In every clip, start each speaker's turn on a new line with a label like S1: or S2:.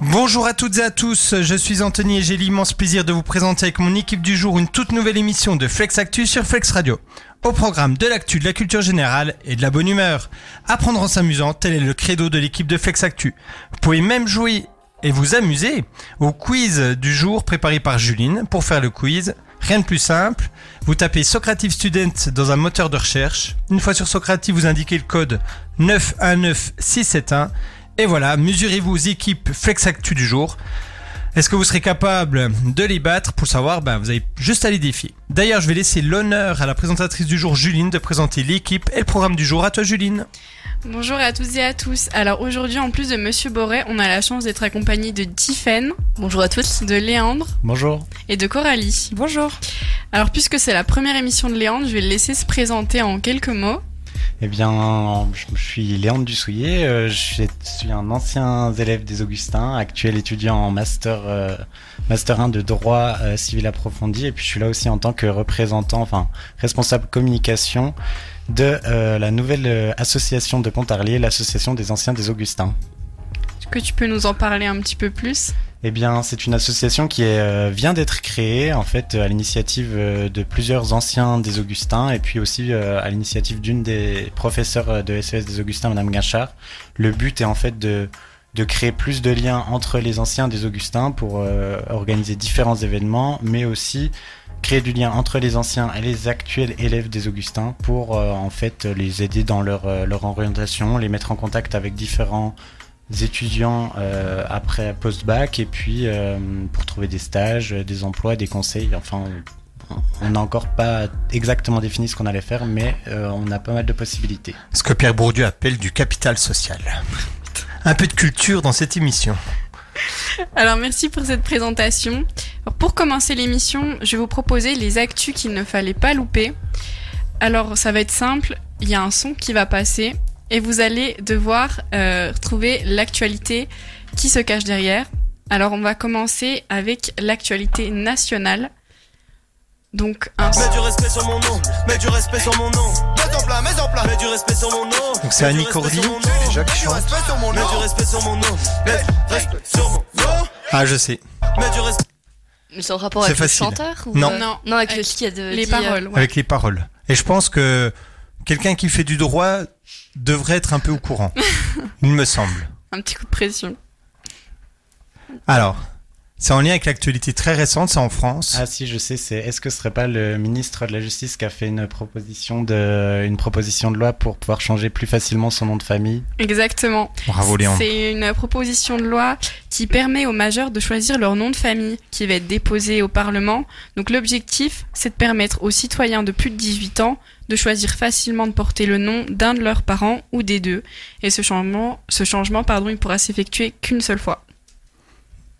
S1: Bonjour à toutes et à tous, je suis Anthony et j'ai l'immense plaisir de vous présenter avec mon équipe du jour une toute nouvelle émission de Flex Actu sur Flex Radio. Au programme de l'actu, de la culture générale et de la bonne humeur. Apprendre en s'amusant, tel est le credo de l'équipe de Flex Actu. Vous pouvez même jouer et vous amuser au quiz du jour préparé par Juline. Pour faire le quiz, rien de plus simple, vous tapez Socrative Student dans un moteur de recherche. Une fois sur Socrative, vous indiquez le code 919671 et voilà, mesurez-vous équipe Flex Actu du jour. Est-ce que vous serez capable de les battre Pour le savoir, ben, vous avez juste à les défier. D'ailleurs, je vais laisser l'honneur à la présentatrice du jour, Juline, de présenter l'équipe et le programme du jour. À toi, Juline.
S2: Bonjour à toutes et à tous. Alors aujourd'hui, en plus de Monsieur Boré, on a la chance d'être accompagné de Tiffen. Bonjour à tous. De Léandre.
S3: Bonjour.
S2: Et de Coralie. Bonjour. Alors puisque c'est la première émission de Léandre, je vais le laisser se présenter en quelques mots.
S3: Eh bien, je je suis Léandre Dussouillet, euh, je suis- je suis un ancien élève des Augustins, actuel étudiant en master, euh, master 1 de droit euh, civil approfondi, et puis je suis là aussi en tant que représentant, enfin responsable communication de euh, la nouvelle euh, association de Pontarlier, l'association des anciens des Augustins.
S2: Est-ce que tu peux nous en parler un petit peu plus
S3: Eh bien, c'est une association qui est, euh, vient d'être créée en fait euh, à l'initiative euh, de plusieurs anciens des Augustins et puis aussi euh, à l'initiative d'une des professeurs euh, de SES des Augustins, Madame Guinchard. Le but est en fait de de créer plus de liens entre les anciens des Augustins pour euh, organiser différents événements, mais aussi créer du lien entre les anciens et les actuels élèves des Augustins pour euh, en fait les aider dans leur, euh, leur orientation, les mettre en contact avec différents étudiants euh, après post-bac et puis euh, pour trouver des stages, euh, des emplois, des conseils. Enfin, on- on n'a encore pas exactement défini ce qu'on allait faire, mais euh, on a pas mal de possibilités.
S1: Ce que Pierre Bourdieu appelle du capital social. Un peu de culture dans cette émission.
S2: Alors merci pour cette présentation. Alors, pour commencer l'émission, je vais vous proposer les actus qu'il ne fallait pas louper. Alors ça va être simple, il y a un son qui va passer et vous allez devoir euh, trouver l'actualité qui se cache derrière. Alors on va commencer avec l'actualité nationale. Donc un son.
S4: bah,
S5: Mets du respect sur mon nom, mets du respect sur mon nom. Mets en plat, mets en plat. Mets du respect sur mon nom.
S1: Donc, c'est
S5: Mets
S1: Annie
S5: du respect
S1: Cordy,
S5: sur mon nom.
S1: déjà, qui
S5: Mets du
S1: chante.
S5: respect sur mon nom. Mets du respect sur mon nom. Mets respect sur mon nom.
S1: Ah, je sais.
S5: Mets du respect.
S6: Mais c'est en rapport
S1: C'est
S6: avec
S1: facile.
S6: le chanteur ou
S1: Non.
S6: euh,
S2: Non,
S6: non, avec,
S2: avec
S6: le- ce qu'il y a de
S2: les
S6: dit, euh,
S2: paroles. ouais.
S1: Avec les paroles. Et je pense que quelqu'un qui fait du droit devrait être un peu au courant. il me semble.
S2: Un petit coup de pression.
S1: Alors, c'est en lien avec l'actualité très récente, c'est en France.
S3: Ah si, je sais, c'est est-ce que ce serait pas le ministre de la Justice qui a fait une proposition de une proposition de loi pour pouvoir changer plus facilement son nom de famille
S2: Exactement.
S1: Bravo Léon.
S2: C'est une proposition de loi qui permet aux majeurs de choisir leur nom de famille qui va être déposé au Parlement. Donc l'objectif, c'est de permettre aux citoyens de plus de 18 ans de choisir facilement de porter le nom d'un de leurs parents ou des deux. Et ce changement, ce changement pardon, il pourra s'effectuer qu'une seule fois.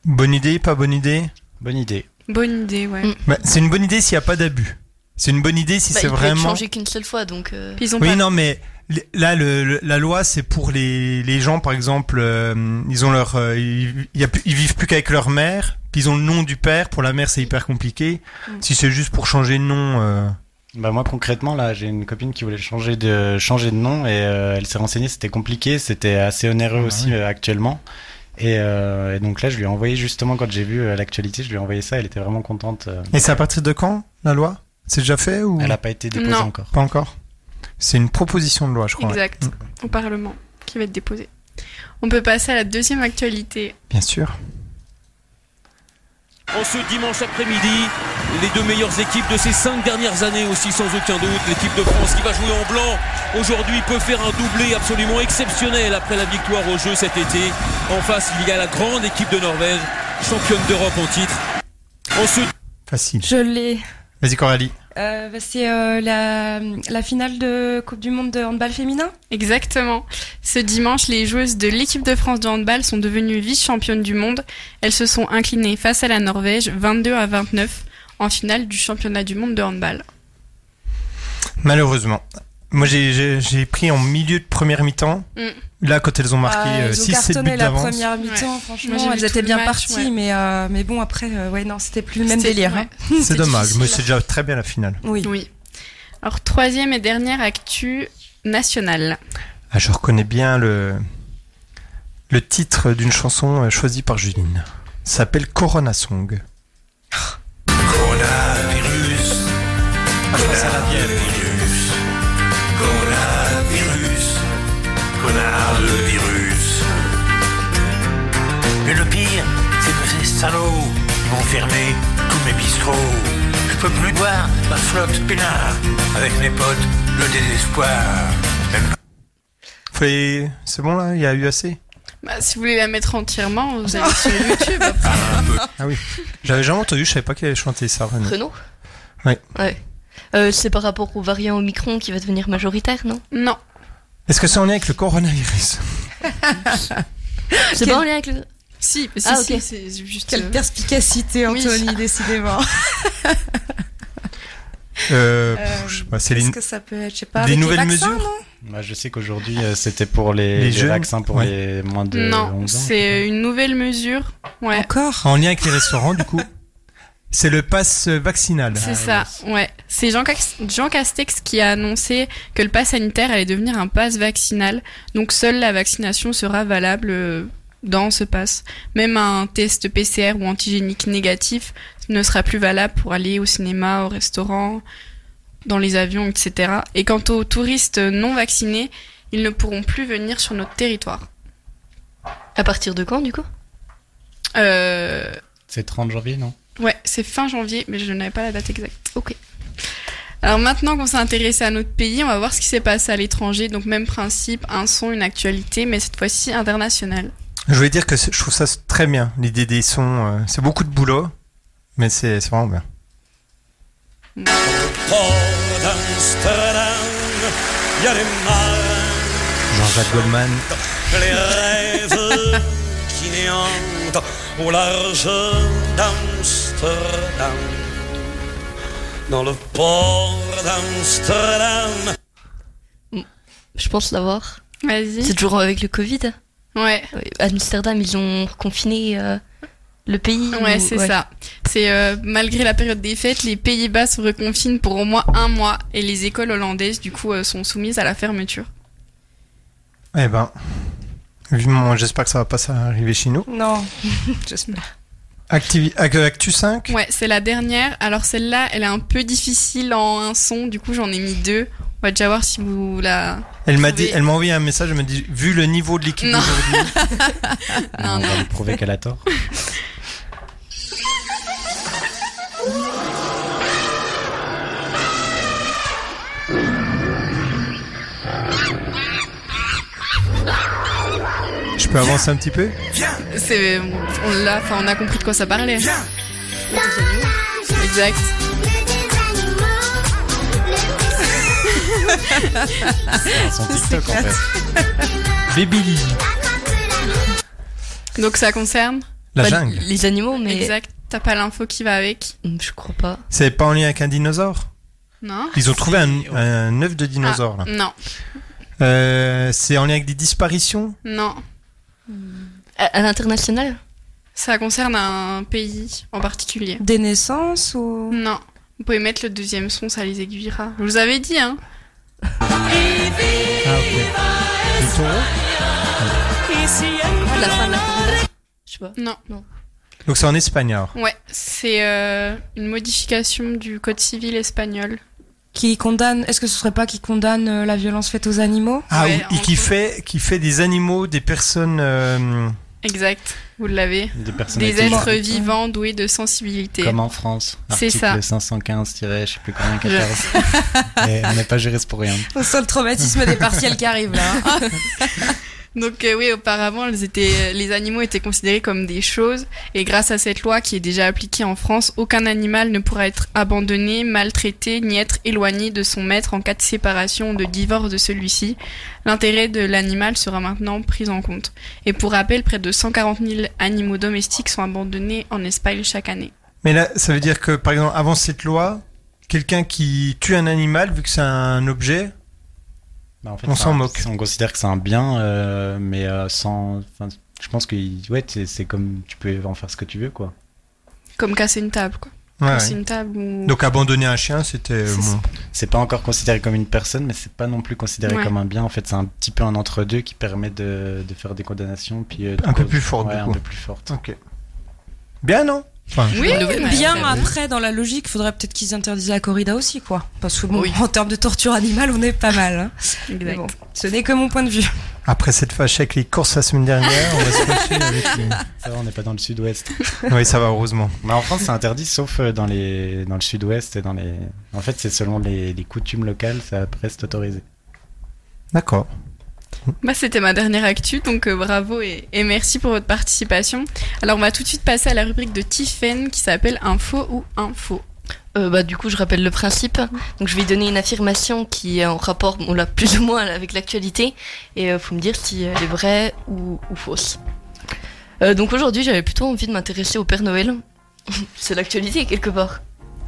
S1: Bonne idée, pas bonne idée
S3: Bonne idée.
S2: Bonne idée, ouais.
S6: Mm.
S1: Bah, C'est une bonne idée s'il n'y a pas d'abus. C'est une bonne idée si
S6: bah,
S1: c'est
S6: il peut être
S1: vraiment...
S6: changé qu'une seule fois, donc. euh,
S2: Puis ils ont
S1: Oui,
S2: pas-
S1: non, mais l- là, le- le- la loi, c'est pour les, les gens, par exemple, euh, ils ont leur, euh, ils, il y a plus- ils vivent plus qu'avec leur mère, puis ils ont le nom du père. Pour la mère, c'est hyper compliqué.
S2: Mm.
S1: Si c'est juste pour changer de nom, euh,
S3: Bah moi concrètement là j'ai une copine qui voulait changer de changer de nom et euh, elle s'est renseignée c'était compliqué c'était assez onéreux
S1: Ah
S3: aussi euh, actuellement et, euh, et donc là je lui ai envoyé justement quand j'ai vu euh, l'actualité je lui ai envoyé ça elle était vraiment contente euh,
S1: et c'est à partir de quand la loi C'est déjà fait ou
S3: elle n'a pas été déposée
S2: Non.
S3: encore
S1: pas encore C'est une proposition de loi, je crois. ouais. Mm.
S2: Exact. Au Parlement qui va être déposé. On peut passer à la deuxième actualité.
S1: Bien sûr.
S4: En ce dimanche après-midi, les deux meilleures équipes de ces cinq dernières années aussi sans aucun doute, l'équipe de France qui va jouer en blanc aujourd'hui peut faire un doublé absolument exceptionnel après la victoire au jeu cet été. En face, il y a la grande équipe de Norvège, championne d'Europe en titre. En ce
S1: Facile.
S7: Je l'ai.
S1: Vas-y, Coralie.
S7: Euh, bah, c'est euh, la, la finale de Coupe du Monde de handball féminin.
S2: Exactement. Ce dimanche, les joueuses de l'équipe de France de handball sont devenues vice-championnes du monde. Elles se sont inclinées face à la Norvège 22 à 29 en finale du championnat du monde de handball.
S1: Malheureusement. Moi, j'ai- j'ai j'ai pris en milieu de première mi-temps. Là, quand elles ont marqué
S7: Mm. Ah, ils ont
S1: 6-7
S7: cartonné
S1: buts
S7: la
S1: d'avance.
S7: première mi-temps. Franchement,
S2: Moi, j'ai vu
S7: elles
S2: tout
S7: étaient
S2: le
S7: bien
S2: match,
S7: parties,
S2: ouais.
S7: mais, euh, mais bon, après, euh, ouais, non, c'était plus le même
S2: C'était-
S7: délire.
S2: ouais.
S7: hein.
S1: C'est
S7: C'était
S1: dommage, mais
S7: difficile.
S1: c'est déjà très bien la finale.
S7: Oui.
S2: Oui. Alors, troisième et dernière actu nationale.
S1: Ah, je reconnais bien le, le titre d'une chanson euh, choisie par Juline. Ça s'appelle Corona Song.
S8: Coronavirus, connard de virus. Mais le pire, c'est que ces salauds, ils vont fermer tous mes bistrots. Je peux plus boire ma flotte peinard avec mes potes, le désespoir.
S1: Fallait- C'est bon là Il y a eu assez
S2: Bah, si vous voulez la mettre entièrement, vous allez sur YouTube. après.
S1: Ah J'avais jamais entendu, je savais pas qu'elle avait chanté ça, Renaud.
S6: Renaud
S1: Mm. Ouais.
S6: Ouais. Euh, c'est par rapport au variant Omicron qui va devenir majoritaire, non
S2: Non.
S1: Est-ce que ça en est avec le coronavirus
S6: C'est
S9: Quel-
S2: Ah,
S6: pas en lien avec le.
S2: Si, si,
S6: Ah,
S2: si,
S6: ok.
S2: c'est juste.
S9: Quelle
S2: euh,
S9: perspicacité,
S2: Oui.
S9: Anthony, décidément.
S1: euh, pff, Je sais pas, Céline.
S9: Est-ce que ça peut être, je sais pas,
S1: des
S9: avec les
S1: nouvelles
S9: vaccins,
S1: mesures
S9: non
S3: Moi, Bah, je sais qu'aujourd'hui, euh, c'était pour les,
S1: Les
S3: les
S1: jeunes,
S3: vaccins pour
S1: ouais.
S3: les moins de 11
S2: Non,
S3: ans.
S2: c'est une nouvelle mesure. Ouais.
S9: Encore
S1: En lien avec les restaurants, du coup. C'est le pass euh, vaccinal.
S2: C'est ça, ouais. C'est Jean, Cax- Jean Castex qui a annoncé que le pass sanitaire allait devenir un pass vaccinal. Donc seule la vaccination sera valable euh, dans ce pass. Même un test PCR ou antigénique négatif ne sera plus valable pour aller au cinéma, au restaurant, dans les avions, etc. Et quant aux touristes non vaccinés, ils ne pourront plus venir sur notre territoire.
S6: À partir de quand, du coup
S2: Euh,
S3: C'est 30 janvier, non
S2: Ouais, c'est fin janvier, mais je n'avais pas la date exacte. Ok. Alors maintenant qu'on s'est intéressé à notre pays, on va voir ce qui s'est passé à l'étranger. Donc même principe, un son, une actualité, mais cette fois-ci internationale.
S1: Je voulais dire que c'est- je trouve ça très bien, l'idée des sons. euh, c'est beaucoup de boulot, mais c'est c'est vraiment bien. Jean-Jacques Goldman.
S10: les rêves qui néantent au large d'Amsterdam. Dans le port d'Amsterdam.
S6: Je pense l'avoir. C'est
S2: Vas-y.
S6: toujours avec le Covid.
S2: Ouais,
S6: Ouais, Amsterdam, ils ont reconfiné euh, le pays.
S2: ouais,
S6: ou-
S2: c'est ça. C'est euh, malgré la période des fêtes, les Pays-Bas se reconfinent pour au moins un mois et les écoles hollandaises du coup euh, sont soumises à la fermeture.
S1: Eh ben, vivement, j'espère que ça va pas arriver chez nous.
S9: Non, j'espère.
S1: Activi- Ac- Actu 5
S2: Ouais, c'est la dernière. Alors celle-là, elle est un peu difficile en un son. Du coup, j'en ai mis deux. On va déjà voir si vous la.
S1: Elle m'a
S2: Trouvé.
S1: dit, elle m'a envoyé un message, elle m'a dit, vu le niveau de l'équipe
S2: Non.
S1: d'aujourd'hui.
S2: Non,
S3: On
S2: non.
S3: va lui prouver qu'elle a tort.
S1: Je peux avancer un petit peu
S2: C'est, on l'a, enfin, on a compris de quoi ça parlait. Exact.
S3: Son TikTok, en fait.
S1: Baby Lily.
S2: Donc ça concerne.
S1: La
S6: Pas
S1: jungle.
S6: Les animaux, mais.
S2: Exact. T'as pas l'info qui va avec.
S6: Hum, Je crois pas.
S1: C'est pas en lien avec un dinosaure
S2: Non.
S1: Ils ont trouvé un, un œuf de dinosaure, là.
S2: Non.
S1: Euh, c'est en lien avec des disparitions
S2: Non.
S6: À, à l'international
S2: Ça concerne un pays en particulier.
S9: Des naissances ou.
S2: Non. Vous pouvez mettre le deuxième son, ça les aiguillera. Je vous avais dit, hein.
S1: Ah, ok. Du taureau
S2: Ah,
S6: La fin de la Corrida Je sais pas.
S2: Non.
S1: Donc c'est en Espagne, alors.
S2: Ouais. C'est euh, une modification du code civil espagnol.
S9: Qui condamne. Est-ce que ce serait pas qui condamne euh, la violence faite aux animaux
S1: Ah
S2: Ouais,
S1: oui, et
S2: en
S1: qui
S2: gros.
S1: fait, qui fait des animaux, des personnes. euh,
S2: Exact. Vous l'avez.
S3: Des personnes
S2: Des
S3: avec-
S2: êtres vivants doués de sensibilité.
S3: Comme en France.
S2: C'est ça.
S3: Article 515, je sais plus combien,
S2: Je-
S3: 14. Et on n'est pas juriste pour rien.
S9: On sent le traumatisme des partiels qui arrivent
S7: hein.
S9: là.
S2: Donc euh, oui, auparavant, elles étaient- euh, les animaux étaient considérés comme des choses, et grâce à cette loi qui est déjà appliquée en France, aucun animal ne pourra être abandonné, maltraité, ni être éloigné de son maître en cas de séparation ou de divorce de celui-ci. L'intérêt de l'animal sera maintenant pris en compte. Et pour rappel, près de 140 000 animaux domestiques sont abandonnés en Espagne chaque année.
S1: Mais là, ça veut dire que, par exemple, avant cette loi, quelqu'un qui tue un animal, vu que c'est un objet,
S3: Bah, en fait,
S1: On
S3: c'est
S1: s'en
S3: un-
S1: moque.
S3: On considère que c'est un bien, euh, mais euh, sans. enfin, Je pense que ouais, c'est c'est comme tu peux en faire ce que tu veux, quoi.
S2: Comme casser une table, quoi.
S1: Ouais,
S2: C'est
S1: ouais.
S2: une table où-
S1: Ah Donc abandonner un chien, c'était
S2: C'est
S1: bon.
S3: C'est pas encore considéré comme une personne, mais c'est pas non plus considéré
S2: Ouais.
S3: comme un bien. En fait, c'est un petit peu un entre-deux qui permet de, de faire des condamnations. Puis, euh, de
S1: un peu
S3: cause-
S1: plus forte.
S3: Ouais,
S1: du
S3: un
S1: coup.
S3: peu plus forte.
S1: Ok. Bien non Enfin, je-
S9: Oui,
S6: nouvelle,
S9: Mmh, bien
S6: ouais.
S9: après, dans la logique, faudrait peut-être qu'ils interdisent la corrida aussi, quoi. Parce que bon,
S6: Oui.
S9: en termes de torture animale, on est pas mal. hein.
S2: Exact.
S9: Mais bon, ce n'est que mon point de vue.
S1: Après cette fâche avec les courses la semaine dernière, on va se fâcher avec les...
S3: Ça va, on n'est pas dans le sud-ouest.
S1: Oui, ça va, heureusement.
S3: Mais en France, c'est interdit, sauf euh, dans, les, dans le sud-ouest et dans les. En fait, c'est selon les, les coutumes locales, ça reste autorisé.
S1: D'accord.
S2: Bah, c'était ma dernière actu, donc euh, bravo et, et merci pour votre participation. Alors, on va tout de suite passer à la rubrique de Tiffen qui s'appelle Info ou Info.
S6: Euh, bah, du coup, je rappelle le principe. Donc, je vais donner une affirmation qui est en rapport, bon, là, plus ou moins avec l'actualité. Et euh, faut me dire si elle est vraie ou, ou fausse. Euh, donc, aujourd'hui, j'avais plutôt envie de m'intéresser au Père Noël. C'est l'actualité, quelque part.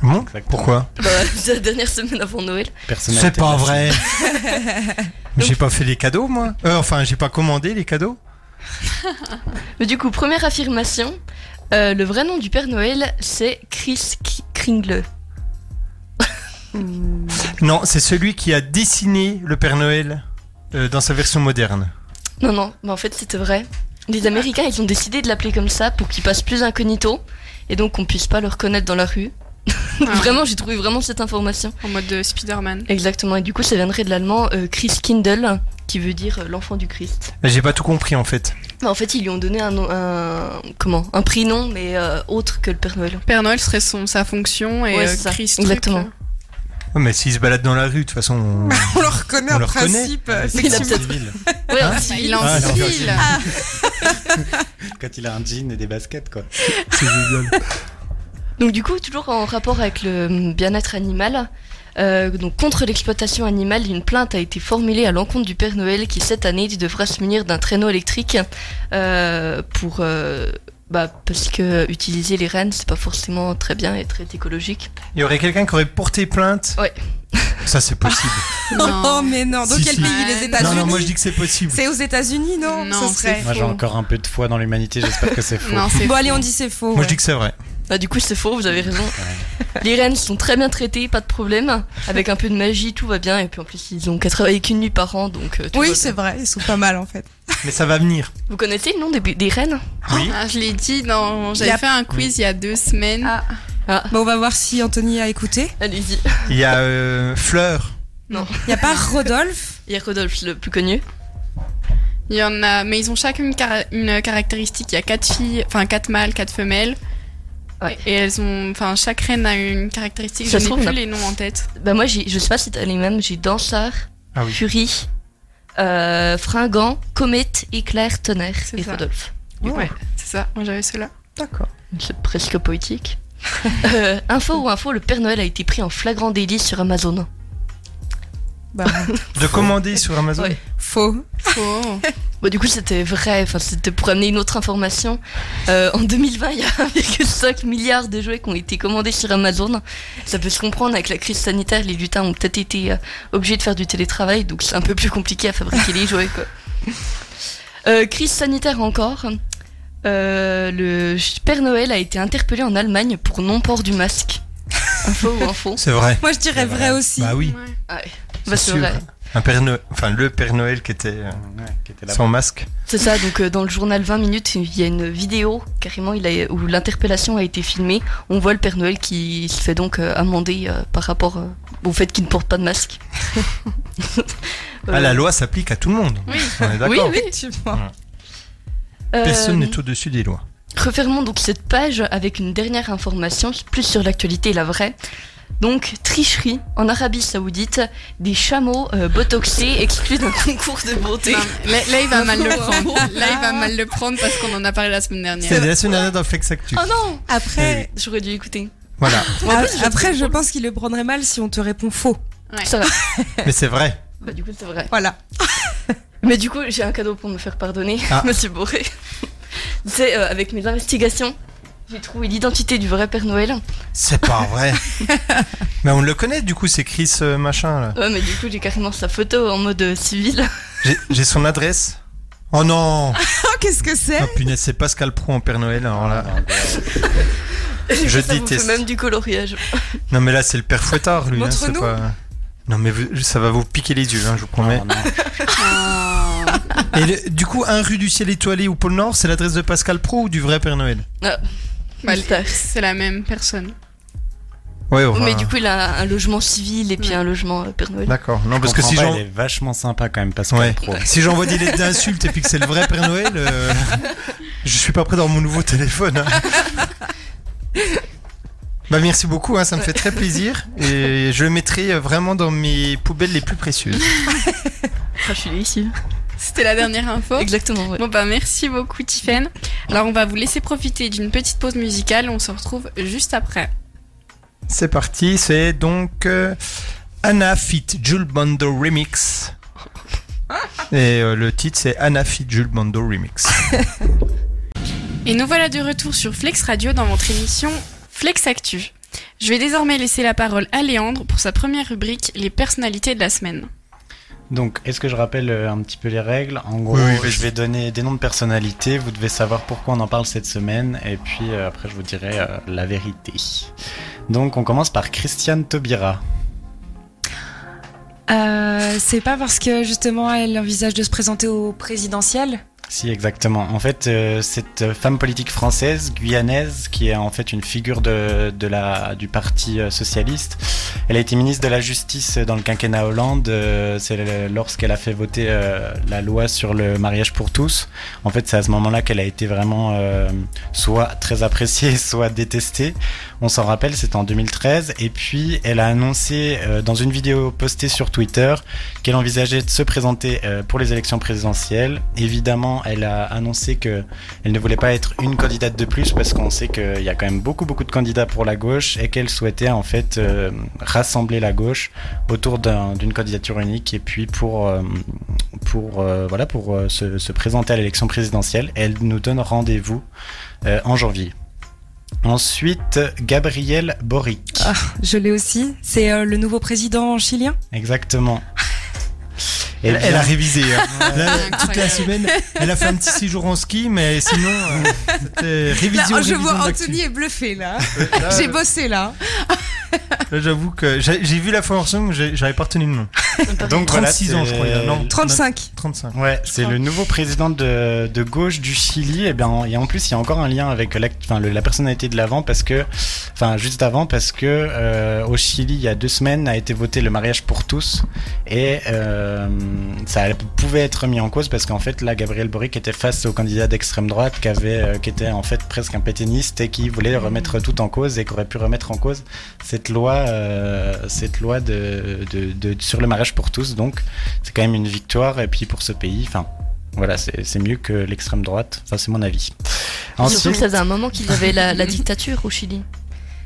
S1: Bon,
S3: Exactement.
S1: pourquoi
S6: Bah, c'est la dernière semaine avant Noël.
S3: Personnalité
S1: C'est pas
S3: de la-
S1: vrai. J'ai pas fait les cadeaux, moi. Euh, enfin, j'ai pas commandé les cadeaux.
S6: Mais du coup, première affirmation. euh, le vrai nom du Père Noël, c'est Chris K- Kringle.
S1: Non, c'est celui qui a dessiné le Père Noël euh, dans sa version moderne.
S6: Non, non, mais en fait, c'était vrai. Les Américains, ils ont décidé de l'appeler comme ça pour qu'il passe plus incognito et donc qu'on puisse pas le reconnaître dans la rue. vraiment, j'ai trouvé vraiment cette information.
S2: En mode de Spider-Man.
S6: Exactement, et du coup, ça viendrait de l'allemand euh, Chris Kindle, qui veut dire euh, l'enfant du Christ.
S1: Mais J'ai pas tout compris en fait.
S6: Bah, en fait, ils lui ont donné un, nom- un- comment un prénom, mais euh, autre que le Père Noël.
S2: Père Noël serait son, sa fonction et
S6: Ouais,
S2: euh,
S6: c'est ça.
S2: Christ.
S6: Exactement.
S2: truc, euh,
S1: Ouais, Oh, mais s'il se balade dans la rue, de toute façon. on-
S9: On le reconnaît
S1: On
S9: en
S1: le reconnaît.
S9: principe.
S3: Ouais, c'est
S6: Il a
S3: un
S6: peut-être-
S3: civil.
S6: Ouais,
S1: Hein
S6: bah, en
S2: là.
S6: civil.
S2: Il est en
S1: Ah, alors,
S2: civil.
S3: Quand il a un jean et des baskets, quoi.
S1: C'est génial.
S6: Donc du coup, toujours en rapport avec le hum, bien-être animal, euh, donc contre l'exploitation animale, une plainte a été formulée à l'encontre du Père Noël qui cette année devra se munir d'un traîneau électrique euh, pour euh, bah, parce que utiliser les rennes c'est pas forcément très bien et très écologique.
S1: Il y aurait quelqu'un qui aurait porté plainte
S6: Ouais.
S1: Ça, c'est possible.
S9: Oh,
S2: Non.
S9: mais non. Dans
S1: Si,
S9: quel
S1: si.
S9: pays Les
S1: non,
S2: Ouais,
S1: non,
S9: États-Unis
S1: moi je dis que c'est possible.
S9: C'est aux États-Unis, non
S2: Non,
S9: Ce serait.
S2: c'est-
S3: Moi, j'ai
S2: Faux.
S3: encore un peu de foi dans l'humanité, j'espère que c'est faux.
S2: Non, c'est
S9: Bon, allez,
S2: faux.
S9: on dit c'est faux.
S1: Moi
S9: ouais.
S1: je dis que c'est vrai.
S6: Bah du coup c'est faux, vous avez raison. Les rennes sont très bien traitées, pas de problème. Avec un peu de magie, tout va bien. Et puis en plus ils ont qu'à travailler qu'une nuit par an, donc euh, tout va
S9: Oui,
S6: bien.
S9: c'est vrai. Ils sont pas mal, en fait.
S1: Mais ça va venir.
S6: Vous connaissez le nom des, des rennes
S1: Oui.
S2: Ah, je l'ai dit, dans... j'avais
S9: Il y a-
S2: fait un quiz il y a deux semaines.
S9: Ah. Bon, on va voir si Anthony a écouté.
S6: Allez-y.
S1: Il y a euh, Fleur.
S9: Il y a pas Rodolphe
S6: Il y a Rodolphe le plus connu.
S2: Il y en a, mais ils ont chacune cara- une caractéristique. Il y a quatre filles, enfin quatre mâles, quatre femelles.
S6: Ouais.
S2: Et elles ont, enfin chaque reine a une caractéristique.
S6: Ça
S2: je
S6: se
S2: n'ai
S6: trouve,
S2: plus
S6: on a-
S2: les noms en tête.
S6: Bah moi, j'ai, je sais pas si t'as les mêmes, j'ai danseur,
S1: Ah oui.
S6: furie, euh, fringant, comète, éclair, tonnerre
S2: C'est
S6: et
S2: ça.
S6: Rodolphe.
S2: Ouais, c'est ça. Moi j'avais ceux-là.
S9: D'accord.
S6: C'est presque poétique. Euh, info ou info, le Père Noël a été pris en flagrant délit sur Amazon.
S9: Bah,
S1: De commander sur Amazon.
S6: Ouais.
S9: faux.
S2: Oh.
S6: Bon, Bah, du coup, c'était vrai, enfin, c'était pour amener une autre information. Euh, en 2020, il y a 1,5 milliard de jouets qui ont été commandés sur Amazon. Ça peut se comprendre, avec la crise sanitaire, les lutins ont peut-être été euh, obligés de faire du télétravail, donc c'est un peu plus compliqué à fabriquer les jouets, quoi. Euh, crise sanitaire encore. Euh, le Père Noël a été interpellé en Allemagne pour non-port du masque. Info ou info
S1: C'est vrai.
S9: Moi, je dirais
S3: C'est vrai.
S9: vrai aussi.
S1: Bah oui.
S2: Ouais.
S6: Bah, c'est
S1: sûr.
S6: vrai.
S1: Un Père Noël- enfin le Père Noël qui était euh,
S3: Ouais, qui était là.
S1: sans masque.
S6: C'est ça, donc euh, dans le journal 20 minutes, il y a une vidéo carrément il a- où l'interpellation a été filmée. On voit le Père Noël qui se fait donc euh, amender euh, par rapport euh, au fait qu'il ne porte pas de masque.
S1: Ah, la loi s'applique à tout le monde.
S2: Oui.
S1: On est d'accord. Mmh.
S6: Oui, oui.
S9: Effectivement.
S6: Euh,
S1: Personne n'est au-dessus des lois.
S6: Refermons donc cette page avec une dernière information, plus sur l'actualité, la vraie. Donc, tricherie en Arabie Saoudite, des chameaux euh, botoxés exclus d'un concours de beauté.
S2: Non, là, là, il va mal le prendre. Là il va mal le prendre parce qu'on en a parlé la semaine
S1: C'est
S2: dernière.
S1: la semaine dernière dans Flex Actu.
S6: euh, Oh non
S9: Après,
S6: J'aurais dû écouter.
S1: Eh Voilà.
S9: a- après, je pense qu'il le prendrait mal si on te répond faux.
S6: Ça va.
S1: Mais c'est vrai.
S6: Bah, du coup, c'est vrai.
S9: Voilà.
S6: Mais du coup, j'ai un cadeau pour me faire pardonner,
S1: Ah.
S6: monsieur Boré. C'est euh, avec mes investigations, j'ai trouvé l'identité du vrai Père Noël.
S1: C'est pas vrai. Mais on le connaît du coup, c'est Chris euh, machin là.
S6: Ouais, mais du coup, j'ai carrément sa photo en mode euh, civil.
S1: J'ai- J'ai son adresse. Oh non
S6: Eh
S9: Oh, qu'est-ce que c'est
S1: Oh punaise, c'est Pascal Pro en Père Noël. Alors là. Je
S6: ça vous fait
S1: déteste.
S6: même du coloriage.
S1: Non, mais là, c'est le père Fouettard, lui. hein, c'est
S6: Montre-nous.
S1: pas- Non, mais vous- ça va vous piquer les yeux, hein, je vous promets. Et le- du coup, un rue du ciel étoilé au pôle Nord, c'est l'adresse de Pascal Pro ou du vrai Père Noël
S2: Bah, c'est la même personne.
S1: Ouais, enfin,
S6: Mais du coup, il a un logement civil et puis un logement euh, Père Noël.
S1: D'accord. Non,
S3: Je
S1: parce que
S3: comprends
S1: si
S3: pas,
S1: j'en-
S3: il est vachement sympa quand même parce
S1: Ouais.
S3: pro.
S1: Si j'envoie des lettres d'insultes et puis que c'est le vrai Père Noël, euh, je suis pas prêt dans mon nouveau téléphone. hein. Bah merci beaucoup, hein, ça me fait très plaisir et je le mettrai euh, vraiment dans mes poubelles les plus précieuses.
S6: Ah, je suis ici.
S2: C'était la dernière
S6: Oh.
S2: info.
S6: Exactement, ouais.
S2: Bon bah merci beaucoup Tiffen. Alors on va vous laisser profiter d'une petite pause musicale, on se retrouve juste après.
S1: C'est parti, c'est donc euh, Anna Fit Jules Bando Remix. Et euh, le titre c'est Anna Fit Jules Bando Remix.
S2: Et nous voilà de retour sur Flex Radio dans votre émission Flex Actu. Je vais désormais laisser la parole à Léandre pour sa première rubrique, les personnalités de la semaine.
S3: Donc, est-ce que je rappelle euh, un petit peu les règles En gros,
S1: Oui, oui, vas-y.
S3: je vais donner des noms de personnalités, vous devez savoir pourquoi on en parle cette semaine, et puis euh, après je vous dirai euh, la vérité. Donc, on commence par Christiane Taubira.
S9: Euh, c'est pas parce que justement elle envisage de se présenter au présidentiel.
S3: Si, exactement. En fait, euh, cette femme politique française, guyanaise, qui est en fait une figure de, de la, du Parti euh, socialiste, elle a été ministre de la Justice euh, dans le quinquennat Hollande. euh, C'est le- lorsqu'elle a fait voter euh, la loi sur le mariage pour tous. En fait, c'est à ce moment-là qu'elle a été vraiment euh, soit très appréciée, soit détestée. On s'en rappelle, c'était en 2013. Et puis, elle a annoncé euh, dans une vidéo postée sur Twitter qu'elle envisageait de se présenter euh, pour les élections présidentielles. Évidemment, elle a annoncé que elle ne voulait pas être une candidate de plus parce qu'on sait qu'il y a quand même beaucoup beaucoup de candidats pour la gauche et qu'elle souhaitait en fait euh, rassembler la gauche autour d'un- d'une candidature unique et puis pour euh, pour euh, voilà pour euh, se, se présenter à l'élection présidentielle. Elle nous donne rendez-vous euh, en janvier. Ensuite, Gabriel Boric.
S9: Ah, je l'ai aussi. C'est euh, le nouveau président chilien.
S3: Exactement. Eh
S1: elle, elle
S3: bien-
S1: a révisé. hein. Là, toute la
S2: Incroyable.
S1: semaine, elle a fait un petit séjour en ski, mais sinon, euh, c'était révision.
S9: Là, oh, je
S1: révision
S9: vois
S1: d'actu.
S9: Anthony est bluffé là.
S1: Là,
S9: J'ai bossé là.
S1: Là, j'avoue que j'ai j'ai vu la formation, mais j'ai- j'avais pas retenu le nom.
S3: Donc
S1: 36 ans, je crois. il a- non,
S9: 35.
S1: 35.
S3: Ouais, c'est le nouveau président de, de gauche du Chili. Et bien, et en plus, il y a encore un lien avec l'act- enfin, le- la personnalité de l'avant, parce que, enfin, juste avant, parce que euh, au Chili, il y a deux semaines, a été voté le mariage pour tous, et euh, ça pouvait être mis en cause parce qu'en fait, là, Gabriel Boric était face au candidat d'extrême droite qui avait, euh, qui était en fait presque un pétainiste et qui voulait remettre tout en cause et qui aurait pu remettre en cause cette loi, euh, cette loi de, de- de- sur le mariage pour tous. Donc, c'est quand même une victoire. Et puis pour ce pays, enfin, voilà, c'est c'est mieux que l'extrême droite. Enfin, c'est mon avis.
S6: Surtout que
S3: Ensuite,
S6: ça faisait un moment qu'il y avait la, la dictature au Chili.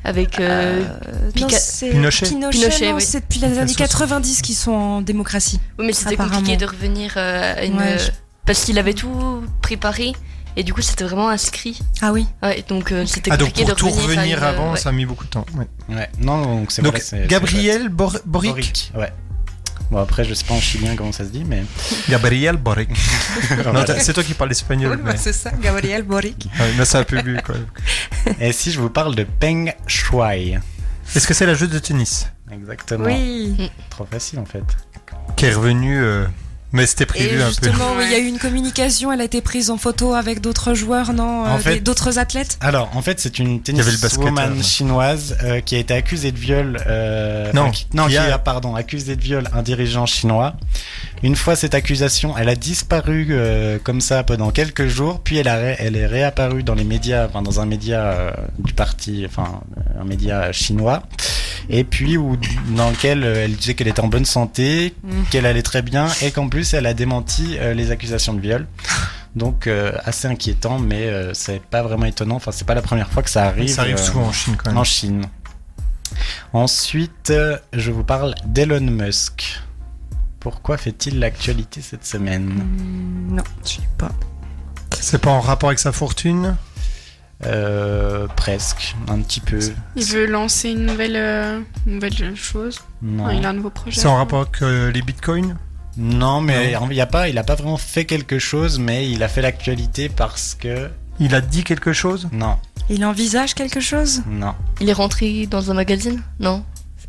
S6: Avec. euh,
S9: Non,
S6: Pica-
S9: c'est-
S1: Pinochet.
S6: Pinochet,
S9: non,
S6: oui.
S9: c'est depuis les années 90 qu'ils sont en démocratie.
S6: Oui, mais c'était
S9: Apparemment.
S6: compliqué de revenir euh, à une.
S9: Ouais, je-
S6: Parce qu'il avait tout préparé et du coup c'était vraiment inscrit.
S9: Ah oui.
S6: Ouais, donc euh, c'était
S1: Ah, donc
S6: compliqué
S1: pour
S6: de
S1: tout
S6: revenir, à
S1: revenir
S6: une, euh,
S1: avant,
S6: ouais.
S1: ça a mis beaucoup de temps. ouais.
S3: ouais, non, donc c'est
S1: Donc,
S3: voilà, c'est- c'est
S1: Gabriel Bor-
S3: chouette.
S1: Boric.
S3: Boric. Ouais. Bon, après, je sais pas en chilien comment ça se dit, mais.
S1: Gabriel Boric. non,
S3: Voilà.
S1: t'as- c'est toi qui parles espagnol. mais...
S9: bah, c'est ça, Gabriel Boric.
S1: Ah oui, là, ça a pu bu, quoi.
S3: Et si je vous parle de Peng Shuai
S1: Est-ce que c'est la joueuse de tennis
S3: Exactement.
S9: Oui.
S3: Trop facile en fait.
S1: qui est revenue euh, Mais c'était
S9: Et
S1: prévu un peu.
S9: justement, oui, il y a eu une communication, elle a été prise en photo avec d'autres joueurs, non
S3: En
S9: euh,
S3: fait-
S9: des- D'autres athlètes
S3: Alors, en fait, c'est une
S1: y avait le basketteur,
S3: tenniswoman
S1: là.
S3: chinoise euh, qui a été accusée de viol. euh,
S1: Non,
S3: enfin, qui, non,
S1: qui
S3: qui
S1: a-
S3: a, pardon, accusée de viol un dirigeant chinois. Une fois cette accusation, elle a disparu euh, comme ça pendant quelques jours, puis elle, a ré- elle est réapparue dans les médias, enfin dans un média euh, du parti, enfin euh, un média chinois, et puis où, dans lequel euh, elle disait qu'elle était en bonne santé, qu'elle allait très bien, et qu'en plus elle a démenti euh, les accusations de viol. Donc euh, assez inquiétant, mais euh, c'est pas vraiment étonnant. Enfin, c'est pas la première fois que ça arrive.
S1: ça arrive
S3: euh,
S1: souvent en Chine quand même.
S3: en Chine. Ensuite, euh, je vous parle d'Elon Musk. Pourquoi fait-il l'actualité cette semaine
S9: Non, je sais pas.
S1: C'est pas en rapport avec sa fortune
S3: Euh, Presque, un petit peu.
S2: Il veut lancer une nouvelle, euh, une nouvelle chose.
S3: Non,
S2: Enfin, il a un nouveau projet.
S1: C'est en rapport avec euh, les bitcoins
S3: Non, mais il y a pas, il a pas vraiment fait quelque chose, mais il a fait l'actualité parce que
S1: Il a dit quelque chose
S3: non.
S9: Il envisage quelque chose
S3: Non.
S6: Il est rentré dans un magazine Non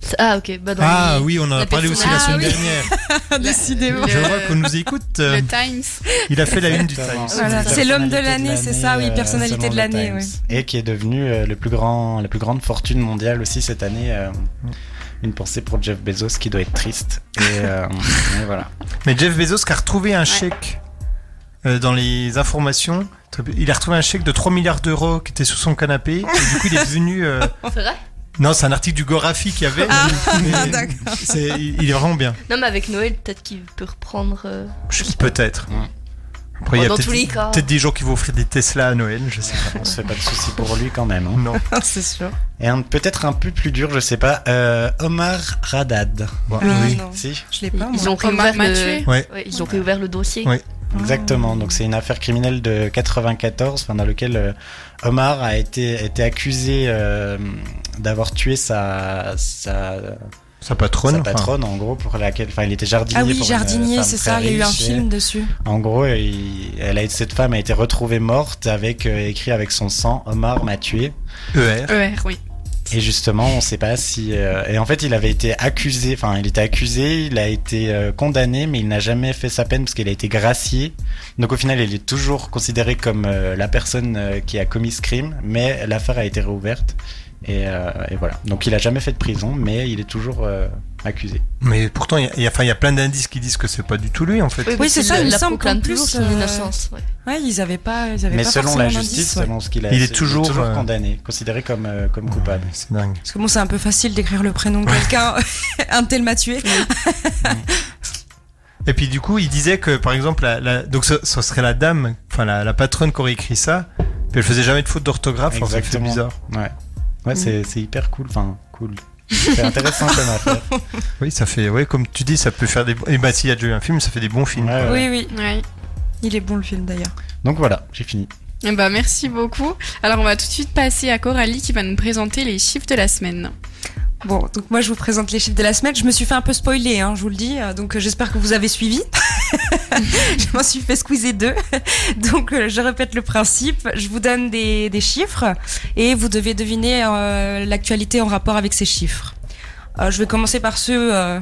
S6: C'est- Ah, ok. Bah, dans
S1: Ah
S6: les-
S1: oui, on en a
S6: la
S1: parlé aussi
S6: personne-
S1: la semaine
S6: Ah, oui.
S1: dernière.
S9: Décidément.
S1: Je vois qu'on nous écoute. euh,
S2: Le Times.
S1: Il a fait la une du
S3: Exactement.
S1: Times.
S9: Voilà, c'est l'homme de
S3: Personnalité
S9: l'année, c'est ça, oui,
S3: euh,
S9: personnalité
S3: selon
S9: de
S3: The
S9: l'année,
S3: Times.
S9: oui.
S3: Et qui est devenu euh, le plus grand, la plus grande fortune mondiale aussi cette année. euh, une pensée pour Jeff Bezos qui doit être triste. Et, euh, et voilà.
S1: Mais Jeff Bezos qui a retrouvé un chèque euh, dans les informations. Il a retrouvé un chèque de 3 milliards d'euros qui était sous son canapé. Et du coup, il est devenu. euh,
S6: C'est vrai
S1: Non, c'est un article du Gorafi qu'il y avait. mais c'est- il il est vraiment bien.
S6: Non, mais avec Noël, peut-être qu'il peut reprendre. euh,
S1: Je- Peut-être.
S3: Mm.
S1: Après, il y
S6: Bon,
S1: a
S6: dans tous les
S1: peut-être
S6: cas.
S1: peut-être des gens qui vont offrir des Tesla à Noël, je sais pas.
S3: On se fait pas de soucis pour lui quand même. hein.
S1: Non.
S9: c'est sûr.
S3: Et un- peut-être un peu plus dur, je sais pas. euh, Omar Radad.
S9: Ah, oui. non.
S3: Si.
S9: Je l'ai pas.
S6: Ils ont
S2: Omar
S6: réouvert
S2: m'a
S6: le...
S2: tué.
S1: Ouais.
S6: ouais, ils ont réouvert le dossier.
S1: Ouais.
S9: Ah.
S3: Exactement. Donc c'est une affaire criminelle de 94, enfin, dans laquelle euh, Omar a été, a été accusé euh, d'avoir tué sa, sa,
S1: Sa patronne.
S3: sa
S1: enfin.
S3: patronne, en gros, pour laquelle, enfin, il était jardinier.
S9: Ah oui,
S3: pour une
S9: jardinier,
S3: femme
S9: c'est
S3: très
S9: ça, il y a eu un
S3: riche, et-
S9: film dessus.
S3: En gros, il- elle a, cette femme a été retrouvée morte avec euh, écrit avec son sang Omar m'a tué.
S1: ER.
S2: ER, oui.
S3: Et justement, on ne sait pas si. euh, et en fait, il avait été accusé. Enfin, il était accusé, il a été euh, condamné, mais il n'a jamais fait sa peine parce qu'il a été gracié. Donc, au final, il est toujours considéré comme euh, la personne euh, qui a commis ce crime, mais l'affaire a été réouverte. Et, euh, et voilà. Donc, il a jamais fait de prison, mais il est toujours euh, accusé.
S1: Mais pourtant, il y a- il y, a- enfin, il y a plein d'indices qui disent que c'est pas du tout lui en fait.
S9: Oui, c'est ça, il me
S6: la
S9: semble qu'en
S6: proclame
S9: plus,
S6: toujours son
S9: euh,
S6: innocence. ouais.
S9: Ouais, ils avaient pas. Ils avaient
S3: Mais
S9: pas
S3: selon
S9: forcément
S3: la
S9: d'indice,
S3: justice,
S9: ouais.
S3: selon ce qu'il a,
S1: Il est
S3: c'est-
S1: toujours, euh,
S3: condamné, considéré comme, euh, comme coupable.
S1: C'est dingue.
S9: Parce que bon, c'est un peu facile d'écrire le prénom de quelqu'un. un tel m'a tué.
S1: Et puis du coup, il disait que par exemple, la, la- donc ce, ce serait la dame, enfin la, la patronne qui aurait écrit ça, puis elle faisait jamais de faute d'orthographe, alors ça fait
S3: Exactement.
S1: bizarre.
S3: Ouais, ouais c'est c'est hyper cool. Enfin, cool. C'est intéressant comme affaire.
S1: Oui, ça fait, ouais, comme tu dis, ça peut faire des. Et bah s'il y a déjà eu un film, ça fait des bons films.
S3: Ouais, ouais.
S9: Oui, oui.
S2: Ouais.
S9: Il est bon le film d'ailleurs.
S3: Donc voilà, j'ai fini.
S2: Eh ben, merci beaucoup. Alors, on va tout de suite passer à Coralie qui va nous présenter les chiffres de la semaine.
S9: Bon, donc moi je vous présente les chiffres de la semaine. Je me suis fait un peu spoiler, hein, je vous le dis. Euh, Donc euh, j'espère que vous avez suivi. je m'en suis fait squeezer deux. Donc euh, je répète le principe. Je vous donne des, des chiffres et vous devez deviner euh, l'actualité en rapport avec ces chiffres. Euh, je vais commencer par ceux euh,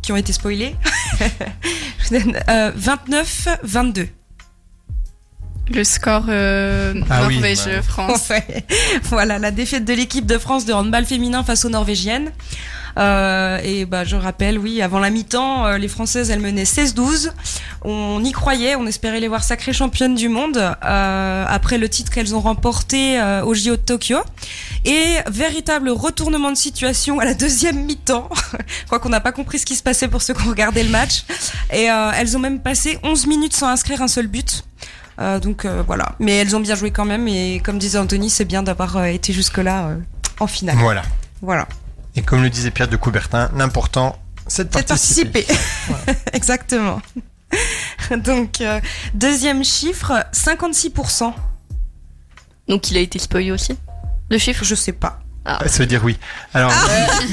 S9: qui ont été spoilés. je vous donne euh, 29, 22.
S2: Le score euh,
S1: Ah oui, bah.
S2: Norvège-France.
S9: Ouais. Voilà, la défaite de l'équipe de France de handball féminin face aux Norvégiennes. Euh, et bah, je rappelle, oui, avant la mi-temps, euh, les Françaises, elles menaient 16-12. On y croyait, on espérait les voir sacrées championnes du monde euh, après le titre qu'elles ont remporté euh, au JO de Tokyo. Et véritable retournement de situation à la deuxième mi-temps. je crois qu'on n'a pas compris ce qui se passait pour ceux qui ont regardé le match. Et euh, elles ont même passé 11 minutes sans inscrire un seul but. Euh, donc euh, voilà. Mais elles ont bien joué quand même. Et comme disait Anthony, c'est bien d'avoir euh, été jusque-là euh, en finale.
S1: Voilà.
S9: Voilà.
S1: Et comme le disait Pierre de Coubertin, l'important, c'est de
S9: C'est
S1: participer.
S9: participer. Exactement. donc, euh, deuxième chiffre 56%.
S6: Donc il a été spoilé aussi. Le chiffre
S9: Je sais pas.
S1: Ah, Ça veut dire oui. Alors.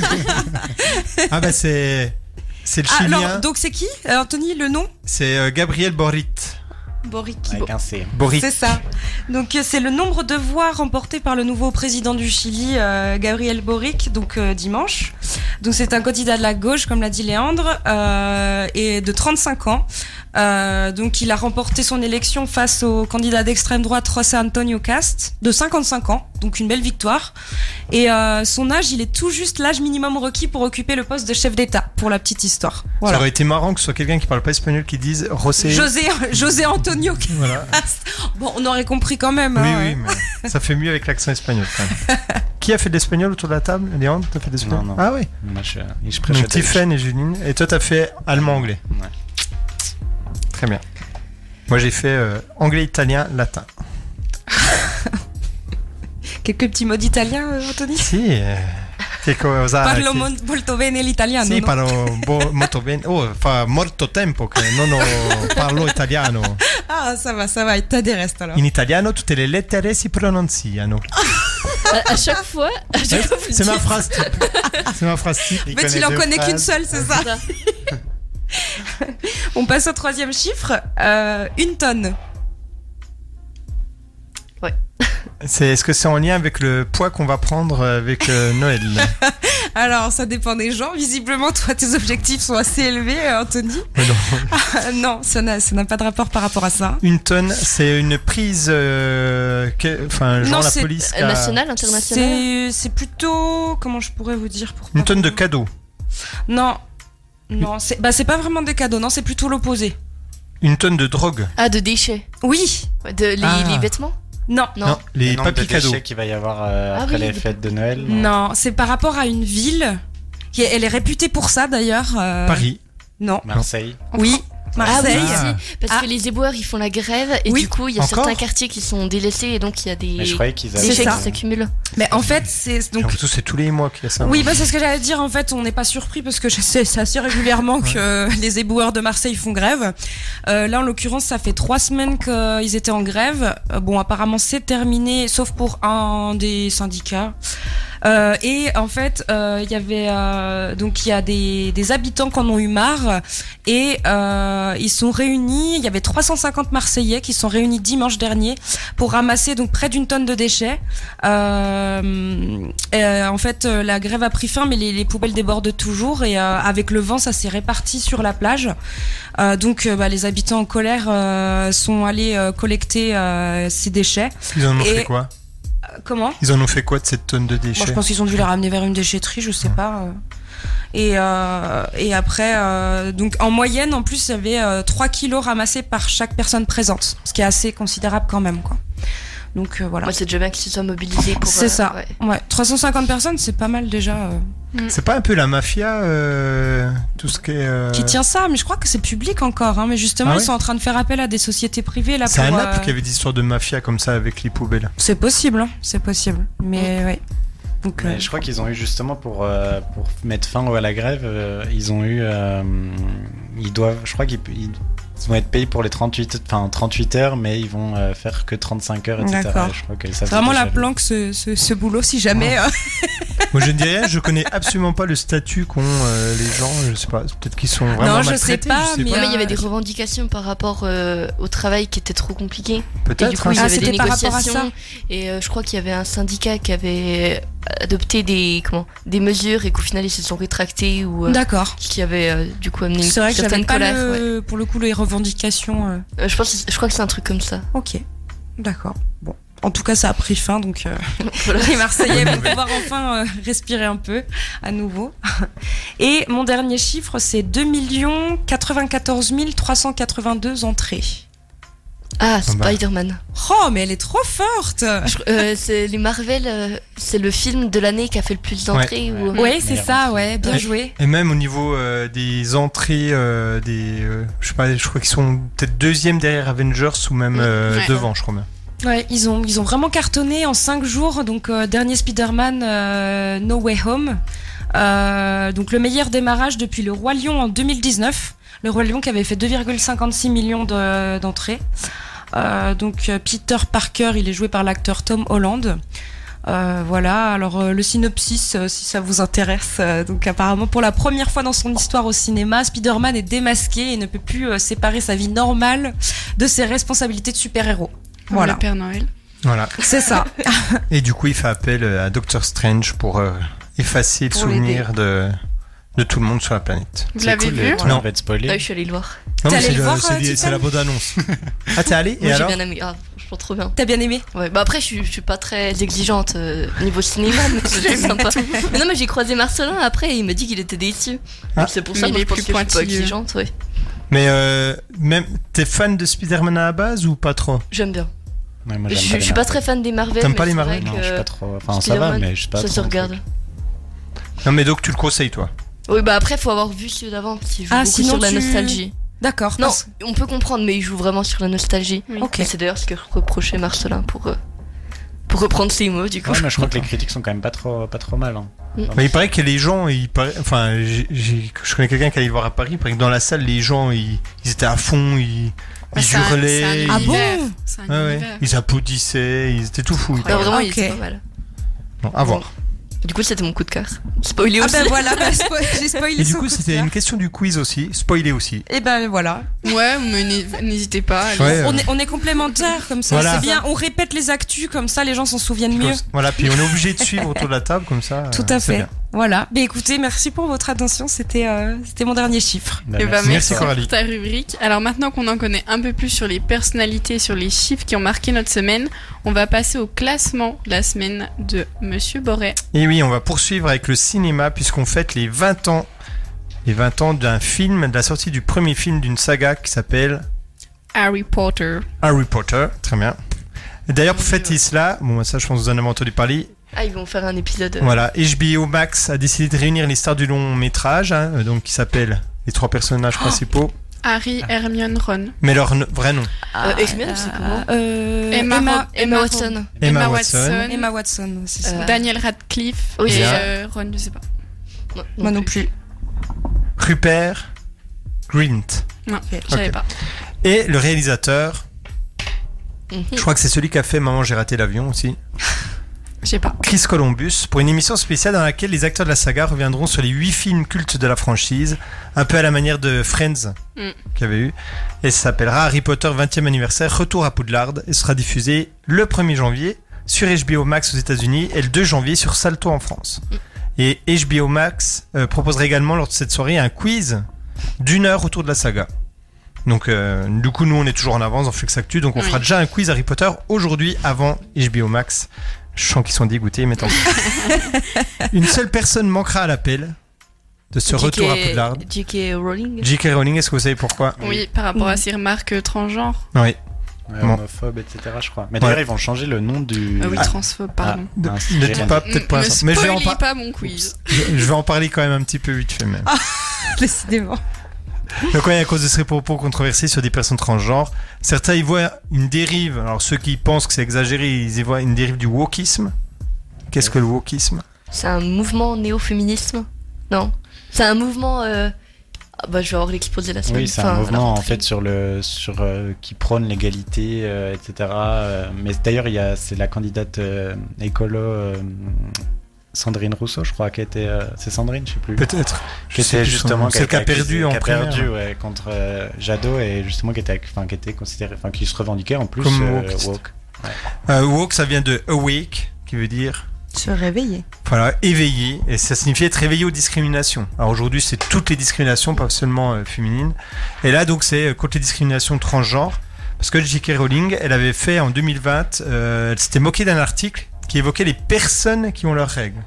S1: ah bah c'est. C'est le
S9: Ah,
S1: chilien,
S9: alors, donc c'est qui Euh, Anthony, le nom
S1: c'est euh, Gabriel Borit.
S9: Boriki.
S3: Avec un C.
S1: Borit.
S9: C'est ça. Donc euh, c'est le nombre de voix remportées par le nouveau président du Chili, euh, Gabriel Boric, donc euh, dimanche. Donc c'est un candidat de la gauche, comme l'a dit Léandre, euh, et de 35 ans. Euh, donc il a remporté son élection face au candidat d'extrême droite José Antonio Cast, de 55 ans, donc une belle victoire. Et euh, son âge, il est tout juste l'âge minimum requis pour occuper le poste de chef d'État, pour la petite histoire.
S1: Ça
S9: Voilà.
S1: aurait été marrant que ce soit quelqu'un qui parle pas espagnol qui dise José.
S9: José, José Antonio
S1: Voilà.
S9: Cast. Bon, on aurait compris quand même.
S1: Oui,
S9: hein,
S1: oui, mais ça fait mieux avec l'accent espagnol quand même. Qui a fait de l'espagnol autour de la table Léandre, t'as fait de l'espagnol
S3: Non, non.
S1: Ah oui.
S3: Moi, je, je prêche
S1: Donc
S3: à Delphes.
S1: Tiffen et Juline. Et toi, t'as fait allemand-anglais
S3: Ouais.
S1: Très bien. Moi, j'ai fait euh, anglais-italien-latin.
S9: Quelques petits mots d'italien, euh, Anthony
S1: Si. euh, Che cosa
S9: Parlo
S1: che-
S9: mon- molto bene l'italiano.
S1: Sì,
S9: Ah, no?
S1: parlo bo- molto bene. Oh, fa molto tempo che non ho- parlo italiano.
S9: Ah, ça va, ça va, et t'as des restes alors.
S1: In italiano tutte le lettere si pronunciano. Eh,
S6: à, à chaque fois,
S9: Ah,
S6: à chaque fois, vous le
S1: C'est ma
S6: dites.
S1: phrase type. C'est ma phrase type.
S9: En fait, il en connaît qu'une seule, c'est ça On passe au troisième chiffre. euh, une tonne.
S1: C'est, est-ce que c'est en lien avec le poids qu'on va prendre avec euh, Noël
S9: Alors, ça dépend des gens. Visiblement, toi, tes objectifs sont assez élevés, euh, Anthony. Ah, non, ça n'a ça n'a pas de rapport par rapport à ça.
S1: Une tonne, c'est une prise. euh, que- Enfin, genre la
S9: c'est-
S1: police. qui a-
S9: C'est- C'est plutôt. Comment je pourrais vous dire pour...
S1: Une tonne de cadeaux.
S9: Non. Non, c'est bah, c'est pas vraiment des cadeaux, non, c'est plutôt l'opposé.
S1: Une tonne de drogue.
S6: Ah, de déchets
S9: Oui
S6: de, les,
S1: Ah.
S6: les vêtements
S9: Non.
S6: Non.
S1: les
S3: Le nombre
S1: papiers
S3: de déchets
S1: cadeaux.
S3: qu'il va y avoir euh,
S6: Ah
S3: après
S6: oui,
S3: les
S6: des-
S3: fêtes de Noël.
S9: Non, c'est par rapport à une ville. qui est- Elle est réputée pour ça d'ailleurs. euh,
S3: Paris.
S9: Non.
S3: Marseille.
S9: Oui, Marseille.
S6: Ah,
S3: Ah.
S6: oui, si, parce que les éboueurs ils font la grève et
S9: Oui.
S6: du coup il y a
S9: Encore
S6: certains quartiers qui sont délaissés et donc il y a des
S3: Mais je croyais qu'ils avaient-
S6: déchets
S3: C'est ça.
S6: qui s'accumulent.
S9: Mais en fait, c'est donc.
S1: Et en plus, c'est tous les mois qu'il y a ça.
S9: Oui, bah, c'est ce que j'allais dire. En fait, on n'est pas surpris parce que je sais- c'est assez régulièrement que euh, les éboueurs de Marseille font grève. Euh, là, en l'occurrence, ça fait trois semaines qu'ils étaient en grève. Euh, bon, apparemment, c'est terminé, sauf pour un des syndicats. Euh, et en fait, euh, il y avait euh, donc il y a des, des habitants qui en ont eu marre et euh, ils sont réunis. Il y avait 350 Marseillais qui sont réunis dimanche dernier pour ramasser donc près d'une tonne de déchets. Euh, euh, en fait, euh, la grève a pris fin, mais les, les poubelles débordent toujours et euh, avec le vent, ça s'est réparti sur la plage. Euh, donc, euh, bah, les habitants en colère euh, sont allés euh, collecter euh, ces déchets.
S1: Ils en ont
S9: Et-
S1: fait quoi
S9: Euh, Comment
S1: Ils en ont fait quoi de cette tonne de
S9: moi,
S1: déchets
S9: je pense qu'ils ont dû les ramener vers une déchetterie, je sais pas. euh. Et, euh, et après, euh, donc en moyenne, en plus, il y avait euh, 3 kilos ramassés par chaque personne présente, ce qui est assez considérable quand même, quoi. Donc euh, voilà.
S6: Ouais, c'est déjà bien qu'ils se soient mobilisés pour.
S9: C'est
S6: euh,
S9: ça.
S6: ouais.
S9: Ouais, 350 personnes, c'est pas mal déjà. euh,
S1: Mm. C'est pas un peu la mafia, euh, tout ce qui est. euh,
S9: Qui tient ça, mais je crois que c'est public encore. Hein, mais justement,
S1: Ah
S9: ils
S1: oui
S9: sont en train de faire appel à des sociétés privées là
S1: C'est à
S9: pour.
S1: Naples
S9: euh,
S1: qu'il y avait des histoires de mafia comme ça avec les poubelles.
S9: C'est possible, hein, c'est possible. Mais ouais. Donc, euh,
S3: Mais je crois qu'ils ont eu justement pour, euh, pour mettre fin à la grève, euh, ils ont eu. euh, ils doivent. Je crois qu'ils ils vont être payés pour les 38, enfin, 38 heures, mais ils vont euh, faire que 35 heures, etc.
S9: D'accord.
S3: Je crois que ça,
S9: C'est vraiment la
S3: déjà-
S9: planque ce, ce, ce boulot, si jamais. euh,
S1: Moi, je ne dis rien, je connais absolument pas le statut qu'ont euh, les gens. Je sais pas, peut-être qu'ils sont vraiment maltraités. je
S6: Ouais,
S1: pas.
S6: mais euh, il y avait
S9: Euh,
S6: des revendications par rapport euh, au travail qui était trop compliqué.
S1: Peut-être,
S6: Et du coup,
S1: hein.
S6: il y
S1: Ah,
S6: avait des
S1: c'était par rapport à
S6: négociations. Et euh, je crois qu'il y avait un syndicat qui avait euh, adopté des comment des mesures et qu'au final ils se sont rétractés ou. euh,
S9: D'accord.
S6: ce Qui avait euh, du coup amené une
S9: C'est vrai que j'avais
S6: certaine
S9: pas
S6: colère. ouais.
S9: le- pour le coup les revendications. euh.
S6: Euh, je pense, je crois que c'est un truc comme ça.
S9: Ok, d'accord. Bon, en tout cas ça a pris fin donc euh,
S6: Voilà.
S9: les Marseillais
S6: Bonne
S9: vont
S6: nouvelle.
S9: pouvoir enfin euh, respirer un peu à nouveau. Et mon dernier chiffre c'est 2 94 382 entrées.
S6: Ah,
S9: Pas mal.
S6: Spider-Man.
S9: Oh mais elle est trop forte.
S6: Euh, c'est les Marvel, euh, c'est le film de l'année qui a fait le plus
S1: Ouais.
S6: d'entrées. ou- euh,
S1: Ouais, Ouais, c'est meilleur ça,
S9: ouais,
S1: Et- Et même au niveau euh, des entrées, euh, des, euh, je sais pas, je crois qu'ils sont peut-être deuxième derrière Avengers ou même euh,
S9: Ouais.
S1: devant, je crois bien.
S9: Ouais, ils ont, ils ont vraiment cartonné en 5 jours. Donc, euh, dernier Spider-Man, euh, No Way Home. Euh, donc, le meilleur démarrage depuis Le Roi Lion en 2019. Le Roi Lion qui avait fait 2,56 millions de- d'entrées. Euh, donc, euh, Peter Parker, il est joué par l'acteur Tom Holland. Euh, voilà, alors euh, le synopsis, euh, si ça vous intéresse. euh, donc apparemment, pour la première fois dans son histoire au cinéma, Spider-Man est démasqué et ne peut plus euh, séparer sa vie normale de ses responsabilités de super-héros.
S2: Comme
S9: Voilà.
S2: le Père Noël.
S1: Voilà.
S9: C'est ça.
S1: Et du coup, il fait appel euh, à Doctor Strange pour euh, effacer
S9: Pour
S1: le souvenir de, de tout le monde sur la planète.
S6: Vous l'avez vu
S1: Non.
S3: va être spoilé.
S6: Ah, je suis allée le voir.
S1: Non,
S6: T'es
S1: mais
S6: allé
S1: c'est
S6: le
S1: le-
S6: voir,
S1: c'est
S6: euh,
S1: les- c'est la
S6: Tiffany
S1: bonne annonce. Ah, t'es allé Et
S6: Moi, j'ai
S1: alors
S6: bien aimé. Ah, je trouve trop bien.
S9: T'as bien aimé
S6: Ouais, bah après, je suis, je suis pas très exigeante euh, niveau cinéma, mais c'était sympa. Mais non, mais j'ai croisé Marcelin après et il m'a dit qu'il était déçu.
S1: Ah.
S6: Donc C'est pour ça
S2: Il
S6: que je
S2: est
S6: pense
S2: plus
S6: que je suis pas
S2: pointilleux.
S6: exigeante, ouais.
S1: Mais euh, même, t'es fan de Spider-Man à la base ou pas trop
S6: J'aime bien.
S3: Ouais, moi,
S6: Je,
S3: j'aime
S6: je
S3: les
S6: suis pas
S3: Marvel.
S6: très fan des Marvel.
S1: T'aimes
S6: mais
S1: pas les
S6: c'est
S1: Marvel
S6: vrai
S1: Non,
S6: que,
S1: je suis
S6: euh,
S3: pas trop- enfin, ça va,
S6: Spider-Man,
S3: mais je suis pas
S6: Ça se
S3: trop un
S6: regarde.
S1: Non, mais donc tu le conseilles, toi
S6: Oui, bah après, faut avoir vu ceux d'avant, parce qu'ils jouent
S9: Ah,
S6: beaucoup
S9: sinon
S6: sur la
S9: tu-
S6: nostalgie.
S9: D'accord.
S6: Non,
S9: parce-
S6: on peut comprendre, mais ils jouent vraiment sur la nostalgie.
S9: Oui.
S6: Et C'est d'ailleurs ce que reprochait Marcelin pour, euh, pour reprendre ses mots, du coup.
S3: Ouais, mais je crois que les critiques sont quand même pas trop, pas trop mal. hein.
S6: Mm.
S1: Mais il paraît que les gens, ils paraît- enfin, j'ai- j'ai- je connais quelqu'un qui allait le voir à Paris, il paraît que dans la salle, les gens, ils, ils étaient à fond, ils, ils
S6: Ah,
S2: Ah, c'est un- c'est un
S1: hurlaient, ils,
S2: univers.
S9: bon
S2: C'est un
S1: Ah Ouais, ouais.
S2: univers.
S1: ils applaudissaient, ils étaient tout fous. ils
S6: Non,
S1: étaient-
S6: vraiment,
S9: Ah,
S6: il était
S9: ok.
S6: pas mal.
S1: Bon, à voir.
S6: Du coup, c'était mon coup de cœur. Spoilé
S9: Ah
S6: aussi.
S9: ben voilà, bah, spo- j'ai spoilé
S1: Et du
S9: son
S1: coup,
S9: coup de
S1: c'était
S9: cœur.
S1: une question du quiz aussi, spoilé aussi.
S9: Et ben voilà.
S2: Ouais, mais n'hé- n'hésitez pas. allez.
S1: Ouais,
S9: on,
S1: euh.
S9: est, on est complémentaires comme ça,
S1: Voilà.
S9: c'est bien. On répète les actus comme ça, les gens s'en souviennent mieux.
S1: Voilà, puis on est obligé de suivre autour de la table comme ça.
S9: Tout
S1: euh,
S9: à
S1: c'est
S9: fait.
S1: bien.
S9: Voilà. Mais écoutez, merci pour votre attention. C'était euh, c'était mon dernier chiffre.
S1: Bah,
S2: Eh ben,
S1: merci. Merci, Coralie.
S2: pour ta rubrique. Alors maintenant qu'on en connaît un peu plus sur les personnalités, sur les chiffres qui ont marqué notre semaine, on va passer au classement de la semaine de Monsieur Boré.
S1: Et oui, on va poursuivre avec le cinéma puisqu'on fête les 20 ans. Les 20 ans d'un film, de la sortie du premier film d'une saga qui s'appelle
S2: Harry Potter.
S1: Harry Potter. Très bien. Et D'ailleurs, pour fêter cela, bon, ça je pense que vous en avez entendu parler,
S6: Ah, ils vont faire un épisode. euh,
S1: Voilà, HBO Max a décidé de réunir les stars du long métrage, hein, donc qui s'appelle les trois personnages principaux,
S2: Harry,
S1: Ah.
S2: Hermione, Ron.
S1: mais leur n- vrai nom.
S6: euh, Hermione, c'est comment
S9: Euh,
S2: Emma, Emma,
S6: Emma Watson.
S1: Emma
S2: Emma
S1: Watson.
S2: Watson.
S9: Emma Watson, c'est
S6: Euh,
S9: ça.
S2: Daniel Radcliffe.
S6: Oui,
S2: et
S1: c'est ça.
S2: euh, Ron, je sais pas.
S9: Moi non plus.
S1: Rupert Grint.
S2: Non, je savais
S1: Ok.
S2: pas.
S1: Et le réalisateur,
S6: Mhm.
S1: je crois que c'est celui qui a fait Maman, j'ai raté l'avion aussi,
S2: Je sais pas.
S1: Chris Columbus, pour une émission spéciale dans laquelle les acteurs de la saga reviendront sur les huit films cultes de la franchise, un peu à la manière de Friends
S2: Mm.
S1: qu'il y avait eu. Et ça s'appellera Harry Potter 20e anniversaire, Retour à Poudlard, et sera diffusé le 1er janvier sur HBO Max aux États-Unis et le 2 janvier sur Salto en France.
S2: Mm.
S1: Et HBO Max euh, proposera également lors de cette soirée un quiz d'une heure autour de la saga. Donc euh, du coup nous on est toujours en avance en Flux Actu donc on
S2: Oui.
S1: fera déjà un quiz Harry Potter aujourd'hui avant HBO Max. Je sens qu'ils sont dégoûtés mais tant pis. Une seule personne manquera à l'appel de ce
S6: J.K.
S1: retour à Poudlard.
S6: J.K. Rowling.
S1: J.K. Rowling, est-ce que vous savez pourquoi
S2: Oui, par rapport à ses remarques euh, transgenres.
S1: Oui.
S3: Ouais,
S1: Bon.
S3: euh, homophobe, etc. Je crois. Mais d'ailleurs,
S1: Ouais.
S3: ils vont changer le nom du.
S2: Ah oui,
S3: Ah,
S2: transphobe, pardon.
S1: Ne
S3: mince,
S1: ne
S3: j'ai
S1: dites
S3: rien
S1: pas
S2: Ne
S1: Ah. peut-être pour
S2: me
S1: l'instant. Mais je vais, en
S2: spoilez
S1: par-
S2: pas mon quiz.
S1: je- je vais en parler quand même un petit peu vite fait même.
S9: Décidément.
S1: Donc ouais, à cause de ces propos controversés sur des personnes transgenres, certains y voient une dérive. Alors ceux qui pensent que c'est exagéré, ils y voient une dérive du wokisme. Qu'est-ce que le wokisme
S6: C'est un mouvement néo-féminisme Non. C'est un mouvement. euh, ah bah, je vais avoir l'exposé la semaine.
S3: Oui, c'est un
S6: Enfin,
S3: mouvement
S6: alors,
S3: en fait sur le sur euh, qui prône l'égalité, euh, etc. Euh, mais d'ailleurs, il y a c'est la candidate euh, écolo euh, Sandrine Rousseau, je crois, qui était euh, c'est Sandrine, je sais plus.
S1: Peut-être.
S3: Qui
S1: Je sais
S3: était
S1: plus son nom.
S3: justement
S1: celle qui a
S3: été accusée-
S1: perdu en
S3: qui a
S1: primaire.
S3: perdu ouais, contre euh, Jadot et justement qui était enfin qui était considéré enfin qui se revendiquait en plus
S1: Comme
S3: euh,
S1: woke.
S3: woke.
S1: Euh, woke, ça vient de awake, qui veut dire
S9: Se réveiller.
S1: Voilà, éveillé, et ça signifiait être éveillé aux discriminations. Alors aujourd'hui, c'est toutes les discriminations, pas seulement euh, féminines. Et là, donc, c'est euh, contre les discriminations transgenres, parce que J.K. Rowling, elle avait fait en 2020, euh, elle s'était moquée d'un article qui évoquait les personnes qui ont leurs règles.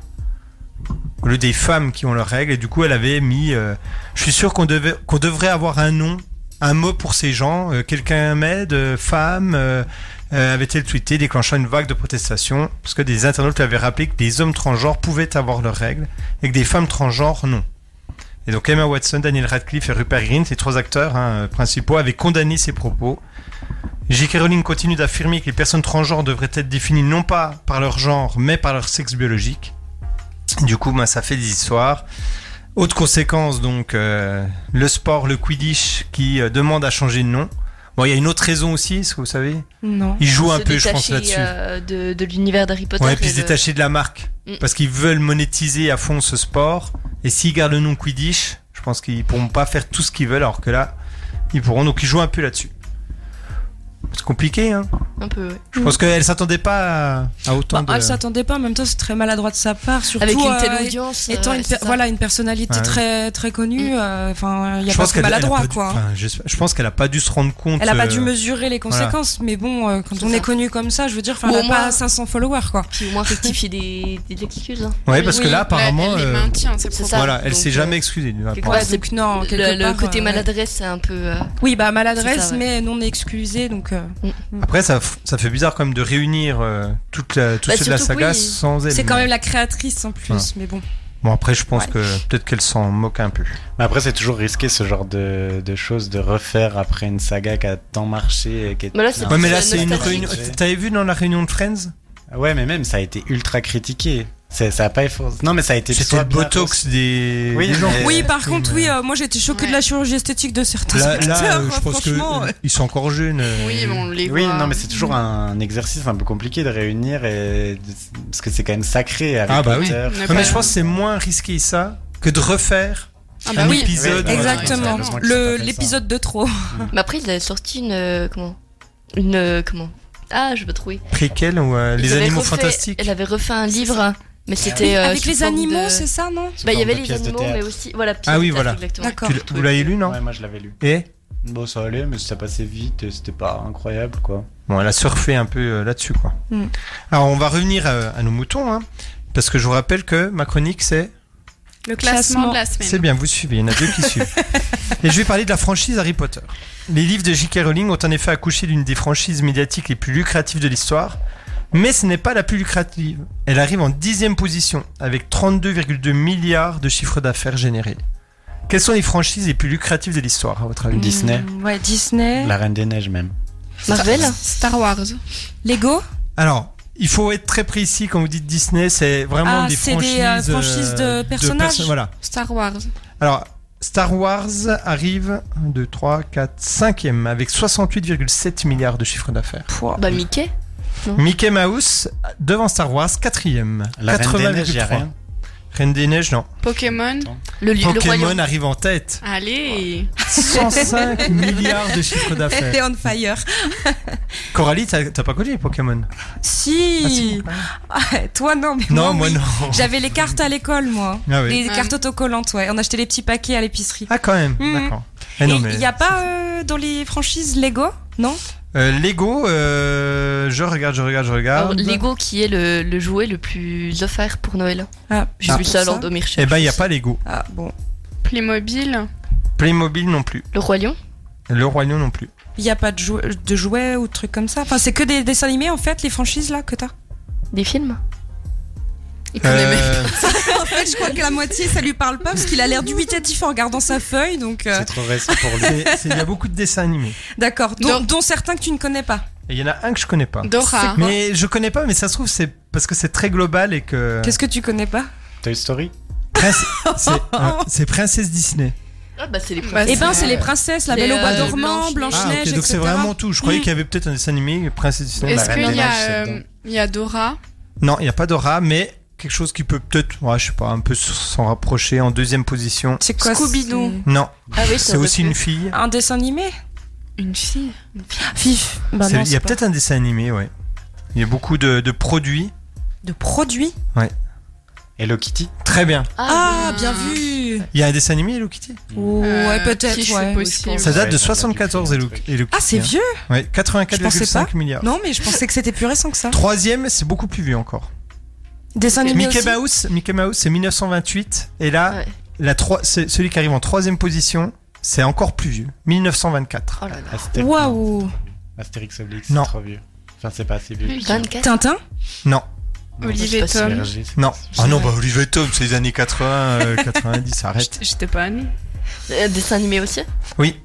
S1: Au lieu des femmes qui ont leurs règles, et du coup, elle avait mis. euh, je suis sûr qu'on devait, qu'on devrait avoir un nom, un mot pour ces gens. euh, Quelqu'un m'aide, euh, femme. euh, euh, avait-elle tweeté, déclenchant une vague de protestations, parce que des internautes lui avaient rappelé que des hommes transgenres pouvaient avoir leurs règles et que des femmes transgenres non. Et donc Emma Watson, Daniel Radcliffe et Rupert Grint, les trois acteurs hein, principaux, avaient condamné ces propos. J.K. Rowling continue d'affirmer que les personnes transgenres devraient être définies non pas par leur genre, mais par leur sexe biologique. Du coup, ben, ça fait des histoires. Autre conséquence, donc, euh, le sport, le Quidditch, qui euh, demande à changer de nom. Bon, il y a une autre raison aussi, est-ce que vous savez
S9: Non.
S1: ils jouent
S6: se
S1: un peu, je pense, là-dessus.
S6: détacher, euh, de, de l'univers d'Harry Potter. euh,
S1: ouais, puis
S6: et
S1: se
S6: de-
S1: détacher de la marque.
S6: Mm.
S1: Parce qu'ils veulent monétiser à fond ce sport. Et s'ils gardent le nom Quidditch, je pense qu'ils pourront pas faire tout ce qu'ils veulent, alors que là, ils pourront. Donc ils jouent un peu là-dessus. C'est compliqué, hein.
S6: Un peu, ouais.
S1: Je pense qu'elle s'attendait pas à, à autant
S9: Mm. Bah, Elle
S1: de.
S9: s'attendait pas, en même temps c'est très maladroit de sa part, surtout
S6: Avec une
S9: euh,
S6: telle audience.
S9: étant
S6: euh,
S9: une,
S6: c'est
S9: per-
S6: ça.
S9: voilà, une personnalité
S1: Ouais.
S9: très, très connue, euh, enfin il y a pas de
S1: qu'elle- elle a
S9: maladroit
S1: pas dû-
S9: quoi.
S1: enfin, je, je pense qu'elle a pas dû se rendre compte.
S9: Elle a pas
S1: euh,
S9: dû mesurer les conséquences, mais bon, euh, quand
S6: C'est
S9: on
S6: ça.
S9: est connu comme ça, je veux dire, enfin,
S6: Ou au
S9: elle a pas
S6: moins-
S9: 500 followers, quoi.
S6: Puis au moins rectifier des, des excuses. hein.
S1: Ouais, parce que
S9: Oui,
S1: là, apparemment.
S2: Elle, elle les
S1: euh,
S2: maintient, ses
S6: c'est
S2: propos.
S6: ça.
S1: Voilà, elle
S6: Donc,
S1: s'est
S6: euh,
S1: jamais excusée.
S6: quelque
S1: apparemment.
S6: part,
S9: donc non, quelque
S6: le, le
S9: part,
S6: côté
S9: euh,
S6: maladresse, c'est un peu. euh,
S9: Oui, bah maladresse,
S6: C'est ça, ouais.
S9: mais non excusée, donc. euh,
S1: Après, ça, f- ça fait bizarre quand même de réunir euh, toute la, tous
S6: Bah,
S1: ceux de la
S6: surtout que
S1: saga
S6: oui,
S1: sans elle.
S9: C'est quand
S1: mais-
S9: même la créatrice en plus,
S1: Voilà.
S9: mais bon.
S1: Bon, après, je pense
S9: Ouais.
S1: que peut-être qu'elle s'en moque un peu.
S3: Mais après, c'est toujours risqué ce genre de, de choses de refaire après une saga qui a tant marché. Et qui est-
S6: Mais là, c'est
S3: Non.
S1: Ouais, mais
S6: plus,
S1: là,
S6: euh,
S1: c'est une
S6: nostalgique.
S3: Ah
S1: réunion. T'avais vu dans la réunion de Friends
S3: Ouais, mais même ça a été ultra critiqué. C'est- Ça a pas effort... Non, mais ça a été.
S1: C'était
S3: soit
S1: le
S3: bien-
S1: Botox des- des gens.
S3: mais-
S9: Oui, par contre, oui, euh, moi j'étais choquée de la chirurgie esthétique de certains
S1: Là, là,
S9: acteurs.
S1: euh, je pense que
S9: franchement,
S1: euh, ils sont encore jeunes. euh,
S3: Oui, non, mais c'est toujours
S1: Mm.
S3: un exercice un peu compliqué de réunir et de- parce que c'est quand même sacré avec
S1: Ah bah oui.
S3: l'auteur.
S1: Non, mais je pense que c'est moins risqué ça que de refaire
S6: Ah bah
S1: un
S6: oui.
S1: épisode. euh,
S9: Exactement. Le- L'épisode de trop.
S6: Mais après, il a sorti une. euh, comment Une. euh, comment Ah, je vais trouver.
S1: Préquel ou euh,
S6: Ils
S1: les
S6: avaient
S1: animaux
S6: refait-
S1: fantastiques.
S6: Elle avait refait un livre, mais c'était.
S9: Oui,
S6: euh,
S9: avec
S6: sous
S9: les
S6: forme
S9: animaux,
S6: de-
S9: c'est ça, non Sous
S6: Bah, il y
S3: forme
S6: avait
S3: de
S6: les
S3: pièce de
S6: animaux, mais
S3: théâtre.
S6: aussi. Voilà, pièce
S1: Ah
S6: de
S1: oui,
S6: théâtre,
S1: voilà.
S6: exactement.
S1: Tu l- vous l'avez lu, non
S3: Ouais, moi je l'avais lu.
S1: Et
S3: Bon, ça allait, mais ça passait vite et c'était pas incroyable quoi.
S1: Bon, elle a surfé un peu euh, là-dessus, quoi.
S3: Mm.
S1: Alors, on va revenir euh, à nos moutons, hein, parce que je vous rappelle que ma chronique, c'est.
S2: Le classement de la semaine.
S1: C'est bien, vous suivez, il y en a deux qui suivent. Et je vais parler de la franchise Harry Potter. Les livres de J.K. Rowling ont en effet accouché d'une des franchises médiatiques les plus lucratives de l'histoire, mais ce n'est pas la plus lucrative. Elle arrive en dixième position, avec 32,2 milliards de chiffres d'affaires générés. Quelles sont les franchises les plus lucratives de l'histoire, à votre
S9: Mm.
S1: avis
S3: Disney.
S9: Ouais, Disney.
S3: La Reine des Neiges même.
S6: Mmh, Marvel
S9: Star Wars. Lego
S1: Alors, il faut être très précis quand vous dites Disney, c'est vraiment
S9: Ah,
S1: des
S9: c'est des,
S1: franchises,
S9: euh,
S1: euh,
S9: franchises de personnages.
S1: perso- voilà.
S2: Star Wars.
S1: Alors, Star Wars arrive 1, 2, 3, 4, 5e avec 68,7 milliards de chiffre d'affaires.
S6: Bah, Mickey non
S1: Mickey Mouse devant Star Wars 4e.
S3: La Reine des Neiges, y a rien.
S1: Reine des Neiges, non.
S2: Pokémon.
S1: Pokémon arrive en tête.
S2: Allez
S1: 105 milliards de chiffre d'affaires.
S9: T'es on fire.
S1: Coralie, t'as t'as pas connu les Pokémon
S9: Si. Ah, Toi non, mais
S1: Non, moi,
S9: oui.
S1: non.
S9: J'avais les cartes à l'école, moi.
S1: Ah oui.
S9: Les
S1: Ouais.
S9: cartes autocollantes, ouais. On achetait les petits paquets à l'épicerie.
S1: Ah, quand même,
S9: Mhm.
S1: d'accord.
S9: Et
S1: Eh non,
S9: Il
S1: mais-
S9: n'y a pas euh, dans les franchises Lego, non
S1: Euh, Lego, euh, je regarde, je regarde, je
S6: Alors,
S1: regarde.
S6: Lego qui est le, le jouet le plus offert pour Noël. J'ai
S1: Ah.
S6: vu ça lors de mes
S1: Eh
S6: recherches.
S1: ben, il n'y a pas Lego.
S9: Ah bon.
S1: bah,
S2: Playmobil.
S1: Playmobil non plus.
S6: Le Roi Lion
S1: Le Roi Lion non plus.
S9: Il n'y a pas de, jou- de jouets ou de trucs comme ça. Enfin, c'est que des dessins animés, en fait, les franchises, là, que t'as.
S6: Des films
S9: Ah,
S1: Euh,
S9: en fait, je crois que la moitié, ça lui parle pas parce qu'il a l'air dubitatif en regardant sa feuille. Donc, euh,
S3: C'est trop récent pour lui.
S1: c'est- c'est- Il y a beaucoup de dessins animés.
S9: d'accord. Dont, dont certains que tu ne connais pas.
S1: Et il y en a un que je connais pas.
S9: Dora. C'est quoi
S1: Mais je connais pas, mais ça se trouve, c'est parce que c'est très global et que.
S9: Qu'est-ce que tu connais pas
S3: Toy Story
S1: Prince- C'est euh, c'est Princesse Disney.
S6: Ah, bah, c'est les
S9: Bah,
S6: princesses.
S9: eh ben, c'est les princesses, la
S6: Les,
S9: Belle au Bois
S6: euh,
S9: dormant,
S6: Blanche-Neige.
S1: Ah, ok,
S9: Blanche-Neige,
S1: donc c'est
S9: etc.
S1: vraiment tout. Je croyais
S9: Mm.
S1: qu'il y avait peut-être un dessin animé, Princesse Disney.
S2: Est-ce
S1: Bah,
S2: qu'il y,
S1: Reine des
S2: a,
S1: Neiges, c'est
S2: euh,
S1: dedans.
S2: il y a Dora
S1: Non, il n'y a pas Dora, mais quelque chose qui peut peut-être, ouais, je sais pas, un peu s- s'en rapprocher en deuxième position.
S9: C'est quoi Scooby-Doo.
S1: Non.
S9: Ah oui, ça
S1: c'est
S9: aurait
S1: aussi
S9: pu.
S1: une fille.
S9: Un dessin animé
S2: Une fille
S9: Fif. Bah
S1: C'est-
S9: non,
S1: il y a
S9: c'est pas-
S1: peut-être un dessin animé, ouais. Il y a beaucoup de, de produits.
S9: De produits
S1: Ouais.
S3: Hello Kitty
S1: Très bien.
S9: Ah, bien vu
S1: Il y a un dessin animé Hello Kitty
S9: Oh, Ouais, peut-être,
S2: si, c'est
S9: ouais.
S2: Euh, possible.
S1: Ça date
S3: Ouais,
S1: de
S3: ça date
S1: 74 Hello, Hello Kitty.
S9: Ah, c'est
S1: hein.
S9: vieux
S1: Ouais,
S9: Je pensais
S1: 84,5
S9: pas.
S1: milliards.
S9: Non, mais je pensais que c'était plus récent que ça.
S1: Troisième, c'est beaucoup plus vieux encore.
S9: Dessin animé
S1: Mickey
S9: aussi
S1: Mouse, Mickey Mouse, c'est 1928. Et là,
S6: Ouais.
S1: la trois- c'est- celui qui arrive en troisième position, c'est encore plus vieux. 1924.
S6: Oh là
S1: Ah,
S6: là.
S3: Astérix.
S9: Waouh
S3: Astérix Obélix, c'est
S1: Non.
S3: trop vieux. Enfin, c'est pas assez vieux.
S6: 24
S9: Tintin
S1: Non.
S2: Olivier Tom.
S3: Berger, c'est-
S1: Non. Ah non, bah Olivier Tom, c'est les années 80, euh, 90, arrête.
S2: J'étais pas née.
S6: Euh, dessin animé aussi
S1: Oui.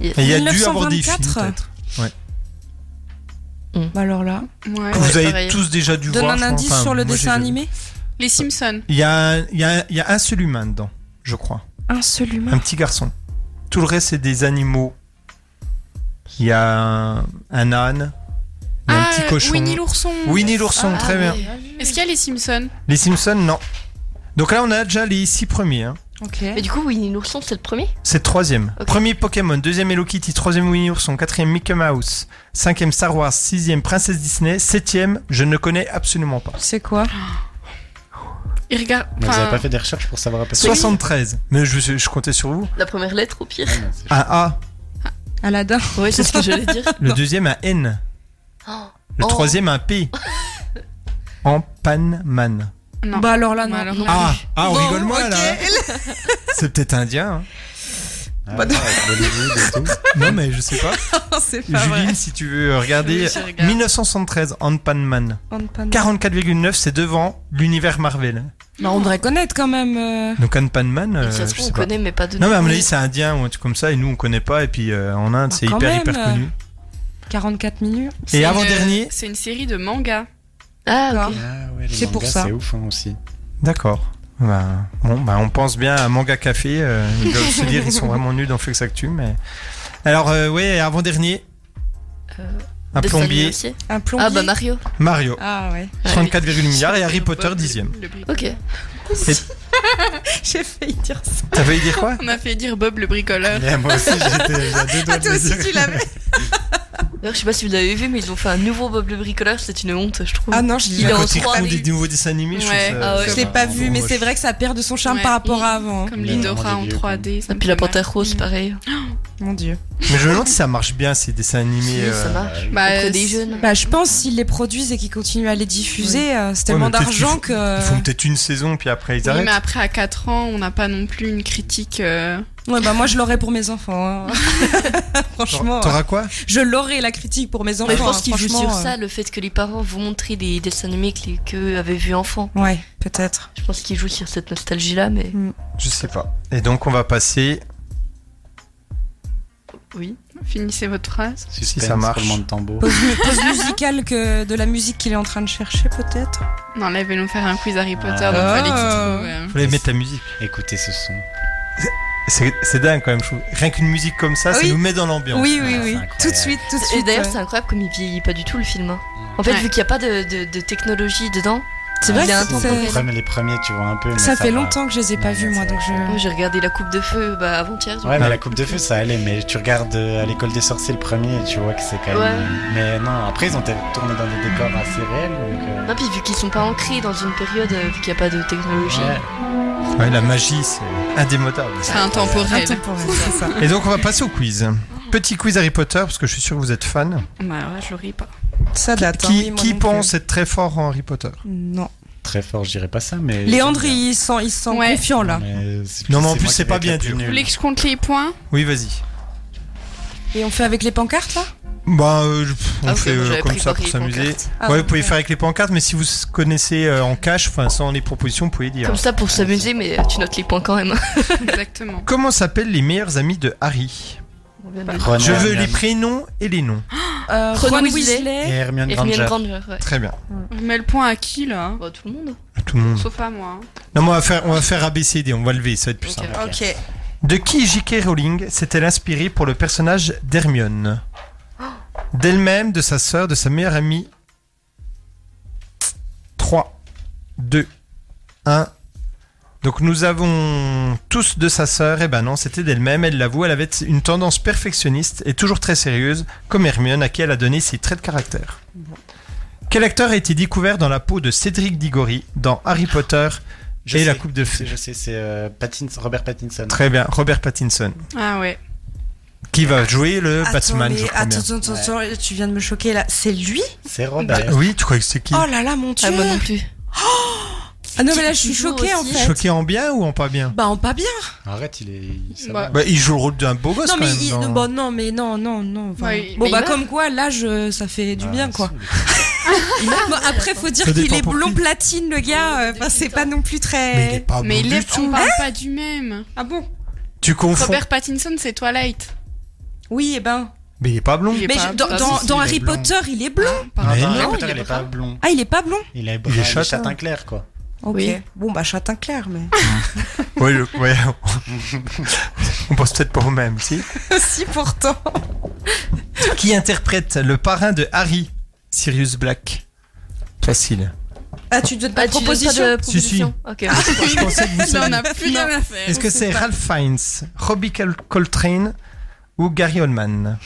S6: Yes.
S1: Et il y a dû avoir des films,
S9: 1924.
S1: peut-être. Ouais.
S9: Bah alors là.
S2: Ouais.
S1: Que vous avez
S6: pareil.
S1: tous déjà dû
S9: Donne
S1: voir.
S9: un
S1: je pense.
S9: indice
S1: Enfin,
S9: sur le
S1: moi, j'ai
S9: dessin
S1: déjà vu.
S9: animé
S2: Les Simpsons.
S1: Il y a, un- il y a un- il y a un seul humain dedans, je crois.
S9: Un seul
S1: Un
S9: humain.
S1: petit garçon. Tout le reste, c'est des animaux. Il y a un, un âne. Il y a
S2: Ah,
S1: un petit cochon.
S2: Winnie l'ourson.
S1: Winnie l'ourson,
S6: Ah,
S1: très bien.
S2: Est-ce qu'il y a les Simpsons
S1: Les Simpsons, non. Donc là, on a déjà les six premiers. hein.
S9: Ok.
S6: Mais du coup, Winnie l'ourson, c'est le premier
S1: C'est le troisième.
S6: Ok.
S1: Premier Pokémon, deuxième Hello Kitty, troisième Winnie l'ourson, quatrième Mickey Mouse, cinquième Star Wars, sixième Princesse Disney, septième, je ne connais absolument pas.
S9: C'est quoi
S2: Il regarde.
S3: Mais vous
S2: enfin,
S3: avez pas fait des recherches pour savoir à peu près
S1: 73. Mais je, je comptais sur vous.
S6: La première lettre, au pire.
S3: Ouais, non, c'est-
S1: Un A.
S9: Aladdin.
S6: Ouais, c'est ce que j'allais dire.
S1: Le deuxième, un N.
S6: Oh.
S1: Le
S6: Oh.
S1: troisième, un P. En Panman.
S2: Non.
S9: Bah alors là, non.
S2: Bah alors non.
S1: Ah, ah, on
S9: Bon,
S1: rigole moins
S9: ok.
S1: là. hein. C'est peut-être indien. hein.
S3: Ah, ouais, avec Bollywood et tout.
S1: Non mais je sais pas.
S9: c'est pas vrai.
S1: Juline, si tu veux regarder
S2: Ah, Oui, je regarde.
S1: 1973 Ant Man.
S9: Ant-Man.
S1: 44,9 c'est devant l'univers Marvel.
S9: Bah, on devrait connaître quand même. euh.
S1: Donc Ant Man, euh,
S6: ça
S1: je
S6: se trouve, on
S1: sais pas.
S6: connaît, mais pas de
S1: Non mais à mon
S6: nom.
S1: avis c'est indien ou un truc comme ça et nous on connaît pas et puis euh, en Inde
S9: Ah,
S1: c'est
S9: quand
S1: hyper hyper
S9: même.
S1: connu.
S9: 44 minutes.
S2: c'est
S1: Et
S2: une-
S1: avant dernier,
S2: C'est une série de mangas.
S6: Ah,
S9: ok.
S3: ouais, les
S9: C'est pour
S3: mangas,
S9: ça.
S3: C'est ouf hein, aussi.
S1: D'accord. Ben, bon, ben, on pense bien à Manga Café. euh, ils doivent se dire ils sont vraiment nuls dans Flex Actu. Mais... Alors, euh, ouais, avant-dernier. un
S6: Dessin animé
S1: plombier.
S6: aussi
S9: Un plombier.
S6: Ah bah Mario.
S1: Mario.
S9: Ah ouais.
S1: 34,1 milliards et Harry Potter dixième.
S6: Ok.
S1: Et
S9: J'ai failli dire ça.
S1: T'as failli dire quoi
S2: On a fait dire Bob le bricoleur.
S1: Mais moi aussi, j'étais-
S6: j'ai deux doigts Ah, toi de le aussi, dire. tu l'avais D'ailleurs, je sais pas si vous l'avez vu, mais ils ont fait un nouveau Bob le bricoleur, c'est une honte, je trouve.
S9: Ah non, je l'ai
S6: Il est
S9: pas
S6: en
S1: Quand ils font
S6: 3
S1: des nouveaux dessins animés, je trouve
S6: Ouais.
S1: ça-
S6: Ah ouais.
S1: ça
S9: Je l'ai
S1: va,
S9: pas
S1: bon,
S9: vu, mais
S1: moi,
S9: c'est
S1: je-
S9: vrai que ça perd de son charme
S2: Ouais.
S9: par rapport à avant. hein.
S2: Comme
S1: Il est
S2: l'Idora
S1: vraiment
S2: en
S1: des vieux,
S2: 3D. ça
S6: Et puis la
S2: me fait
S6: panthère rose, pareil.
S9: Mon dieu.
S1: Mais je me demande si ça marche bien ces dessins animés.
S6: Si, ça
S1: euh,
S6: marche.
S2: Bah,
S6: Auprès
S2: c'est-
S6: des jeunes.
S9: Bah, je pense s'ils les produisent et qu'ils continuent à les diffuser, euh, c'est
S1: ouais,
S9: tellement
S1: mais peut-être
S9: d'argent
S1: qu'ils font-
S9: que.
S1: Ils font peut-être une saison, puis après ils
S2: mal. Oui, mais
S1: arrêtent.
S2: après, à 4 ans, on n'a pas non plus une critique. euh,
S9: Ouais, bah moi je l'aurais pour mes enfants. hein. Franchement. euh,
S1: T'auras quoi
S9: Je l'aurais la critique pour mes enfants.
S6: Mais je pense
S9: hein,
S6: qu'ils jouent
S9: franchement,
S6: sur
S9: euh,
S6: ça, le fait que les parents vous montrent des dessins animés que les- qu'eux avaient vus enfant.
S9: euh, Ouais, peut-être.
S6: Je pense qu'ils jouent sur cette nostalgie-là, mais
S1: Je sais pas. Et donc on va passer,
S6: oui.
S2: Finissez votre phrase.
S1: si ça marche.
S3: roulement de tambour.
S9: Pause, mu- pause musicale que de la musique qu'il est en train de chercher, peut-être.
S2: Non, là, ils veulent nous faire un quiz Harry Potter,
S3: Ah.
S2: donc fallait qu'ils
S9: Ah.
S2: trouvent. euh,
S1: Faut les mettre la musique.
S3: Écoutez ce son.
S1: C'est c'est dingue quand même, je trouve. Rien qu'une musique comme ça, ça
S9: Oui.
S1: nous met dans l'ambiance.
S9: Oui, oui,
S3: Ah, c'est
S9: oui.
S3: incroyable.
S9: Tout de suite, tout de
S6: Et
S9: suite.
S6: d'ailleurs,
S9: ouais.
S6: c'est incroyable comme il vieillit pas du tout le film. hein. En fait,
S2: Ouais.
S6: vu qu'il n'y a pas de, de- de technologie dedans,
S9: C'est
S6: il
S1: Ah,
S9: vrai
S6: est
S9: que
S6: intemporel.
S3: Les premiers- Les premiers, tu vois un peu. mais
S9: ça, fait
S3: va.
S9: longtemps que je les ai pas vus, moi, donc
S6: Moi,
S9: je.
S6: j'ai regardé La Coupe de Feu bah, avant-hier. donc.
S3: Ouais, mais la coupe de feu, ça allait. Mais tu regardes euh, à l'école des sorciers le premier et tu vois que c'est quand même.
S6: Ouais.
S3: Mais non, après, ils ont peut-être tourné dans des décors assez réels. Donc, euh,
S6: Non, puis vu qu'ils sont pas ancrés dans une période, euh, vu qu'il n'y a pas de technologie.
S3: ouais.
S1: Ouais, la magie, c'est indémodable.
S2: C'est intemporel.
S9: Intemporel, c'est ça.
S1: Et donc on va passer au quiz. Petit quiz Harry Potter, parce que je suis sûr que vous êtes fan.
S2: Bah ouais, je le ris
S1: Mmh.
S2: pas.
S9: Ça date. hein.
S1: qui
S9: Oui, moi
S1: qui
S9: non plus.
S1: pense être très fort en Harry Potter
S9: Non.
S3: Très fort, je dirais pas ça, mais.
S9: Léandre, il sent, il sent
S2: Ouais.
S9: confiant là.
S3: Mais c'est-
S1: Non, mais en plus,
S3: moi qui
S1: c'est
S3: vais
S1: pas
S3: être
S1: bien
S3: la plus
S1: dur.
S2: Vous
S3: nulle.
S2: voulez que je compte les points
S1: Oui, vas-y.
S9: Et on fait avec les pancartes là
S1: Bah, euh, je- pff, on
S6: Ah, ok,
S1: fait
S6: moi,
S1: euh,
S6: j'avais
S1: comme
S6: pris
S1: ça
S6: par
S1: pour
S6: les
S1: s'amuser.
S6: pancartes.
S9: Ah,
S1: ouais, vous
S9: ok.
S1: pouvez faire avec les pancartes, mais si vous connaissez euh, en cash, enfin sans les propositions, vous pouvez dire.
S6: Comme ça, pour s'amuser, mais euh, tu notes les points quand même.
S2: Exactement.
S1: Comment s'appellent les meilleurs amis de Harry
S6: On vient de-
S3: Ron
S1: Je veux
S3: Hermione.
S1: les prénoms et les noms.
S9: Euh,
S6: Ron
S9: Ron
S6: Weasley.
S3: Et
S9: Weasley.
S3: Hermione
S6: Hermione
S3: Granger.
S6: Granger, ouais.
S1: Très bien.
S2: On met le point à qui, là
S6: Bah, tout le monde.
S1: À tout le monde.
S2: Sauf à moi. hein.
S1: Non, mais on va faire, on va faire ABCD, on va lever, ça va être plus
S6: Ok.
S1: simple.
S9: Ok.
S1: De qui J.K. Rowling s'est-elle inspirée pour le personnage d'Hermione D'elle-même, de sa sœur, de sa meilleure amie 3, 2, 1. Donc nous avons tous de sa sœur, et ben non, c'était d'elle-même, elle l'avoue, elle avait une tendance perfectionniste et toujours très sérieuse, comme Hermione à qui elle a donné ses traits de caractère. Quel acteur a été découvert dans la peau de Cédric Diggory dans Harry Potter
S3: Je
S1: et la
S3: sais.
S1: Coupe de Feu
S3: Je sais, c'est euh, Pattinson- Robert Pattinson.
S1: Très bien, Robert Pattinson.
S2: Ah ouais.
S1: Qui va jouer le Batman,
S9: Attends,
S1: je
S9: mais
S1: crois bien.
S9: attends, attends, attends, tu viens de me choquer là. C'est lui
S3: C'est
S1: Ah,
S9: Bah,
S3: Robert.
S1: oui, tu crois que c'est qui
S9: Oh là là, mon dieu
S6: Ah, moi non plus.
S9: Ah non, mais là, je
S6: Qui
S9: suis
S6: joue
S9: choquée en
S6: aussi
S9: fait.
S1: Choqué en bien ou en pas bien
S9: Bah, on pas bien.
S3: Arrête, il est. il- ça
S2: Bah,
S3: va.
S1: bah, Il joue le rôle d'un beau gosse
S9: Non,
S1: quand
S9: mais
S1: même.
S9: il-
S1: dans-
S9: bon, non, mais non, non, non. enfin,
S2: Ouais,
S9: bon,
S2: mais
S9: bah,
S2: il
S9: comme quoi, l'âge, euh, ça fait du
S3: Ah,
S9: bien,
S3: si,
S9: quoi.
S3: il est-
S9: Bon, après, faut dire
S1: Ça
S9: qu'il
S1: dépend
S9: est
S1: pour
S9: blond
S1: qui.
S9: platine, le gars. euh, Enfin, c'est pas non
S1: Mais
S9: plus
S1: il est
S9: très.
S1: pas
S2: Mais
S1: Ah bon
S2: il
S1: du
S2: est...
S1: tout.
S2: on parle pas du même.
S9: Ah bon
S1: Tu confonds.
S2: Robert Pattinson, c'est Twilight.
S9: Oui, et ben.
S1: Mais il est pas blond.
S2: Il est
S9: Mais
S2: pas-
S9: je- dans,
S2: Ah,
S9: dans-
S3: si, il
S9: dans
S3: est
S9: Harry
S3: blond.
S9: Potter, il est blond.
S1: Mais
S3: Harry
S1: non,
S3: Potter,
S6: il
S3: Ah, il
S6: est
S3: est pas blond.
S9: Ah, il est pas blond
S3: Il est,
S1: Il est châtain.
S3: châtain clair, quoi.
S9: Ok.
S6: Oui.
S9: Bon, bah, châtain clair, mais.
S1: Ouais, le- ouais. On pense peut-être pas au même, si.
S9: si, pourtant.
S1: Qui interprète le parrain de Harry Sirius Black Facile.
S9: Ah, tu dois pas
S6: Ah, tu donnes pas
S9: proposition. Ah, bah,
S6: de
S1: Si, si. Ah,
S6: proposition Ok.
S1: Je pensais que vous
S2: Là, Ah, on
S1: saviez.
S2: n'a plus rien à faire.
S1: Est-ce que c'est Ralph Fiennes, Robbie Col- Coltrane ou Gary Oldman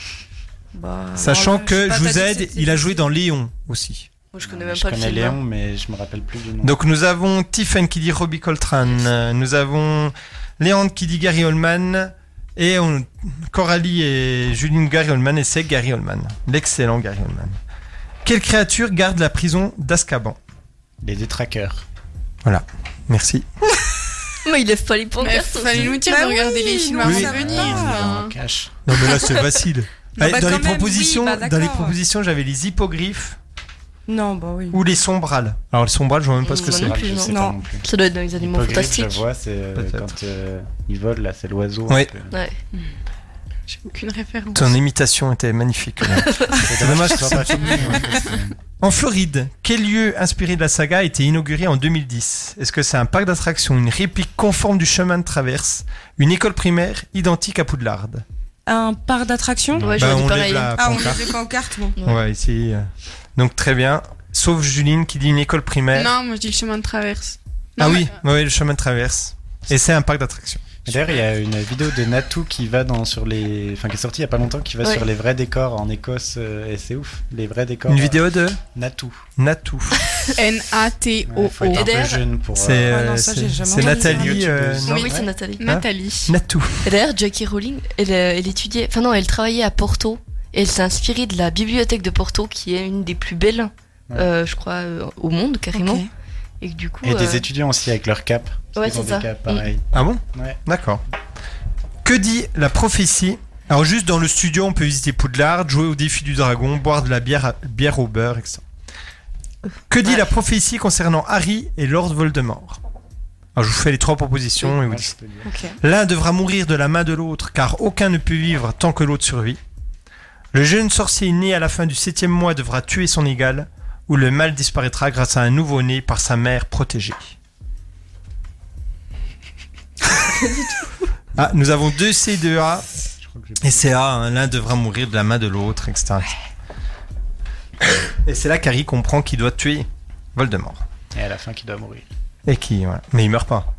S6: Bah,
S1: Sachant
S9: je sais
S1: que
S9: pas,
S1: je
S9: t'as
S1: vous
S9: dit
S1: aide,
S9: c'était
S1: il a joué
S9: difficile.
S1: dans Léon aussi.
S6: moi, je connais
S3: Je
S6: même pas le
S3: connais
S6: film.
S3: Léon, mais je me rappelle plus du nom.
S1: Donc nous avons Tiffen qui dit Robbie Coltrane, euh, nous avons Léandre qui dit Gary Oldman, et on- Coralie et Juline Gary Oldman, et c'est Gary Oldman, l'excellent Gary Oldman. Quelle créature garde la prison d'Azkaban
S3: Les détraqueurs.
S6: Ah,
S1: Merci.
S6: Mais il lève pas les points.
S2: Mais fallait nous dire
S9: Bah
S2: de regarder
S9: oui,
S2: les films
S9: nous,
S2: avant
S1: on
S2: de
S1: savait
S2: venir.
S3: Ah,
S2: hein.
S3: en cash.
S1: Non mais là c'est facile.
S9: Non,
S1: Allez,
S9: bah,
S1: Eh, dans,
S9: quand
S1: les
S9: même, oui,
S1: propositions,
S9: bah,
S1: dans les
S9: d'accord.
S1: propositions, j'avais les hippogriffes
S9: Non, bah oui.
S1: ou les sombrales. Alors les sombrales, je vois même pas ce que
S6: Moi
S1: c'est.
S6: non
S3: Ah,
S6: plus,
S3: je
S6: non.
S3: sais
S9: Non.
S3: pas non plus.
S6: Ça doit être dans les animaux
S3: Hippogriffe, je
S6: fantastiques.
S3: vois, c'est euh,
S1: Peut-être.
S3: quand euh, il vole, là, c'est l'oiseau. un
S1: Ouais.
S3: peu.
S6: Ouais.
S2: J'ai aucune référence.
S1: Ton imitation était magnifique. C'est dommage que ce soit pas filmé.
S6: hein.
S1: En Floride, quel lieu inspiré de la saga a été inauguré en 2010 Est-ce que c'est un parc d'attractions, une réplique conforme du chemin de traverse, une école primaire identique à Poudlard
S9: Un parc d'attractions
S1: Ouais, Bah, j'aurais dit on pareil. lève la
S9: Ah, on
S1: pancarte.
S9: lève les pancartes, bon.
S1: ouais. ici. euh, Donc très bien. Sauf Juline qui dit une école primaire.
S2: Non, moi je dis le chemin de traverse.
S1: ah oui, ouais, le chemin de traverse. Et c'est un parc d'attractions.
S3: Et D'ailleurs, il y a une vidéo de Natou qui va dans sur les, enfin qui est sortie il y a pas longtemps, qui va
S1: Ouais.
S3: sur les vrais décors en Écosse euh, et c'est ouf, les vrais décors. euh,
S1: Une vidéo de
S3: Natou.
S1: Natou.
S3: Ouais,
S2: N-A-T-O-O.
S3: faut être un peu
S6: d'ailleurs-
S3: jeune pour.
S1: C'est, euh, c'est- c'est Nathalie. euh, non
S6: Oui, c'est Nathalie.
S1: Hein Natou.
S6: Et d'ailleurs, Jackie Rowling, elle, euh, elle étudiait, enfin non, elle travaillait à Porto et elle s'est inspirée de la bibliothèque de Porto qui est une des plus belles, euh, je crois, euh, au monde carrément.
S9: Ok.
S6: Et que du coup.
S3: Et des
S6: euh,
S3: étudiants aussi avec leur cap. parce
S6: Ouais,
S3: qu'ils ont
S6: c'est
S3: des
S6: ça. Mm.
S3: capes pareils.
S1: Ah bon
S3: Ouais.
S1: D'accord. Que dit la prophétie Alors juste dans le studio, on peut visiter Poudlard, jouer au défi du dragon, boire de la bière, à- bière au beurre, etc. Que dit la prophétie concernant Harry et Lord Voldemort Alors je vous fais les trois propositions et vous dites. L'un devra mourir de la main de l'autre, car aucun ne peut vivre tant que l'autre survit. Le jeune sorcier né à la fin du septième mois devra tuer son égal, ou le mal disparaîtra grâce à un nouveau-né par sa mère protégée. Ah, nous avons deux C, deux A. Et c'est A, hein, l'un devra mourir de la main de l'autre, etc. Et c'est là qu'Harry comprend qu'il doit tuer Voldemort.
S3: Et à la fin, qui doit mourir.
S1: Et qui, voilà. Mais il meurt pas.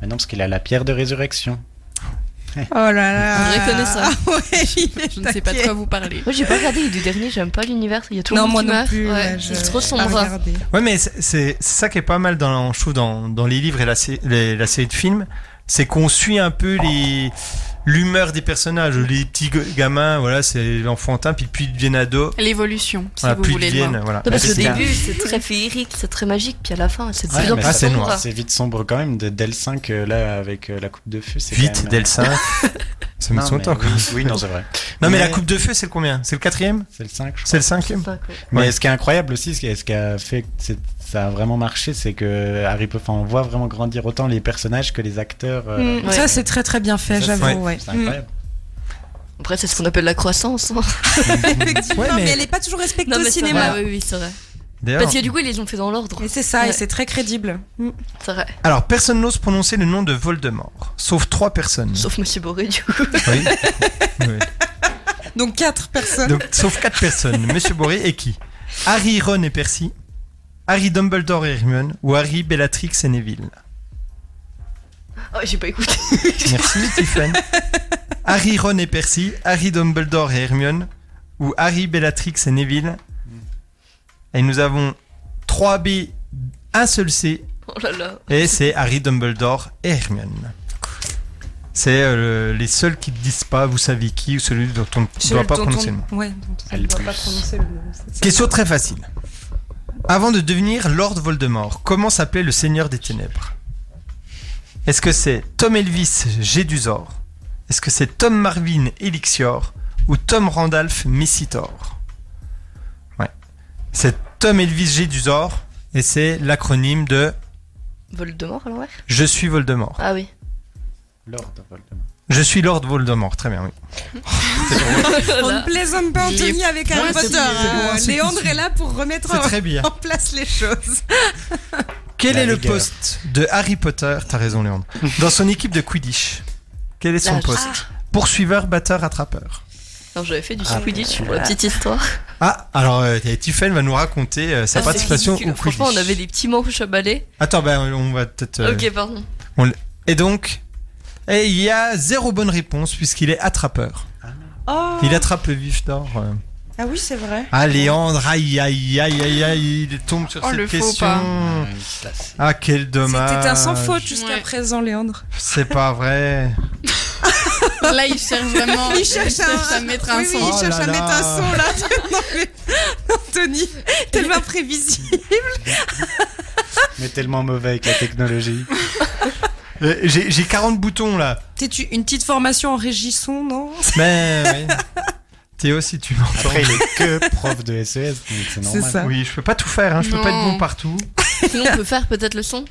S3: Maintenant, parce qu'il a la pierre de résurrection.
S9: Oh là là.
S6: Je reconnais ça.
S9: Ah ouais, j'y vais,
S6: Je ne sais pas de
S9: t'inquiète.
S6: quoi vous parlez. Moi, j'ai pas regardé les deux derniers, j'aime pas l'univers. Il y a tout le
S9: Non,
S6: monde
S9: moi
S6: qui
S9: non
S6: meurt.
S9: plus,
S6: Ouais,
S9: ouais, je-
S6: c'est trop
S9: pas
S6: sombre.
S9: regardé.
S1: Ouais, mais c'est- c'est c'est ça qui est pas mal dans, je trouve, dans, dans les livres et la, sé- les- la série de films, c'est qu'on suit un peu les l'humeur des personnages, les petits go- gamins, voilà, c'est l'enfantin, puis puis ils deviennent ados.
S2: L'évolution, si
S1: Voilà,
S2: vous
S1: Ah, plus ils
S2: voulez. le
S1: deviennent,
S2: voir.
S1: voilà.
S6: Non, parce
S1: Ah,
S6: qu'au
S1: c'est
S6: début,
S1: clair.
S6: c'est très féerique, c'est très magique, puis à la fin, c'est de plus en
S3: Ah, mais
S6: plus
S3: c'est
S6: sombre.
S3: C'est vite sombre quand même. de- Del 5, euh, là, avec euh, la coupe de feu, c'est
S1: Vite,
S3: quand même, euh,
S1: Del 5. Ça met
S3: Non,
S1: son
S3: mais
S1: temps, quoi.
S3: oui, oui, non, c'est vrai.
S1: Non, mais,
S3: Mais-
S1: la coupe de feu, c'est le combien C'est le quatrième
S3: C'est le 5,
S1: C'est le cinquième
S3: Mais
S1: Ouais.
S3: ce qui est incroyable aussi, ce qui, ce qui a fait que c'est- ça a vraiment marché, c'est que Harry Potter, enfin, on voit vraiment grandir autant les personnages que les acteurs. euh,
S9: Mm, Ça, c'est très très bien fait,
S3: Ça,
S9: j'avoue.
S3: c'est-
S9: ouais. Mm.
S3: c'est incroyable.
S6: Après, c'est ce qu'on appelle la croissance. hein.
S9: Effectivement,
S6: Ouais,
S9: Hmm. mais...
S6: mais
S9: elle est pas toujours respectée
S6: Non,
S9: au
S6: mais c'est
S9: cinéma.
S6: vrai, oui, oui, c'est vrai.
S1: D'ailleurs-
S6: Parce que du coup, ils les ont fait dans l'ordre.
S9: Et c'est ça,
S6: Ouais.
S9: et c'est très crédible. Hmm.
S6: C'est vrai.
S1: Alors, personne n'ose prononcer le nom de Voldemort, sauf trois personnes.
S6: Sauf Monsieur Boré, du coup.
S1: Oui. Oui.
S9: Donc quatre personnes.
S1: Donc, sauf quatre personnes. Monsieur Boré et qui Harry, Ron et Percy. Harry, Dumbledore et Hermione. Ou Harry, Bellatrix et Neville.
S6: Oh, j'ai pas écouté.
S1: Merci, Tiffany. Harry, Ron et Percy. Harry, Dumbledore et Hermione. Ou Harry, Bellatrix et Neville. Et nous avons 3 B, un seul C.
S6: Oh là là.
S1: Et c'est Harry, Dumbledore et Hermione. C'est euh, le- les seuls qui ne disent pas, vous savez qui, ou celui dont on ne doit pas prononcer le nom.
S9: Ouais, dont on
S3: Elle
S9: ne doit pas prononcer le nom.
S1: Question très facile. Avant de devenir Lord Voldemort, comment s'appelait le Seigneur des Ténèbres Est-ce que c'est Tom Elvis Gédusor Est-ce que c'est Tom Marvin Elixior Ou Tom Randolph Messitor Ouais. C'est Tom Elvis Gédusor et c'est l'acronyme de
S6: Voldemort à l'envers
S1: Je suis Voldemort.
S6: Ah oui.
S3: Lord Voldemort.
S1: Je suis Lord Voldemort, très bien, oui.
S9: On ne plaisante pas,
S6: J'ai-
S9: Anthony, avec
S6: Moi,
S9: Harry
S6: c'est-
S9: Potter. hein.
S1: c'est-
S9: Léandre est là pour remettre
S1: C'est
S9: en-
S1: très bien.
S9: en place les choses.
S1: Quel
S3: La
S1: est le
S3: rigueur.
S1: poste de Harry Potter T'as raison, Léandre. Dans son équipe de Quidditch, quel est son
S6: Là, je-
S1: poste Poursuiveur, batteur, attrapeur.
S6: Non, j'avais fait du
S3: Ah,
S6: Quidditch
S3: putain.
S6: pour la petite histoire.
S1: Ah, alors euh, Tiffen va nous raconter euh, sa
S6: Ah, c'est
S1: participation au
S6: ridicule.
S1: Quidditch.
S6: Franchement, on avait des petits manches à balai.
S1: Attends, ben, on va peut-être. euh,
S6: Ok, pardon.
S1: on l- Et donc, et il y a zéro bonne réponse puisqu'il est attrapeur.
S9: Oh.
S1: Il attrape le vif d'or. euh.
S9: Ah oui, c'est vrai.
S1: Ah, Léandre, aïe, aïe, aïe, aïe, aïe, il tombe sur
S2: Oh,
S1: cette
S2: le faux
S1: question.
S2: pas.
S1: Ah, quel dommage.
S9: C'était un sans faute jusqu'à
S2: Ouais.
S9: présent, Léandre.
S1: C'est pas vrai.
S2: Là, il cherche vraiment
S9: Il cherche un-
S2: à mettre un
S9: oui, oui,
S2: son.
S9: il
S1: Oh
S9: cherche
S1: là
S9: à
S1: là.
S9: mettre un son là. non, mais... Anthony, tellement prévisible.
S3: Mais tellement mauvais avec la technologie.
S1: Euh, J'ai j'ai 40 boutons là.
S9: T'es une petite formation en régisson, non
S1: Mais oui. Théo, si tu m'entends.
S3: Après, il est que prof de SES, donc c'est normal.
S9: ça.
S1: Oui, je peux pas tout faire, hein, je peux pas être
S2: Non.
S1: bon partout.
S6: Sinon, on peut faire peut-être le son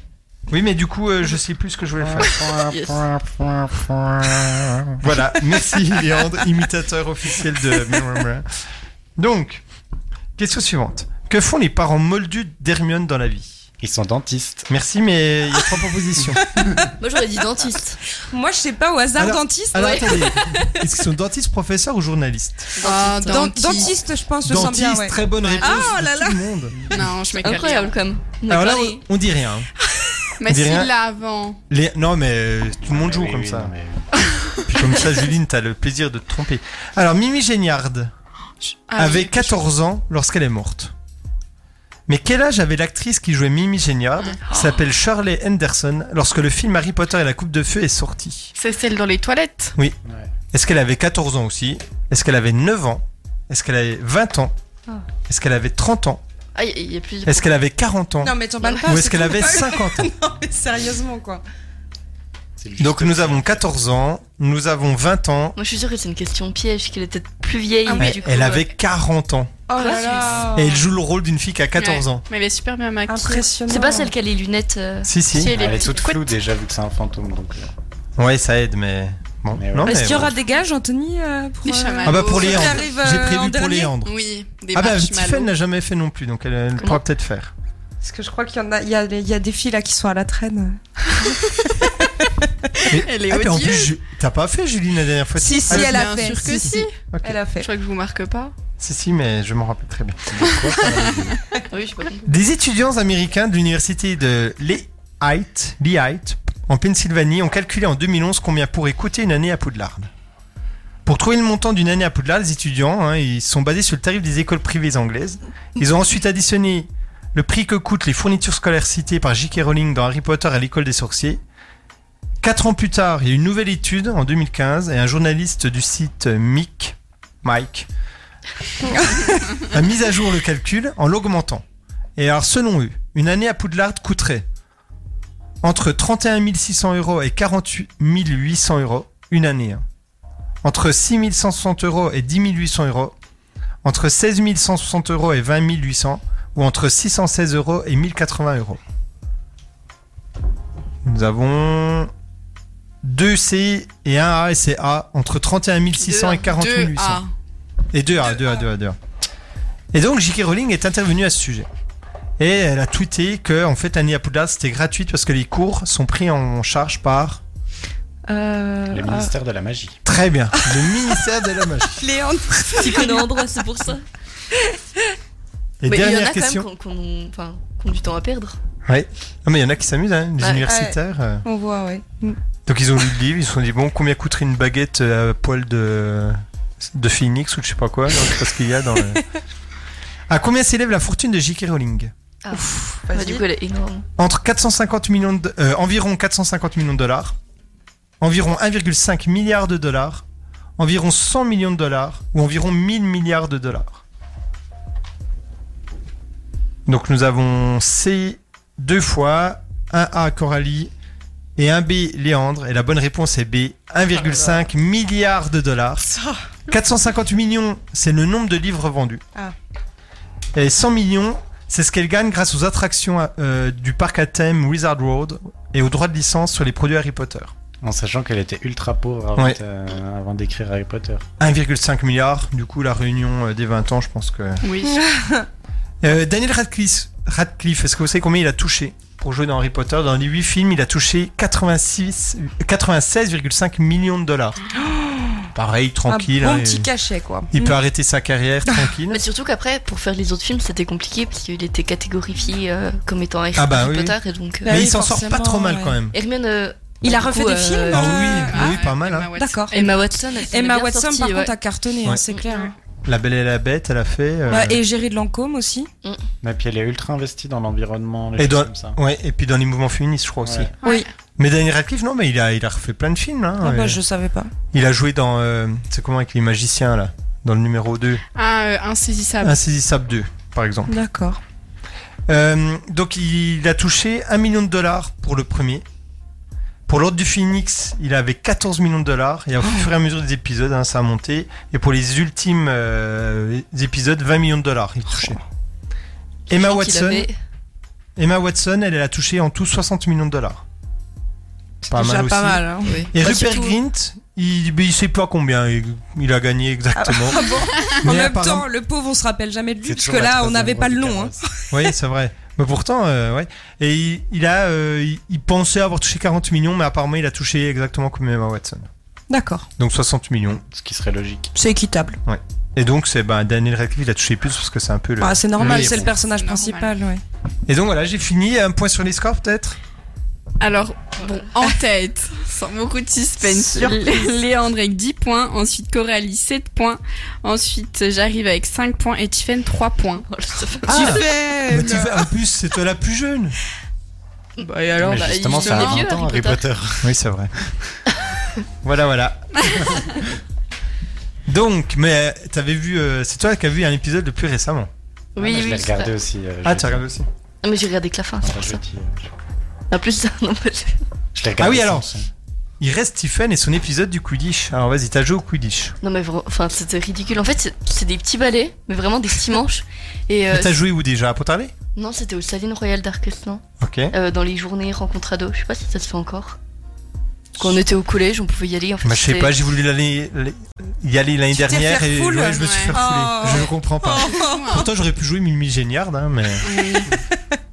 S1: Oui, mais du coup, euh, je sais plus ce que je voulais faire.
S6: Yes.
S1: voilà, merci Léandre, imitateur officiel de Mirror. Donc, question suivante. Que font les parents moldus d'Hermione dans la vie
S3: Ils sont dentistes.
S1: Merci, mais il y a trois propositions.
S6: Moi j'aurais dit dentiste.
S9: Moi je sais pas au hasard
S1: Alors-
S9: dentiste.
S1: Alors attendez, est-ce qu'ils sont dentistes, professeurs ou journalistes
S2: Ah,
S9: Dan- dentiste.
S2: dentiste.
S9: je pense, je sens
S1: Dentiste,
S9: bien. Ouais.
S1: très bonne réponse
S9: Ah,
S1: de
S9: là, là.
S1: tout le monde.
S2: Non, je m'écarte.
S6: Incroyable quand même. On a
S1: Alors là,
S6: parlé.
S1: on, on dit rien.
S2: Mais
S1: dit
S2: s'il
S1: rien.
S2: l'a avant.
S1: Les- Non, mais euh, tout le monde joue
S3: Oui,
S1: comme
S3: oui,
S1: ça.
S3: non, mais-
S1: Puis comme ça, Juline, t'as le plaisir de te tromper. Alors, Mimi Géniarde
S2: Ah,
S1: avait
S2: oui.
S1: 14 ans lorsqu'elle est morte. Mais quel âge avait l'actrice qui jouait Mimi Géniarde, qui s'appelle Shirley Henderson, lorsque le film Harry Potter et la Coupe de Feu est sorti
S2: C'est celle dans les toilettes.
S1: Est-ce qu'elle avait 14 ans aussi Est-ce qu'elle avait 9 ans Est-ce qu'elle avait 20 ans Est-ce qu'elle avait 30 ans
S6: Ah, il y a- il y a plus de.
S1: Est-ce qu'elle avait 40 ans
S9: Non mais t'en parles pas.
S1: Ou
S9: c'est
S1: est-ce qu'elle
S9: tout.
S1: avait 50 ans
S9: Non mais sérieusement quoi.
S3: c'est juste
S1: Donc nous avons 14 ans, nous avons 20 ans,
S6: Moi je suis sûre que c'est une question piège, qu'elle était plus vieille.
S9: Ah,
S6: mais
S1: mais
S6: du coup,
S1: elle
S6: euh,
S1: avait 40 ans.
S9: Oh
S6: Quoi,
S9: là là.
S1: Et elle joue le rôle d'une fille qui a 14
S2: Ouais.
S1: ans.
S2: Mais elle est super bien maquillée.
S9: Impressionnant.
S6: C'est pas celle qui a les lunettes. euh,
S1: Si, si.
S2: Si,
S3: Elle est toute
S2: couettes.
S3: floue déjà vu que c'est un fantôme. Donc, euh,
S1: Ouais, ça aide, mais. Bon,
S3: Mais ouais.
S1: non,
S9: Est-ce
S1: mais
S9: qu'il y
S1: bon.
S9: aura des gages, Anthony euh, pour,
S2: Des
S9: euh,
S2: chamallows.
S1: Ah bah pour
S9: Ceux qui
S1: Léandre.
S9: arrivent, euh,
S1: J'ai prévu
S9: en
S1: pour
S9: dernier
S1: Léandre.
S2: Oui, des
S1: Ah bah, Tiffany
S2: marshmallows.
S1: n'a jamais fait non plus, donc elle, elle pourra peut-être faire.
S9: Parce que je crois qu'il y en a, il y a, les- il y a des filles là qui sont à la traîne.
S2: Elle est
S1: Ah, puis en plus,
S2: odieuse.
S1: Ju- t'as pas fait, Julie, la dernière fois
S9: Si, si,
S1: Ah,
S9: elle
S2: bien
S9: a fait.
S2: sûr que
S9: Si,
S2: si.
S9: si.
S1: Ok.
S9: Elle a
S2: Je
S9: fait.
S2: crois que je vous marque pas.
S1: Si, si, mais je m'en rappelle très bien.
S6: Ah Oui, je sais pas. comment.
S1: Des étudiants américains de l'université de Lehigh, Lehigh, en Pennsylvanie, ont calculé en 2011 combien pourrait coûter une année à Poudlard. Pour trouver le montant d'une année à Poudlard, les étudiants, hein, ils se sont basés sur le tarif des écoles privées anglaises. Ils ont ensuite additionné le prix que coûtent les fournitures scolaires citées par J.K. Rowling dans Harry Potter et l'école des sorciers. Quatre ans plus tard, il y a une nouvelle étude en 2015 et un journaliste du site Mick, Mike, a mis à jour le calcul en l'augmentant. Et alors, selon eux, une année à Poudlard coûterait entre 31 600 euros et 48 800 euros une année. hein. Entre 6 160 euros et 10 800 euros. Entre 16 160 euros et 20 800. Ou entre 616 euros et 1080 euros. Nous avons 2C et 1A et c'est A entre 31 600 et 48
S2: Deux Ah,
S1: 800.
S2: A.
S1: Et ah, 2A, 2A, 2A, 2A. Et donc J.K. Rowling est intervenue à ce sujet. Et elle a tweeté que en fait Annie à Poudlard c'était gratuit parce que les cours sont pris en charge par
S9: Euh,
S3: le
S9: ah.
S3: ministère de la magie.
S1: très bien le ministère de la magie.
S9: Léandre.
S6: Tu connais en droit, c'est pour ça.
S1: Et
S6: mais il y en
S1: dernière
S6: a
S1: question.
S6: quand même qu'on- qu'on enfin, qu'on a du temps à perdre.
S1: Non, mais il y en a qui s'amusent hein, les
S6: Ouais.
S1: universitaires. euh.
S9: ah, On voit, ouais.
S1: Donc ils ont lu le livre, ils se sont dit bon combien coûterait une baguette euh, à poil de de phoenix ou de je sais pas quoi, non, je sais pas ce qu'il y a dans le... À combien s'élève la fortune de J.K. Rowling
S6: Ah.
S9: vas-y.
S6: Bah, du coup, elle est énorme.
S1: entre 450 millions de- euh, environ 450 millions de dollars, environ 1,5 milliard de dollars, environ 100 millions de dollars ou environ 1000 milliards de dollars. Donc nous avons C deux fois, 1A Coralie et 1B Léandre et la bonne réponse est B 1,5 milliard de dollars. 450 millions, c'est le nombre de livres vendus.
S9: Ah.
S1: Et 100 millions, c'est ce qu'elle gagne grâce aux attractions euh, du parc à thème Wizard Road et aux droits de licence sur les produits Harry Potter.
S3: En sachant qu'elle était ultra pauvre avant,
S1: Ouais.
S3: euh, avant d'écrire Harry Potter.
S1: 1,5 milliard, du coup la réunion euh, des 20 ans, je pense que...
S2: Oui.
S1: Euh, Daniel Radcliffe, Radcliffe est-ce que vous savez combien il a touché pour jouer dans Harry Potter Dans les 8 films, il a touché 86 96,5 millions de dollars. Pareil, tranquille.
S9: Un
S1: hein,
S9: Oh Ah bon petit Bah
S1: il-
S9: cachet, quoi.
S1: il peut arrêter sa carrière tranquille.
S6: Mais surtout qu'après, pour faire les autres films, c'était compliqué parce qu'il était catégorifié euh, comme étant Harry,
S1: Ah bah
S6: Harry
S1: oui, oui.
S6: Potter et donc. euh,
S9: Bah
S1: Mais
S9: oui,
S1: il s'en sort pas
S9: forcément,
S1: trop mal
S9: ouais.
S1: quand même.
S6: Hermione. euh,
S9: Il a
S6: du
S9: refait
S6: coup,
S9: des
S6: euh,
S9: films
S1: Ah oui, oui, pas mal. hein.
S2: Emma Watson.
S9: D'accord.
S6: Emma Watson. elle s'en est
S9: Emma
S6: bien
S9: Watson,
S6: sortie,
S9: par
S6: ouais.
S9: contre, a cartonné, hein,
S1: Ouais.
S9: c'est clair. hein.
S1: La Belle et la Bête, elle a fait. euh,
S9: Ouais, et Géry de Lancôme aussi.
S3: Mais puis elle est ultra investie dans l'environnement, les
S1: Et
S3: choses
S1: dans-
S3: comme ça.
S1: ouais, et puis dans les mouvements féministes, je crois aussi.
S3: Ouais.
S9: Oui.
S1: Mais Daniel Radcliffe, non, mais il a, il a refait plein de films. hein.
S9: Ah bah,
S1: Euh,
S9: je savais pas.
S1: Il a joué dans. euh, c'est comment avec les magiciens, là Dans le numéro 2.
S2: Ah, euh, insaisissable.
S1: Insaisissable 2, par exemple.
S9: D'accord.
S1: Euh, donc, il a touché 1 million de dollars pour le premier. Pour l'ordre du Phoenix, il avait 14 millions de dollars. Et au
S9: Ah.
S1: fur et à mesure des épisodes, hein, ça a monté. Et pour les ultimes
S9: Oh.
S1: euh, épisodes, 20 millions de dollars. Il touchait.
S6: Je
S1: Emma
S6: crois qu'il
S1: Watson,
S6: avait-
S1: Emma Watson, elle, elle a touché en tout 60 millions de dollars.
S9: déjà pas mal, hein. Oui.
S1: Et
S9: Bah,
S1: Rupert
S9: surtout-
S1: Grint, il, mais il sait pas combien il, il a gagné exactement.
S9: Ah bon
S1: Mais
S9: en même temps,
S1: apparemment-
S9: le pauvre, on se rappelle jamais de lui,
S1: C'est
S9: parce
S1: toujours
S9: que
S1: la
S9: là, on
S1: troisième
S9: n'avait
S1: roue
S9: pas
S1: du
S9: le nom. hein.
S1: Oui, c'est vrai. Mais pourtant, euh, ouais. Et il, il a, euh, il, il pensait avoir touché 40 millions, mais apparemment, il a touché exactement comme Emma Watson.
S9: D'accord,
S1: Donc 60 millions, ce qui serait logique.
S9: c'est équitable.
S1: Ouais. Et donc, c'est ben, Daniel Radcliffe, il a touché plus parce que c'est un peu le.
S9: Ah, c'est normal, c'est le
S1: héros.
S9: personnage principal, ouais.
S1: Et donc voilà, j'ai fini. Un point sur les scores peut-être
S2: Alors, bon, en tête, sans beaucoup de suspense,
S1: Surprise.
S2: Lé- Léandre avec 10 points, ensuite Coralie 7 points, ensuite euh, j'arrive avec 5 points et Tiffen 3 points.
S6: Oh,
S1: Ah, mais tu fais- En plus, c'est toi la plus jeune.
S2: Bah et alors,
S1: Mais
S2: bah,
S1: justement,
S2: il
S1: ça a
S2: est
S1: 20
S2: vieux,
S1: ans, Harry Potter. Oui, c'est vrai. voilà, voilà. Donc, mais euh, t'avais vu, euh, c'est toi qui as vu un épisode le plus récemment.
S6: Oui, Ah, mais je oui, l'ai c'est regardé vrai. aussi, euh,
S1: ah,
S6: jeudi.
S1: tu as regardé aussi.
S6: Ah, mais j'ai regardé que la fin, c'est pour ça.
S3: euh,
S6: En plus, non, mais je-
S1: Ah oui, alors. Il reste Stephen et son épisode du Quidditch. Alors vas-y, t'as joué au Quidditch.
S6: Non, mais vra- enfin, c'était ridicule. En fait, c'est- c'est des petits balais, mais vraiment des petits manches. Et, euh,
S1: Mais t'as joué où déjà À Pontarlier
S6: Non, c'était au Saline Royal d'Arquestan.
S1: Ok.
S6: Euh, dans les journées rencontres ados. Je sais pas si ça se fait encore. Quand on était au collège, on pouvait y aller. En fait,
S1: Bah, je sais
S6: c'était-
S1: pas, j'ai voulu l'année- l'année- y aller l'année
S6: Tu t'es fait
S1: dernière et
S6: fouler,
S1: ouais, je me suis
S6: ouais.
S1: fait refouler.
S6: Oh.
S1: Je ne comprends pas.
S6: Oh.
S1: Pourtant, j'aurais pu jouer Mimi Géniard, hein, mais.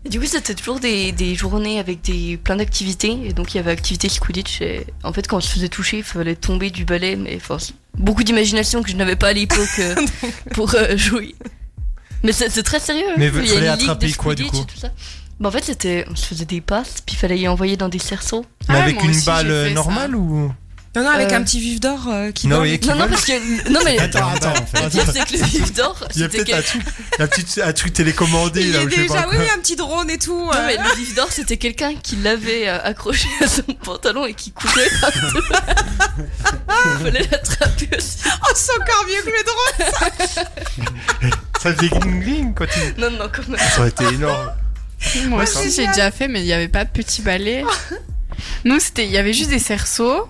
S6: Et Du coup, c'était toujours des, des journées avec des, plein d'activités. Et donc, il y avait activité Quidditch. Et en fait, quand on se faisait toucher, il fallait tomber du balai. Mais enfin, c'est beaucoup d'imagination que je n'avais pas à l'époque euh, pour euh, jouer. Mais c'est c'est très sérieux. hein.
S1: Mais vous-
S6: Il y a
S1: fallait
S6: une ligue
S1: attraper
S6: de
S1: quoi, du
S6: Quidditch et
S1: coup
S6: tout ça. Bah, En fait, c'était- on se faisait des passes, puis il fallait y envoyer dans des cerceaux.
S2: Ah,
S1: Mais avec une balle euh, normale ou.
S9: Non, non, avec
S6: Euh,
S9: un petit vif d'or euh, qui
S1: Non,
S9: vole.
S1: oui, qui
S6: Non, non, parce que. Non, mais.
S1: Attends, attends,
S6: Le pire, c'est que le vif d'or.
S1: Il y a
S6: c'était
S1: peut-être
S6: que-
S1: un truc, un petit- un truc télécommandé
S6: Il
S1: là
S6: est
S1: où je sais
S6: déjà-
S1: pas
S6: oui,
S1: quoi.
S6: oui,
S9: un petit drone et tout. euh.
S6: Non, mais le vif d'or, c'était quelqu'un qui l'avait euh, accroché à son pantalon et qui courait partout. fallait l'attraper aussi.
S9: Oh, c'est encore mieux que le drone
S1: Ça faisait gling gling quand tu.
S6: Non, non, quand même.
S1: Ça aurait été énorme.
S2: Moi
S1: Ouais,
S2: aussi,
S1: ça.
S2: j'ai déjà fait, mais il n'y avait pas de petits balais. Nous, c'était, il y avait juste des cerceaux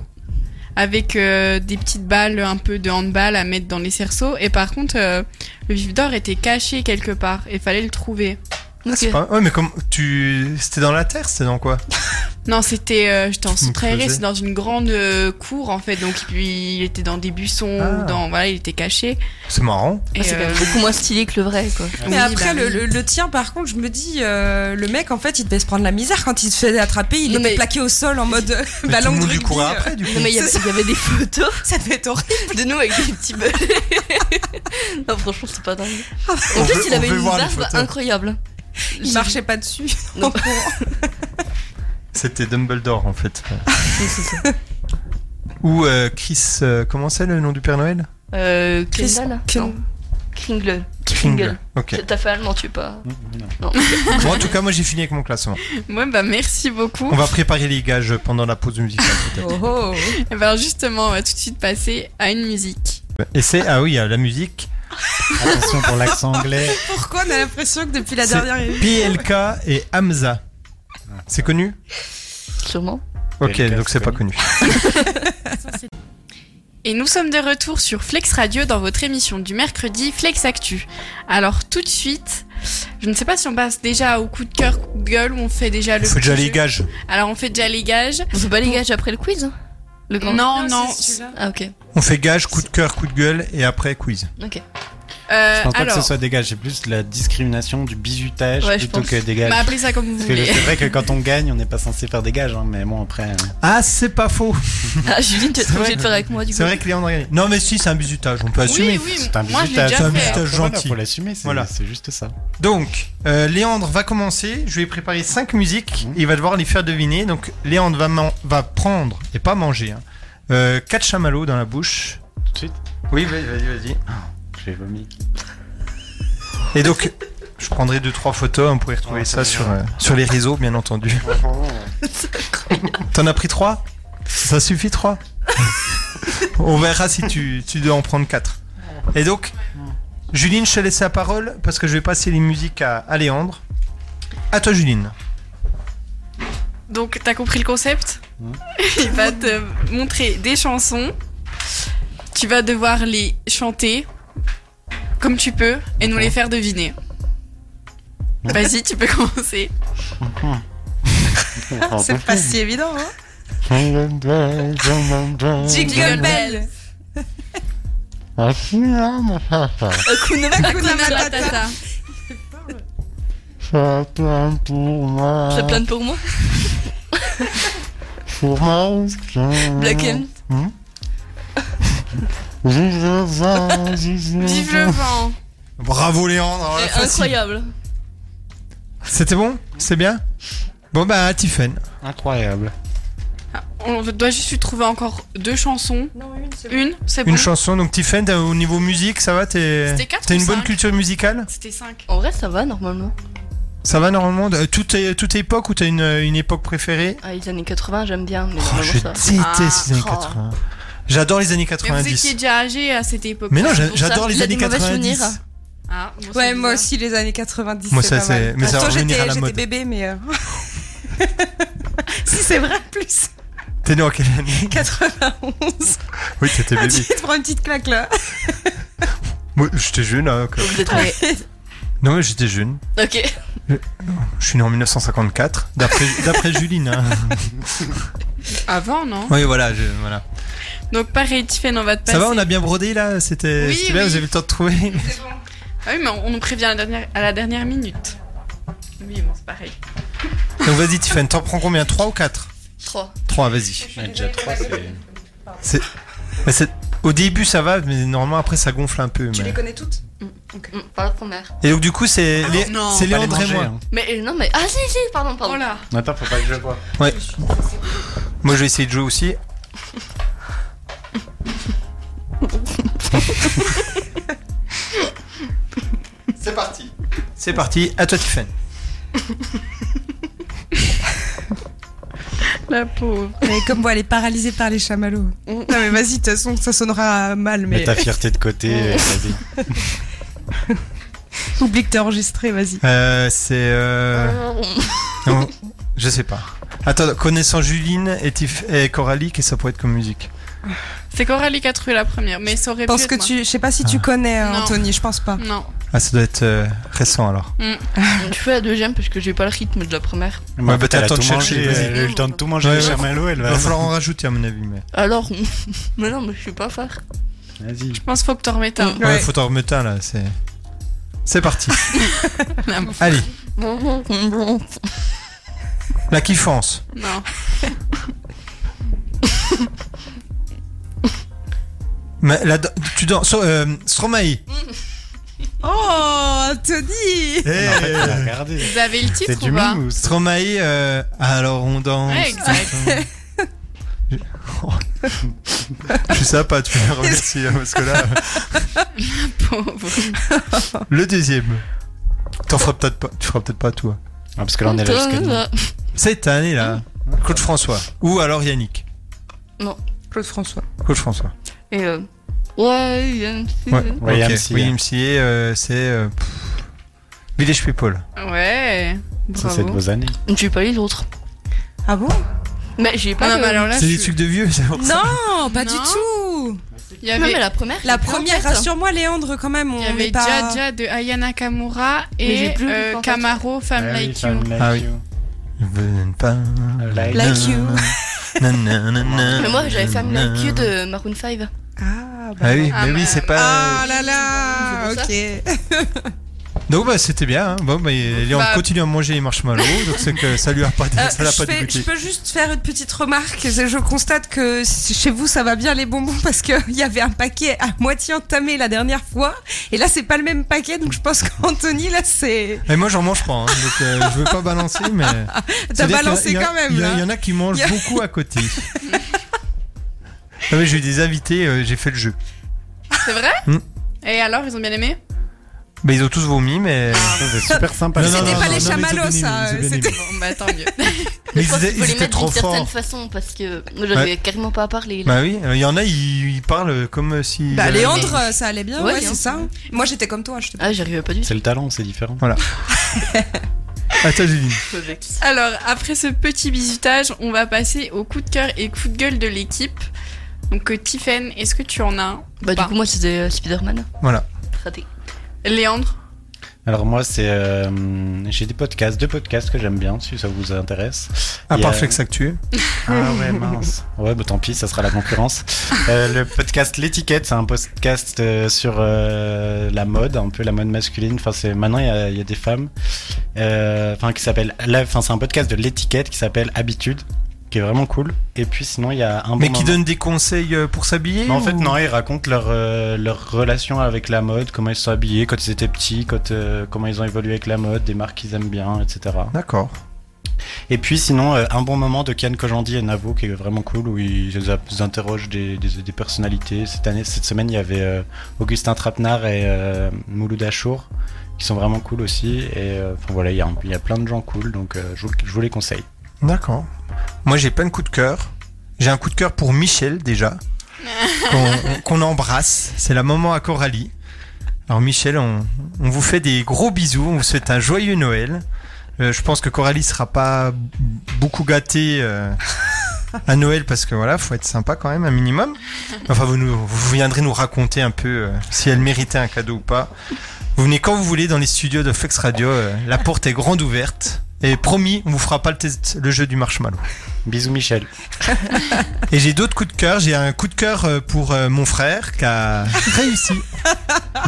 S2: avec euh, des petites balles, un peu de handball à mettre dans les cerceaux. Et par contre, euh, le vif d'or était caché quelque part et fallait le trouver.
S6: Ah,
S1: Ah, C'est pas- Ouais, mais comme tu. C'était dans la terre, c'était dans quoi
S2: Non, c'était, euh, je t'en
S1: Tu me
S2: soutrairais,
S1: creusais.
S2: c'est dans une grande euh, cour en fait. Donc, puis il était dans des buissons, ou dans, voilà, il était caché.
S1: C'est marrant.
S2: Et,
S6: ah, c'est quand même Ah bah
S2: euh,
S6: beaucoup moins stylé que le vrai, quoi.
S9: Mais après, le, le- le tien, par contre, je me dis, euh, le mec, en fait, il devait se prendre la misère quand il se faisait attraper. Il était plaqué au sol en mode euh,
S6: Mais tout
S9: ballon
S6: le
S9: de
S6: monde lui
S9: rugby.
S6: courait
S9: euh.
S6: après, du coup. Non, mais il y avait-
S9: C'est ça.
S6: il y avait des photos.
S9: Ça devait être horrible.
S6: De nous avec des petits balais. non, franchement, c'est pas dingue. En
S9: On
S6: plus,
S9: veut-
S6: il
S9: on
S6: avait
S9: veut
S6: une
S9: voir les
S6: barbe
S9: photos.
S6: incroyable.
S9: Il marchait pas dessus.
S6: Non.
S1: C'était Dumbledore en fait. Ou euh, Chris. euh, comment c'est le nom du Père Noël
S6: Euh,
S1: Chris-
S6: Kendall Non. Kringle.
S1: Kringle, ok.
S6: T'as fait allemand, tu es pas. Non.
S1: Bon, en tout cas, moi j'ai fini avec mon classement.
S2: Ouais, bah merci beaucoup.
S1: On va préparer les gages pendant la pause musicale
S9: Oh.
S1: peut-être.
S2: Et ben justement, on va tout de suite passer à une musique.
S1: Et c'est. Ah oui, euh, la musique. Attention pour l'accent anglais.
S9: Pourquoi on a l'impression que depuis la
S1: C'est
S9: dernière
S1: PLK et Hamza. C'est connu
S6: Sûrement.
S1: Ok, donc c'est pas connu.
S2: Et nous sommes de retour sur Flex Radio dans votre émission du mercredi Flex Actu. Alors tout de suite, je ne sais pas si on passe déjà au coup de cœur, coup de gueule ou on fait déjà le.
S1: Faut déjà
S2: petit
S1: les
S2: jeu.
S1: gages.
S2: Alors on fait déjà les gages.
S6: On fait pas les gages après le quiz hein le grand-
S2: Non,
S6: Non,
S2: non.
S6: c'est Ah, ok.
S1: On fait gage, coup de cœur, coup de gueule et après quiz.
S6: Ok.
S2: Euh,
S3: Je pense pas
S2: alors,
S3: que ce soit des gages, c'est plus la discrimination du bisutage
S2: Ouais, je
S3: plutôt
S2: pense.
S3: que des gages.
S2: Bah, appelez ça comme vous
S3: Parce que
S2: voulez.
S3: C'est vrai que quand on gagne, on n'est pas censé faire des gages, hein, mais bon, après. euh,
S1: Ah, c'est pas faux.
S6: Ah, Juline, tu vas
S1: C'est
S6: être
S1: vrai.
S6: obligée de faire avec moi du coup.
S1: C'est vrai que Léon a gagné. Non, mais si, c'est un bisutage, on peut assumer.
S6: oui,
S3: C'est un moi, je l'ai bisutage. déjà
S1: C'est un
S3: fait.
S1: bisutage
S3: Voilà,
S1: gentil.
S3: faut l'assumer, c'est-
S1: Voilà.
S3: c'est juste ça.
S1: Donc, euh, Léandre va commencer. Je vais préparer 5 musiques et il va devoir les faire deviner. Donc, Léandre va, man- va prendre et pas manger. Hein. Euh, quatre chamallows dans la bouche. Tout de suite Oui, vas-y, vas-y. vas-y.
S3: J'ai vomi.
S1: Et donc, je prendrai 2-3 photos. On pourrait retrouver
S3: Ouais,
S1: ça
S3: c'est
S1: sur,
S3: bien.
S1: euh, sur les réseaux, bien entendu. T'en as pris 3 Ça suffit 3 On verra si tu, tu dois en prendre 4. Et donc, Juline, je te laisse la parole parce que je vais passer les musiques à, à Léandre. À toi, Juline.
S2: donc t'as compris le concept Il va te montrer des chansons. Tu vas devoir les chanter comme tu peux et nous les faire deviner. Vas-y, tu peux commencer.
S11: C'est pas si évident, hein
S8: Jingle
S11: Jingle
S8: bell.
S11: bell.
S8: Hakuna
S6: Ah,
S11: Hakuna
S8: Matata.
S11: Matata.
S12: Ça plaint pour moi.
S6: Ça plane pour moi
S12: Pour moi.
S6: Black M.
S12: Hmm Vive le vent, vive le
S2: vent.
S1: Bravo Léandre. oh,
S6: Eh, Incroyable.
S1: C'était bon C'est bien Bon bah Tiffen.
S3: Incroyable.
S2: On doit juste lui trouver encore deux chansons. une, c'est bon.
S1: Une chanson, donc Tiffen, t'as- au niveau musique, ça va T'es
S2: C'était quatre
S1: t'as
S2: ou
S1: une bonne
S2: cinq
S1: culture musicale
S2: C'était 5.
S6: En vrai, ça va normalement.
S1: Ça va normalement Euh, toute, euh, toute époque ou t'as une, euh, une époque préférée
S6: Ah, les années 80, j'aime bien. Mais
S1: Oh,
S6: normalement,
S1: Je
S6: ça...
S1: déteste les années
S6: Ah,
S1: 80. J'adore les années
S2: oh. Mais vous
S1: 90.
S2: étiez déjà âgé à cette époque.
S1: Mais non,
S2: C'est
S1: j'a-
S2: pour
S1: j'adore
S2: ça.
S1: les
S2: Il y a
S1: années
S2: des mauvais
S1: 90.
S2: souvenirs. Ah, moi, c'est
S9: Ouais,
S2: bizarre.
S9: moi aussi, les années 90.
S1: Moi, ça,
S9: pas mal.
S1: c'est- mais ça va
S9: Pourtant,
S1: revenir à la
S9: j'étais j'étais
S1: mode.
S9: bébé, mais. euh, si, c'est vrai, en plus.
S1: T'es né en quelle année
S9: 91.
S1: Oui, t'étais
S9: Ah,
S1: bébé.
S9: Tu te prends une petite claque là.
S1: Moi, j'étais jeune. hein, quoi. Non, mais j'étais jeune.
S6: Ok.
S1: Je je suis né en 1954, d'après d'après Juline. hein.
S2: Avant, non
S1: Oui, voilà, je- voilà.
S2: Donc pareil, Tiffen, on va te passer.
S1: Ça va, on a bien brodé là C'était
S2: Bah, Oui,
S1: c'était bien,
S2: oui.
S1: vous avez eu le temps de trouver
S2: Ah oui, mais on on nous prévient à la dernière, à la dernière minute. Oui, bon, c'est pareil.
S1: Donc vas-y, Tiffany, t'en prends combien 3 ou 4
S6: Trois.
S1: 3, vas-y.
S3: déjà trois, c'est.
S1: C'est- mais c'est- Au début, ça va, mais normalement, après, ça gonfle un peu. mais-
S9: connais toutes
S6: mm, Pas la première.
S1: Et donc, du coup, c'est Lé- c'est
S3: Faut pas les
S1: Léandre et
S3: manger,
S1: moi.
S3: hein.
S6: Mais euh, non, mais. Ah, si, si, pardon,
S2: Oh.
S6: pardon. Voilà.
S3: Attends, faut pas que je vois.
S1: Ouais. Moi, je vais essayer de jouer aussi. C'est parti. C'est parti, à toi, Tiffany.
S2: La pauvre.
S9: Mais comme moi, elle est paralysée par les chamallows. Non, mais vas-y, de toute façon, ça sonnera mal. Mais
S3: Mets ta fierté de côté, vas-y.
S9: Oublie que t'es enregistré, vas-y.
S1: Euh, c'est. euh, non, je sais pas. Attends, connaissant Juline et, Tif- et Coralie, qu'est-ce que ça pourrait être comme musique
S2: C'est Coralie qui a trouvé la première, mais ça aurait
S9: Je pense
S2: pu
S9: que
S2: être moi.
S9: tu. Je sais pas si tu
S1: Ah.
S9: connais euh,
S2: Non.
S9: Anthony, je pense pas.
S2: Non.
S1: Ah, ça doit être euh, récent alors.
S6: Je fais la deuxième parce que j'ai pas le rythme de la première.
S1: Ouais, bah, t'as
S3: elle
S1: le
S3: a
S1: temps de
S3: tout mangé,
S1: chercher.
S3: elle a eu le temps de tout manger,
S1: Ouais,
S3: le
S1: ouais.
S3: chamallow, elle va-
S1: va falloir en rajouter, à mon avis. Mais...
S6: Alors, mais non, mais je sais pas faire.
S3: Vas-y.
S2: Je pense qu'il faut que t'en remettes un.
S1: Ouais, faut t'en remettre un là, c'est. C'est parti.
S2: La
S1: Allez,
S6: Non.
S1: la kiffance. Mais la dan- tu danses. so- euh, Stromae.
S9: Oh, Anthony
S1: Eh,
S2: Vous avez le titre ou pas
S3: Ah,
S1: Stromae, euh, alors on danse.
S2: Ouais, exact.
S1: Je suis sympa, tu peux me remercier hein, parce que là.
S2: Pauvre.
S1: Le deuxième. T'en feras peut-être pas. Tu feras peut-être pas toi.
S3: parce que là, on est là jusqu'à demain.
S1: Cette année là. Claude François. Ou alors Yannick.
S6: Non.
S9: Claude François.
S1: Claude François.
S6: Et euh... Ouais, il y a un petit-
S1: Ouais.
S3: William
S1: ok.
S3: C.
S1: William C, euh, c'est euh, pff, Village People.
S2: Ouais.
S3: Ça, c'est de
S2: Bravo.
S3: vos années.
S6: J'ai pas eu l'autre.
S9: Ah bon
S6: Mais j'ai
S2: Ah
S6: pas.
S2: non, mais alors là,
S1: C'est des trucs de vieux. c'est pour ça.
S9: Non, pas du
S2: Non.
S9: tout
S2: Il y avait,
S6: Non, mais la première. j'étais en
S9: La
S6: hein.
S9: première,
S6: tête.
S9: rassure-moi, Léandre, quand même. On
S2: il y avait
S9: est pas...
S2: Jaja de Ayana Kamura
S6: Mais j'ai
S2: et
S6: plus le
S2: euh,
S6: titre, en fait.
S2: Camaro, Femme
S3: Eh
S2: Like You.
S1: Ah oui. Veux pas-
S6: Like you.
S1: Nanana.
S6: Mais moi, j'avais fait un like you de Maroon 5.
S9: Ah,
S1: Ah oui, mais oui, c'est pas.
S9: Ah là là
S6: C'est pour
S9: Ok.
S1: Donc bah c'était bien. hein. Bon, bah, et on
S9: Bah-
S1: continue à manger les marshmallows, donc c'est que ça lui a pas,
S9: Euh,
S1: ça l'a
S9: je,
S1: pas
S9: fais- je
S1: dégoûté.
S9: peux juste faire une petite remarque. Je je constate que chez vous, ça va bien les bonbons parce qu'il y avait un paquet à moitié entamé la dernière fois. Et là, c'est pas le même paquet. Donc, je pense qu'Anthony, là, c'est.
S1: Et moi j'en mange pas, hein, donc euh, je veux pas balancer, mais.
S9: T'as
S1: C'est-à-dire
S9: balancé
S1: qu'il y a-
S9: quand même.
S1: Il y, a-
S9: là.
S1: il y en a qui mangent
S9: Il y a-
S1: beaucoup à côté. Non, mais j'ai eu des invités, euh, j'ai fait le jeu.
S2: C'est vrai
S1: Hmm.
S2: Et alors, ils ont bien aimé
S1: Mais Bah, ils ont tous vomi, mais.
S3: C'est super sympa.
S1: Non,
S9: Ah, C'était
S1: non, non,
S9: pas
S1: non, non,
S9: les
S1: mais ils ont bien
S9: chamallows, ça.
S1: aimé, ils ont bien
S9: c'était-
S1: aimé.
S2: Bon, bah tant mieux.
S1: Mais
S6: Je crois
S1: ils
S6: qu'il faut
S1: ils
S6: les
S1: étaient
S6: mettre
S1: trop
S6: d'une certaine
S1: forts.
S6: façon parce que moi, j'avais
S1: Ouais.
S6: carrément pas à parler. là.
S1: Bah oui, il y en a, ils, ils parlent comme si.
S9: Bah,
S1: euh,
S9: Léandre, euh, ça allait bien.
S6: Ouais,
S9: Ouais, c'est
S6: Léandre.
S9: ça. Moi, j'étais comme toi. hein, Je te
S6: Ah, j'arrivais pas du tout.
S3: C'est le talent, c'est différent.
S1: Voilà. Attends, Ah, Julie.
S6: Je me vexe.
S2: Alors, après ce petit bisutage, on va passer au coup de cœur et coup de gueule de l'équipe. Donc, euh, Tiffen, est-ce que tu en as un Bah.
S6: Bah, du coup, moi, c'était euh, Spider-Man.
S1: Voilà.
S6: Raté.
S2: Léandre
S3: Alors moi, c'est euh, j'ai des podcasts, deux podcasts que j'aime bien, si ça vous intéresse.
S1: À
S3: Il y
S1: part
S3: a-
S1: Flexactu.
S3: Ah ouais, mince. Ouais, bah tant pis, ça sera la concurrence. Euh, le podcast L'étiquette, c'est un podcast euh, sur euh, la mode, un peu la mode masculine. Enfin, c'est maintenant il y a- il y, a des femmes. Euh, Enfin, qui s'appelle. la- Enfin, c'est un podcast de l'étiquette qui s'appelle Habitude, qui est vraiment cool. Et puis sinon, il y a un. Bon
S1: Mais qui
S3: moment.
S1: donne des conseils euh, pour s'habiller
S3: Non, en fait,
S1: ou-
S3: non, ils racontent leur, euh, leur relation avec la mode, comment ils se sont habillés quand ils étaient petits, quand, euh, comment ils ont évolué avec la mode, des marques qu'ils aiment bien, etc.
S1: D'accord.
S3: Et puis sinon, euh, un bon moment de Kian Kojandi et Navo, qui est vraiment cool, où ils, a- ils interrogent des, des- des personnalités. Cette, année, cette semaine, il y avait euh, Augustin Trapnar et euh, Mouloud Achour, qui sont vraiment cool aussi. Et euh, enfin, voilà, il y, a un- il y a plein de gens cool, donc euh, je, vous- je vous les conseille.
S1: D'accord. Moi, j'ai plein de coups de cœur. J'ai un coup de cœur pour Michel, déjà, qu'on- qu'on embrasse. C'est la maman à Coralie. Alors, Michel, on, on vous fait des gros bisous. On vous souhaite un joyeux Noël. Euh, je pense que Coralie sera pas b- beaucoup gâtée euh, à Noël parce que voilà, faut être sympa quand même, un minimum. Enfin, vous, nous, vous viendrez nous raconter un peu euh, si elle méritait un cadeau ou pas. Vous venez quand vous voulez dans les studios de Flex Radio. euh, la porte est grande ouverte. Et promis, on vous fera pas le, test- le jeu du marshmallow.
S3: Bisous Michel.
S1: Et j'ai d'autres coups de cœur. J'ai un coup de cœur euh, pour euh, mon frère qui a réussi.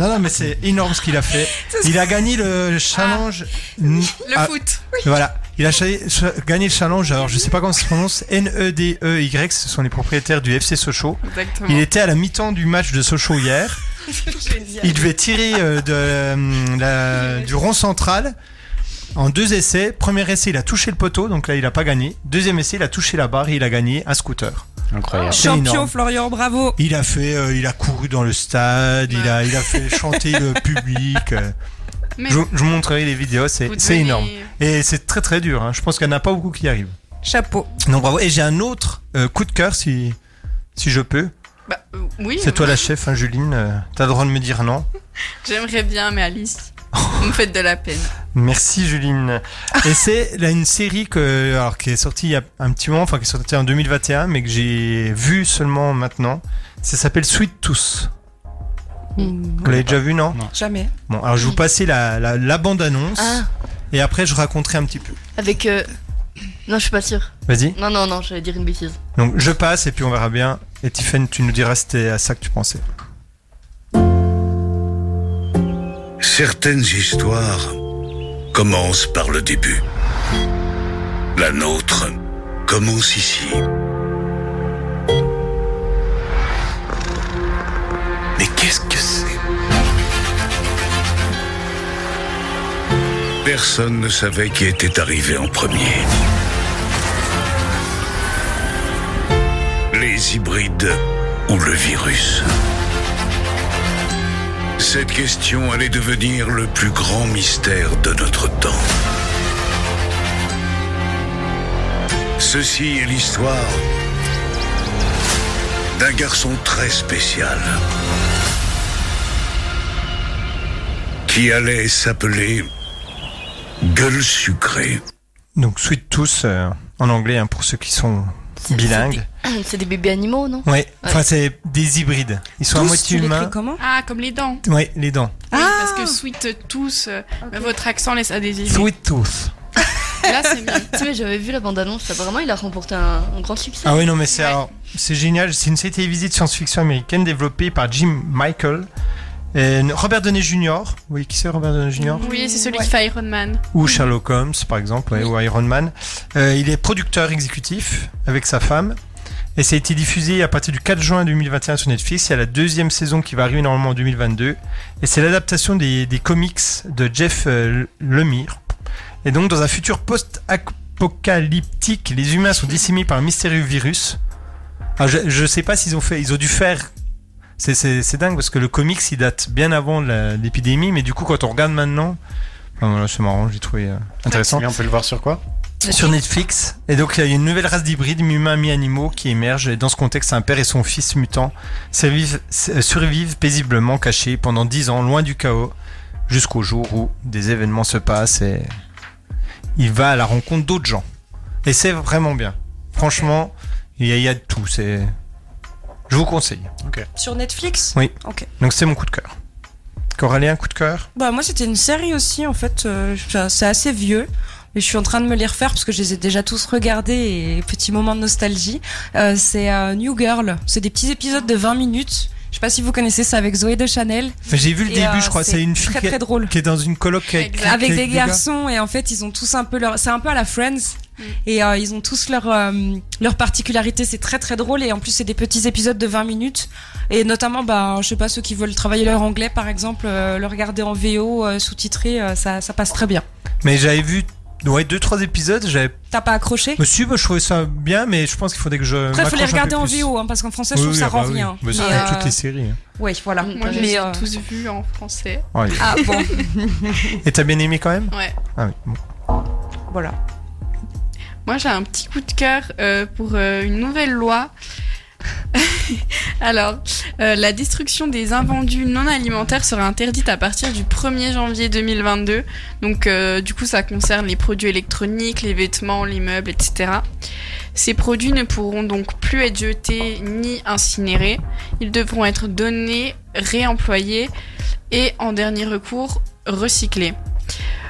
S1: Non, non, mais c'est énorme ce qu'il a fait. Il a gagné le challenge. Le
S2: Le foot.
S1: Voilà. Il a cha- cha- gagné le challenge. Alors, je sais pas comment ça se prononce. E N-E-D-E-Y. Ce sont les propriétaires du FC Sochaux.
S2: Exactement.
S1: Il était à la mi-temps du match de Sochaux hier. Il devait tirer euh, de, euh, la- du rond central en deux essais. Premier essai, il a touché le poteau, donc là, il n'a pas gagné. Deuxième essai, il a touché la barre et il a gagné un scooter.
S3: Incroyable.
S1: C'est
S9: Champion
S1: énorme.
S9: Florian, bravo.
S1: Il a fait, euh, il a couru dans le stade, il, a, il a fait chanter le public. euh.
S9: Mais-
S1: Je, vous- je vous montrerai les vidéos, c'est
S9: Vous
S1: c'est
S9: devenez-
S1: énorme. Et c'est très très dur, hein. je pense qu'il n'y en a pas beaucoup qui y arrivent.
S9: Chapeau.
S1: Non, bravo. Et j'ai un autre euh, coup de cœur, si, si je peux.
S2: Bah, euh, oui.
S1: c'est toi la chef, hein, Juline. euh, T'as le droit de me dire non.
S2: J'aimerais bien, mais Alice, vous me faites de la peine.
S1: Merci Juline. Et c'est là, une série que, alors, qui est sortie il y a un petit moment, enfin qui est sortie en 2021, mais que j'ai vue seulement maintenant. Ça s'appelle Sweet Tooth. Vous l'avez déjà vu, non,
S9: Jamais.
S1: Bon, alors je vais vous passer la, la, la bande-annonce
S6: Ah.
S1: et après je raconterai un petit peu.
S6: Avec. euh, Non, je suis pas sûre.
S1: Vas-y.
S6: Non, non, non, j'allais dire une bêtise.
S1: Donc je passe et puis on verra bien. Et Tiffen, tu nous diras si c'était à ça que tu pensais.
S13: Certaines histoires commencent par le début. La nôtre commence ici. Mais qu'est-ce que c'est Personne ne savait qui était arrivé en premier. Les hybrides ou le virus cette question allait devenir le plus grand mystère de notre temps. Ceci est l'histoire d'un garçon très spécial qui allait s'appeler Gueule sucrée.
S1: Donc Sweet Tooth euh, en anglais hein, pour ceux qui sont bilingues.
S6: C'est des bébés animaux, non
S1: Ouais. Enfin c'est des hybrides. Ils sont à moitié humains.
S2: Ah, comme les dents. Ah.
S1: Ouais, les dents.
S2: Oui, parce que sweet tous, euh, bah, votre accent laisse à désirer.
S1: Sweet Tooth.
S6: Là, c'est bien. tu sais, j'avais vu la bande-annonce. Apparemment, il a remporté un, un grand succès.
S1: Ah oui, non, mais c'est alors, c'est génial. C'est une série télévisée de science-fiction américaine développée par Jim Michael. Et Robert Downey Jr. Vous voyez qui c'est Robert Downey Jr.
S2: Oui, c'est celui qui fait Iron Man.
S1: Ou Sherlock Holmes, par exemple, ouais, ou Iron Man. Euh, il est producteur exécutif avec sa femme. Et ça a été diffusé à partir du 4 juin 2021 sur Netflix. Il y a la deuxième saison qui va arriver normalement en 2022. Et c'est l'adaptation des, des comics de Jeff euh, Lemire. Et donc, dans un futur post-apocalyptique, les humains sont décimés par un mystérieux virus. Alors, je, je sais pas s'ils ont fait, ils ont dû faire. C'est, c'est- c'est dingue parce que le comics il date bien avant la- l'épidémie, mais du coup, quand on regarde maintenant, enfin, voilà, c'est marrant, j'ai trouvé euh, intéressant.
S3: Et on peut le voir sur quoi
S1: Sur Netflix. Et donc, il y a une nouvelle race d'hybrides, mi-humains, mi-animaux, qui émerge. Et dans ce contexte, un père et son fils mutant survivent, euh, survivent paisiblement cachés pendant 10 ans, loin du chaos, jusqu'au jour où des événements se passent et il va à la rencontre d'autres gens. Et c'est vraiment bien. Franchement, il y, a- il y a de tout. C'est, Je vous conseille.
S9: Sur Netflix
S1: Oui.
S9: Ok.
S1: Donc, c'est mon coup de cœur. Coralie, un coup de cœur
S9: Bah moi c'était une série aussi en fait, euh, je- c'est assez vieux. mais je suis en train de me les refaire parce que je les ai déjà tous regardés et petit moment de nostalgie. Euh, c'est euh, New Girl. C'est des petits épisodes de 20 minutes. Je sais pas si vous connaissez ça avec Zoé de Chanel.
S1: Enfin, J'ai vu le
S9: Et,
S1: début,
S9: euh,
S1: je crois. C'est une fille
S9: très,
S1: qui,
S9: très drôle.
S1: qui est dans une coloc avec,
S9: Avec
S1: avec
S9: des
S1: gars.
S9: garçons et en fait ils ont tous un peu leur, c'est un peu à la Friends et euh, ils ont tous leur euh, leur particularité. C'est très très drôle et en plus c'est des petits épisodes de 20 minutes et notamment bah je sais pas ceux qui veulent travailler leur anglais par exemple euh, le regarder en VO euh, sous-titré euh, ça ça passe très bien.
S1: Mais j'avais vu ouais, deux, trois épisodes. J'avais.
S9: T'as pas accroché
S1: Mais si, bah, je trouvais ça bien, mais je pense qu'il faudrait que je.
S9: Après faut les
S1: m'accroche un peu
S9: regarder en
S1: plus.
S9: VO hein, parce qu'en français
S1: Oui,
S9: je trouve
S1: oui,
S9: ça
S1: ah bah
S9: rend
S1: oui.
S9: rien. euh,
S1: Mais c'est comme toutes les séries, hein.
S9: Oui voilà.
S2: Moi, je
S9: Mais,
S2: les ai
S9: euh,
S2: tous vus en français.
S1: Ouais.
S9: Ah bon.
S1: Et t'as bien aimé quand même
S2: Ouais.
S1: Ah oui. bon.
S9: Voilà.
S2: Moi, j'ai un petit coup de cœur euh, pour euh, une nouvelle loi. Alors, euh, la destruction des invendus non alimentaires sera interdite à partir du 1er janvier 2022. Donc, euh, du coup, ça concerne les produits électroniques, les vêtements, les meubles, etc. Ces produits ne pourront donc plus être jetés ni incinérés. Ils devront être donnés, réemployés et, en dernier recours, recyclés.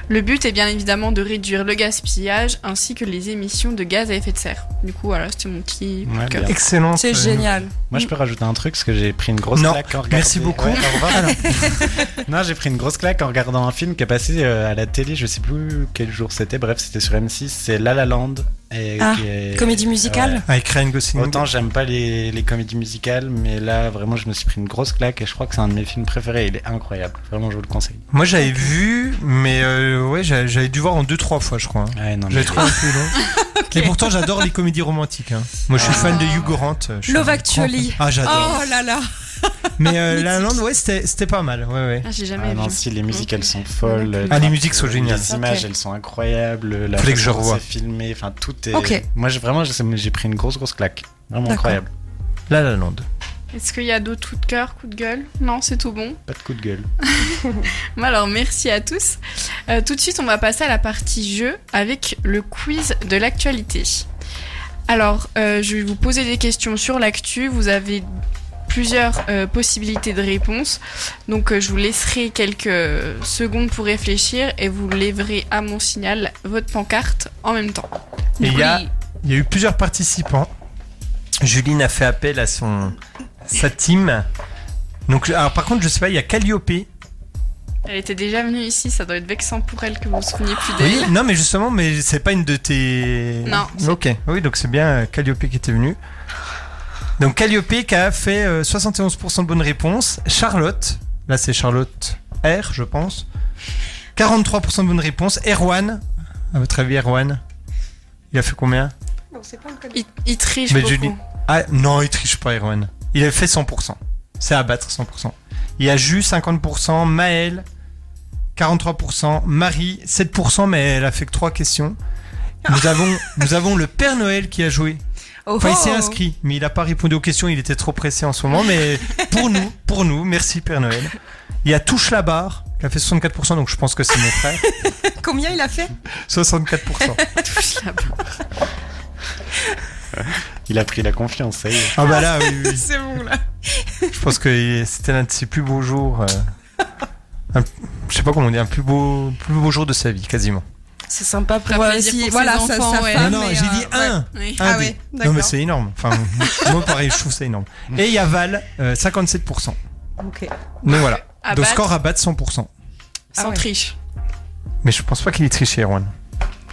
S2: Le but est bien évidemment de réduire le gaspillage ainsi que les émissions de gaz à effet de serre. Du coup, voilà, c'était mon petit coup de
S3: Ouais,
S2: cœur.
S3: bien.
S1: euh,
S9: C'est génial.
S3: Moi, je peux rajouter un truc parce que j'ai pris une grosse
S1: Non,
S3: claque en regardant.
S1: merci beaucoup.
S3: Ouais, au revoir. non, j'ai pris une grosse claque en regardant un film qui est passé euh, à la télé. Je sais plus quel jour c'était. Bref, c'était sur M6. C'est La La Land. Et,
S9: Ah,
S3: qui est-
S9: comédie musicale
S3: Ouais.
S1: Avec Ryan Gosling.
S3: Autant j'aime pas les, les comédies musicales, mais là vraiment je me suis pris une grosse claque et je crois que c'est un de mes films préférés. Il est incroyable, vraiment je vous le conseille.
S1: Moi j'avais vu, mais euh, ouais, j'avais j'avais dû voir en deux trois fois, je crois. hein.
S3: non,
S1: J'avais
S3: Ah, mais-
S1: trouvé un peu long. Et pourtant j'adore les comédies romantiques. hein. Moi je suis fan de Hugo Grant. euh, je suis
S9: Ah. Love
S1: un grand
S9: Actually.
S1: fan. Ah j'adore.
S9: Oh là là.
S1: Mais euh, La La Land, ouais, c'était c'était pas mal. Ouais, ouais.
S2: Ah, j'ai
S3: Ah non, si les musiques elles sont folles.
S1: Ah, les
S3: Enfin,
S1: musiques sont
S3: euh,
S1: géniales.
S3: Les images
S1: Ok.
S3: elles sont incroyables. La
S1: Faudrait que je
S3: façon dont
S1: revoie.
S3: C'est filmé, enfin tout est.
S2: Ok.
S3: Moi j'ai vraiment j'ai j'ai pris une grosse grosse claque, vraiment
S2: D'accord.
S3: incroyable.
S1: La La Land.
S2: Est-ce qu'il y a d'autres coups de cœur, coups de gueule Non, c'est tout bon.
S3: Pas de coup de gueule.
S2: Bon, Alors, merci à tous. Euh, tout de suite, on va passer à la partie jeu avec le quiz de l'actualité. Alors, euh, je vais vous poser des questions sur l'actu. Vous avez plusieurs euh, possibilités de réponse. Donc, euh, je vous laisserai quelques secondes pour réfléchir et vous lèverez à mon signal votre pancarte en même temps.
S1: Et il y, a, il y a eu plusieurs participants. Juline a fait appel à son sa team. Donc, alors par contre, je sais pas, il y a Calliope.
S2: Elle était déjà venue ici, ça doit être vexant pour elle que vous vous souveniez plus
S1: Oui,
S2: d'elle.
S1: non, mais justement, mais c'est pas une de tes.
S2: Ah. Non.
S1: Ok, oui, donc c'est bien euh, Calliope qui était venue. Donc Calliope qui a fait euh, 71% de bonnes réponses. Charlotte, là c'est Charlotte R, je pense. 43% de bonnes réponses. Erwan, à votre avis, Erwan, il a fait combien
S2: Il, il triche
S1: Mais
S2: beaucoup.
S1: Julie- Ah non, il triche pas, Erwan. Il a fait 100%. C'est à battre 100%. Il y a Jus 50%, Maël 43%, Marie 7%, mais elle a fait que 3 questions. Nous avons, nous avons le Père Noël qui a joué.
S9: Oh
S1: Enfin, il s'est
S9: oh.
S1: inscrit, mais il n'a pas répondu aux questions, il était trop pressé en ce moment. Mais pour nous, pour nous, merci Père Noël. Il y a Touche la barre qui a fait 64%, donc je pense que c'est mon frère.
S9: Combien il a fait
S1: 64%.
S2: Touche la
S3: Il a pris la confiance, ça y est.
S1: Ah bah là, oui, oui.
S9: C'est bon là.
S1: Je pense que c'était l'un de ses plus beaux jours. euh, un- je sais pas comment on dit, un plus beau, plus beau jour de sa vie, quasiment.
S9: C'est sympa pour,
S11: Ça fait
S9: euh,
S11: dire
S9: si-
S11: pour
S9: voilà,
S11: ses
S9: ça,
S11: enfants,
S9: ça
S11: ouais.
S9: fait,
S1: non, non,
S9: mais,
S1: j'ai
S9: euh,
S1: dit un.
S11: ouais.
S1: un
S11: Ah
S1: des-
S11: oui,
S1: Non,
S11: d'accord.
S1: mais c'est énorme. Enfin, moi, pareil, je trouve ça énorme. Et il y a Val, euh, 57%.
S9: Ok.
S1: Mais voilà.
S2: À
S1: De
S2: battre.
S1: score à battre 100%.
S2: Sans triche.
S1: Mais je pense pas qu'il est triché, Erwan.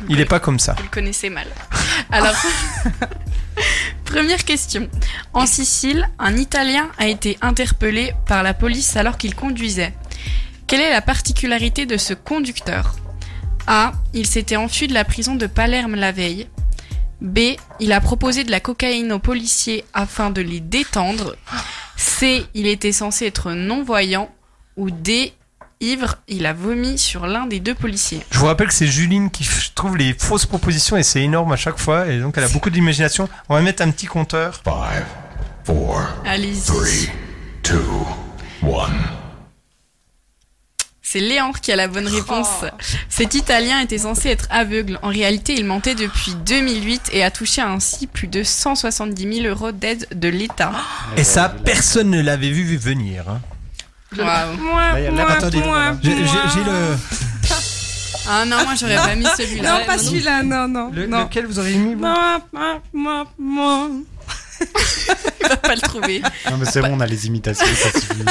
S1: Il est pas comme ça.
S2: Vous le connaissez mal. Alors, première question. En Sicile, un Italien a été interpellé par la police alors qu'il conduisait. Quelle est la particularité de ce conducteur A. Il s'était enfui de la prison de Palerme la veille. B. Il a proposé de la cocaïne aux policiers afin de les détendre. C. Il était censé être non-voyant. Ou D. Ivre, il a vomi sur l'un des deux policiers.
S1: Je vous rappelle que c'est Juline qui f- trouve les fausses propositions et c'est énorme à chaque fois. Et donc, elle a beaucoup d'imagination. On va mettre un petit compteur.
S2: Allez-y. C'est Léandre qui a la bonne réponse.
S9: Oh.
S2: Cet Italien était censé être aveugle. En réalité, il mentait depuis 2008 et a touché ainsi plus de
S9: Oh,
S2: 170 000 euros d'aide de l'État.
S1: Et ça, personne ne l'avait vu venir. hein.
S2: Waouh.
S1: Là, y a- là, attendez, j'ai- j'ai j'ai le.
S2: Ah non, moi j'aurais pas mis celui-là.
S9: Non, pas celui-là, non, non.
S1: Le-
S9: non.
S1: lequel vous auriez mis vous
S9: Moi, moi, moi, moi.
S2: Il va pas le trouver.
S3: Non, mais c'est bon, on a les imitations. ça suffit.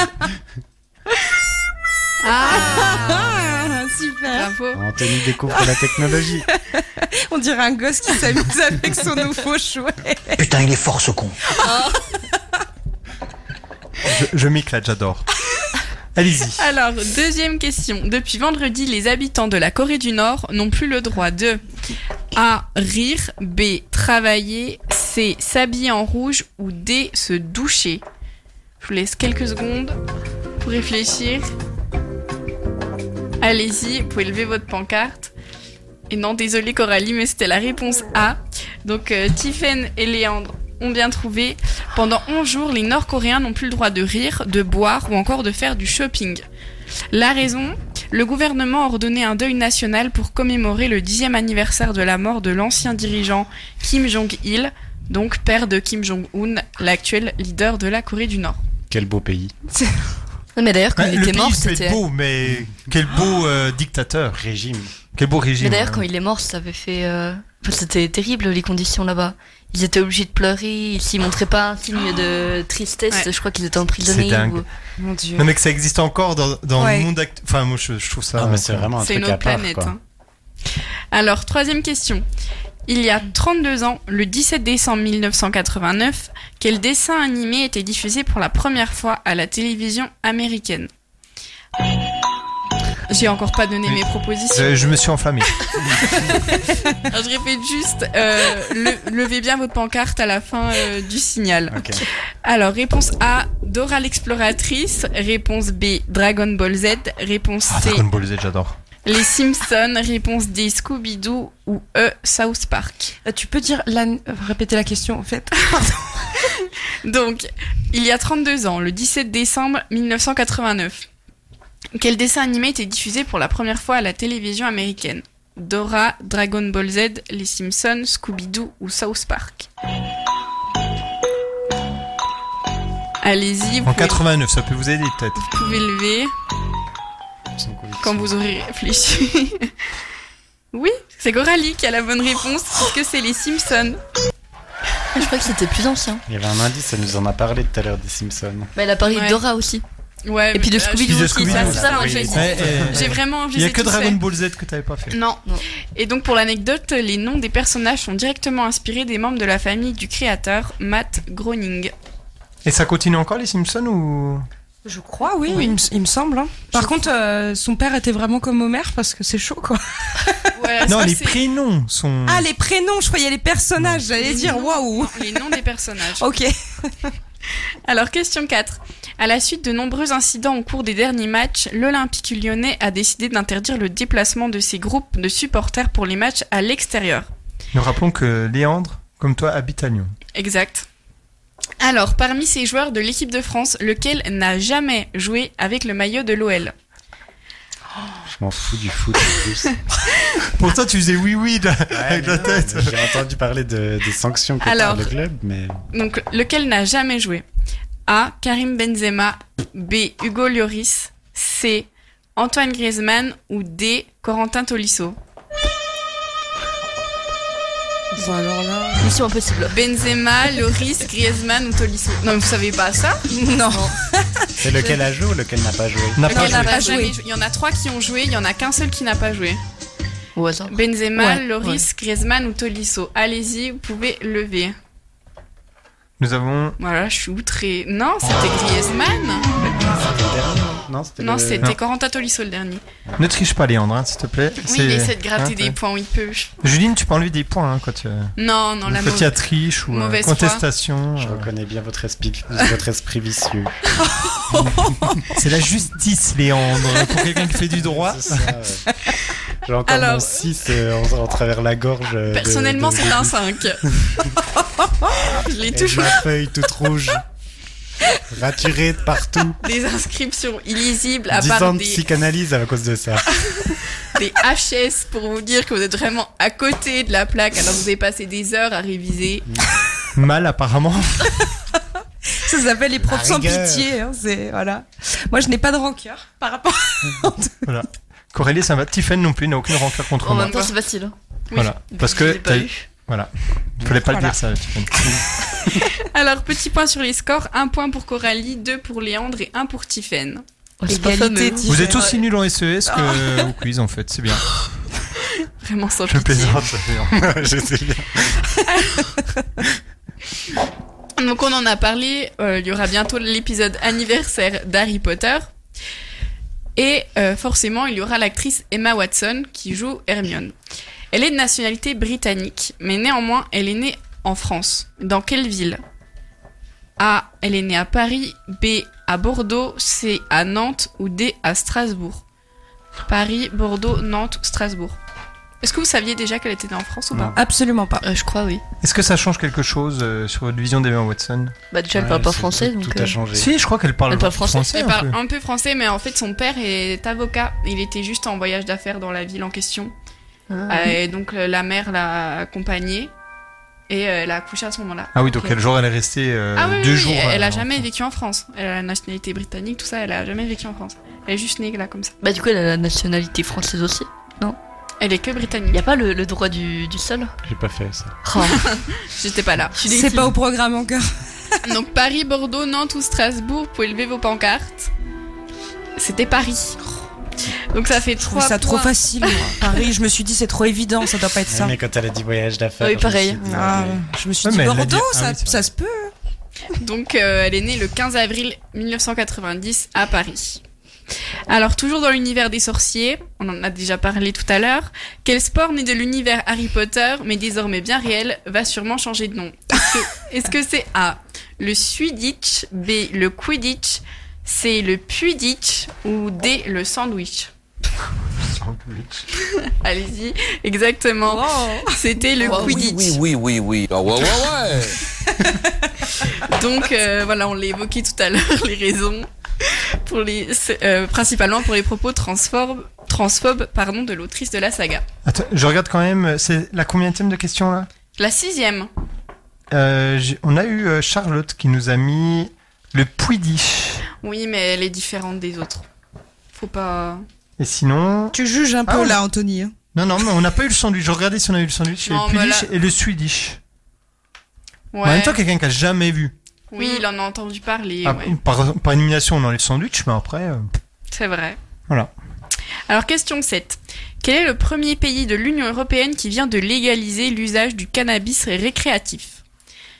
S9: Ah, super.
S3: Anthony découvre la technologie.
S9: On dirait un gosse qui s'amuse avec son nouveau chouet.
S1: Putain, il est fort ce con. Je, je m'éclate, j'adore. Allez-y.
S6: Ah,
S2: Alors, deuxième question. Depuis vendredi, les habitants de la Corée du Nord n'ont plus le droit de A. Rire, B. Travailler, C. S'habiller en rouge ou D. Se doucher. Je vous laisse quelques secondes pour réfléchir. Allez-y, vous pouvez lever votre pancarte. Et non, désolé Coralie, mais c'était la réponse A. Donc, euh, Tiffen et Léandre ont bien trouvé. Pendant 11 jours, les Nord-Coréens n'ont plus le droit de rire, de boire ou encore de faire du shopping. La raison Le gouvernement a ordonné un deuil national pour commémorer le dixième anniversaire de la mort de l'ancien dirigeant Kim Jong-il, donc père de Kim Jong-un, l'actuel leader de la Corée du Nord.
S3: Quel beau pays.
S6: Mais d'ailleurs, quand
S1: Ouais,
S6: il
S1: le
S6: était
S1: pays
S6: mort,
S1: peut être
S6: c'était.
S1: beau, mais quel beau euh, dictateur.
S3: Régime.
S1: Quel beau régime. hein.
S6: Mais d'ailleurs,
S1: ouais.
S6: quand il est mort, ça avait fait. euh, enfin, c'était terrible les conditions là-bas. Ils étaient obligés de pleurer, ils s'y montraient pas un signe de tristesse. Je crois qu'ils étaient
S1: C'est
S6: emprisonnés.
S1: dingue.
S6: ou-
S9: Mon dieu.
S1: Non, mais que ça existe encore dans, dans
S6: Ouais.
S1: le monde actuel. Enfin, moi, je, je trouve ça.
S3: Ah, mais c'est vraiment un
S2: C'est une autre planète. hein. Alors, troisième question. Il y a 32 ans, le 17 décembre 1989, quel dessin animé était diffusé pour la première fois à la télévision américaine J'ai encore pas donné mes propositions.
S1: Je, je me suis enflammé.
S2: Alors, je répète Ah, juste, euh, le- levez bien votre pancarte à la fin euh, du signal. Alors, réponse A, Dora l'exploratrice. Réponse B, Dragon Ball Z. Réponse
S1: Ah,
S2: C,
S1: Dragon Ball Z, j'adore.
S2: Les Simpsons. Réponse D, Scooby-Doo. Ou E, South Park.
S9: Euh, Tu peux dire la... euh, répéter la question en fait
S2: Donc, il y a 32 ans, le 17 décembre 1989, quel dessin animé était diffusé pour la première fois à la télévision américaine Dora, Dragon Ball Z, Les Simpsons, Scooby-Doo ou South Park Allez-y, vous,
S1: En
S2: pouvez-
S1: 89, ça peut vous aider peut-être.
S2: vous pouvez lever quand vous aurez réfléchi. oui, c'est Coralie qui a la bonne réponse puisque c'est Les Simpsons.
S6: Je crois que c'était plus ancien.
S3: Il y avait un indice, ça nous en a parlé tout à l'heure des Simpsons.
S6: Mais elle a parlé
S2: Ouais.
S6: de Dora aussi.
S2: Ouais,
S6: Et puis de
S2: mais-
S6: Scooby-Doo
S2: Ah, je-
S6: aussi, hein.
S3: Scooby-Doo,
S6: ça, c'est ça,
S3: là,
S6: moi,
S3: oui.
S6: j'ai dit.
S1: Ouais, euh,
S2: J'ai vraiment.
S1: Il
S2: je
S1: y a
S2: les ai
S1: que
S2: tous
S1: Dragon
S2: faits.
S1: Ball Z que t'avais pas fait.
S2: Non. Et donc pour l'anecdote, les noms des personnages sont directement inspirés des membres de la famille du créateur Matt Groening.
S1: Et ça continue encore les Simpsons ou
S9: Je crois, oui, Il, me, il me semble. hein. Par contre, euh, son père était vraiment comme Homer parce que c'est chaud quoi.
S1: Hmm.
S6: Ah,
S1: Non, les prénoms sont.
S9: Ah, les prénoms, je croyais les personnages, j'allais dire waouh
S2: Les noms des personnages.
S9: Ok.
S2: Alors question 4. À la suite de nombreux incidents au cours des derniers matchs, l'Olympique lyonnais a décidé d'interdire le déplacement de ses groupes de supporters pour les matchs à l'extérieur.
S1: Nous rappelons que Léandre, comme toi, habite à Lyon.
S2: Exact. Alors, parmi ces joueurs de l'équipe de France, lequel n'a jamais joué avec le maillot de l'OL
S3: Je m'en fous du foot en plus.
S1: Pourtant, tu faisais oui oui de- avec la
S3: Non,
S1: tête.
S3: mais J'ai entendu parler de, des sanctions contre
S2: Alors.
S3: le club, mais
S2: Donc, lequel n'a jamais joué A. Karim Benzema. B. Hugo Lloris. C. Antoine Griezmann. Ou D. Corentin Tolisso.
S6: Mission impossible.
S2: Benzema, Lloris, Griezmann ou Tolisso. Non, mais vous savez pas ça
S9: Non.
S3: c'est lequel a joué ou lequel n'a pas joué
S1: N'a
S2: Lequel n'a pas joué. Il y en a trois qui ont joué, il y en a qu'un seul qui n'a pas joué.
S6: Au hasard.
S2: Benzema,
S6: Ouais,
S2: Lloris, Griezmann ou Tolisso. Allez-y, vous pouvez lever.
S1: Nous avons.
S2: Voilà, je suis outré. Non, c'était Griezmann.
S3: C'était le dernier, Euh, Non, c'était
S2: Non,
S3: le-
S2: c'était Corentin Tolisso le dernier.
S1: Ne triche pas, Léandre, hein, s'il te plaît.
S2: Oui, il
S1: C'est-
S2: essaie de gratter
S1: hein,
S2: des points où il peut.
S1: Juline, tu peux enlever des points hein, quand tu.
S2: Non, non, la
S1: quand
S2: mauvaise-
S1: il y a triche ou euh,
S2: mauvaise foi.
S1: contestation.
S3: Je
S1: euh,
S3: reconnais bien votre esprit, votre esprit vicieux.
S1: C'est la justice, Léandre. Pour quelqu'un qui fait du droit.
S3: J'ai encore
S2: Alors-
S3: mon 6 euh, en, en travers la gorge. euh, de-
S2: Personnellement,
S3: de-
S2: c'est un 5. Je
S1: Eh
S2: l'ai
S3: Et
S2: toujours.
S3: ma feuille toute rouge, raturée de partout.
S1: ben.
S2: Des inscriptions illisibles à
S3: 10
S2: part
S3: ans de
S2: des,
S3: psychanalyse à cause de ça.
S2: des HS pour vous dire que vous êtes vraiment à côté de la plaque alors vous avez passé des heures à réviser.
S1: Mal, apparemment.
S9: Ça s'appelle les profs
S1: La
S9: sans
S1: rigueur.
S9: pitié. hein, c'est- voilà. Moi, je n'ai pas de rancœur par rapport.
S1: Voilà. Corélie, ça va. Tiffen non plus n'a aucune rancœur contre
S6: En
S1: moi.
S6: même temps, Oh, c'est facile. hein.
S1: Voilà. Parce
S6: je
S1: que.
S6: l'ai pas
S1: t'as-
S6: eu.
S1: Voilà. Je voulais pas
S2: Voilà.
S1: le dire ça, Tiffen.
S2: Alors, petit point sur les scores. Un point pour Coralie, deux pour Léandre et un pour Tiffaine.
S6: c'est pas Égalité, fameux.
S1: Vous êtes aussi nuls en SES que
S2: Ah.
S1: au quiz, en fait. C'est bien.
S2: Vraiment sans
S1: Je
S2: pitié.
S1: plaisante, ça fait- je sais Ah, bien.
S2: Donc on en a parlé, euh, il y aura bientôt l'épisode anniversaire d'Harry Potter. Et euh, forcément, il y aura l'actrice Emma Watson qui joue Hermione. Elle est de nationalité britannique, mais néanmoins, elle est née en France. Dans quelle ville A. Elle est née à Paris. B. À Bordeaux. C. À Nantes. Ou D. À Strasbourg. Paris, Bordeaux, Nantes, Strasbourg. Est-ce que vous saviez déjà qu'elle était née en France ou pas
S9: Absolument pas.
S6: Euh, je crois, oui.
S1: Est-ce que ça change quelque chose euh, sur votre vision d'Emma Watson
S6: Bah, déjà, elle parle pas français, donc. euh,
S1: Si, je crois qu'elle parle
S6: Elle parle français.
S2: Elle
S1: un
S2: parle
S1: peu.
S2: un peu français, mais en fait, son père est avocat. Il était juste en voyage d'affaires dans la ville en question. Euh, Et donc, euh, la mère l'a accompagnée et euh, elle a accouché à ce moment-là.
S1: Ah oui, donc
S2: Ok.
S1: elle, genre, elle est restée euh,
S2: Ah oui,
S1: deux
S2: oui, oui,
S1: jours.
S2: Elle,
S1: euh,
S2: a jamais vécu en France. Elle a la nationalité britannique, tout ça, elle a jamais vécu en France. Elle est juste née là, comme ça.
S6: Bah, du coup, elle a la nationalité française aussi, non
S2: Elle est que britannique.
S6: Y a pas le, le droit du, du sol
S3: J'ai pas fait ça.
S2: J'étais pas là.
S9: C'est pas au programme encore.
S2: Donc, Paris, Bordeaux, Nantes ou Strasbourg, vous pouvez lever vos pancartes. C'était Paris. Donc, ça fait
S9: Je trouve
S2: trois
S9: ça trop
S2: points.
S9: facile. moi. Paris, je me suis dit c'est trop évident, ça doit pas être ça.
S3: Mais quand elle a dit voyage d'affaires.
S9: Oui,
S3: je me
S9: pareil.
S3: suis dit,
S9: Ah,
S3: mais-
S9: je me suis dit, Ouais, mais elle l'a dit- Bordeaux, ah ça- oui, c'est vrai. se peut.
S2: Donc, euh, elle est née le 15 avril 1990 à Paris. Alors, toujours dans l'univers des sorciers, on en a déjà parlé tout à l'heure, quel sport né de l'univers Harry Potter, mais désormais bien réel, va sûrement changer de nom Est-ce que- Est-ce que c'est A, le Swiditch, B, le Quidditch, C, le Puiditch ou D, le Sandwich Allez-y,
S9: hein.
S2: exactement.
S9: Oh.
S2: C'était le Quidditch.
S14: oui, oui, oui. Ah, ouais, ouais, ouais.
S2: Donc euh, voilà, on l'a évoqué tout à l'heure, les raisons, pour les, c'est, euh, principalement pour les propos transphobes, transphobes pardon, de l'autrice de la saga.
S1: Attends, je regarde quand même. C'est la combien de questions là
S2: La sixième.
S1: Euh, j'ai- On a eu euh, Charlotte qui nous a mis le Puidish.
S2: Oui, mais elle est différente des autres. Faut pas.
S1: Et sinon.
S11: Tu juges un peu
S1: Ah ouais.
S11: là, Anthony. hein.
S1: Non, non, mais on n'a pas eu le sandwich. Je regardais si on a eu le sandwich.
S2: Non,
S1: le
S2: mais
S1: Puidish
S2: là-
S1: et le Swedish.
S2: Ouais.
S1: En même temps, quelqu'un qui a jamais vu.
S2: Oui, il en a entendu parler.
S1: Ah,
S2: ouais.
S1: par, par élimination, on enlève le sandwich, mais après. euh,
S2: C'est vrai.
S1: voilà.
S2: Alors question 7. Quel est le premier pays de l'Union européenne qui vient de légaliser l'usage du cannabis récréatif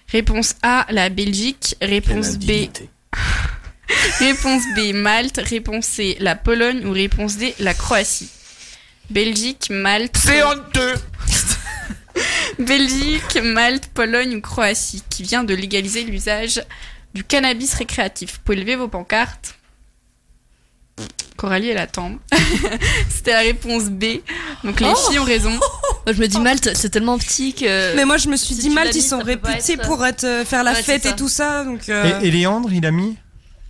S2: Réponse A, la Belgique. Réponse B. réponse B, Malte. Réponse C, la Pologne. Ou réponse D, la Croatie. Belgique, Malte. C'est honteux Belgique, Malte, Pologne ou Croatie qui vient de légaliser l'usage du cannabis récréatif. Vous pouvez lever vos pancartes. Coralie, elle attend. C'était la réponse B. Donc les
S6: Oh
S2: filles ont raison.
S6: Moi, je me dis Malte, c'est tellement petit que.
S9: Mais moi, je me suis
S6: Si
S9: dit
S6: tu
S9: Malte,
S6: l'as
S9: ils
S6: mis,
S9: sont
S6: ça peut pas
S9: réputés
S6: être-
S9: pour être euh, faire la
S6: Ouais, c'est
S9: fête et
S6: ça.
S9: tout ça, donc. euh,
S1: Et, et Léandre, il a mis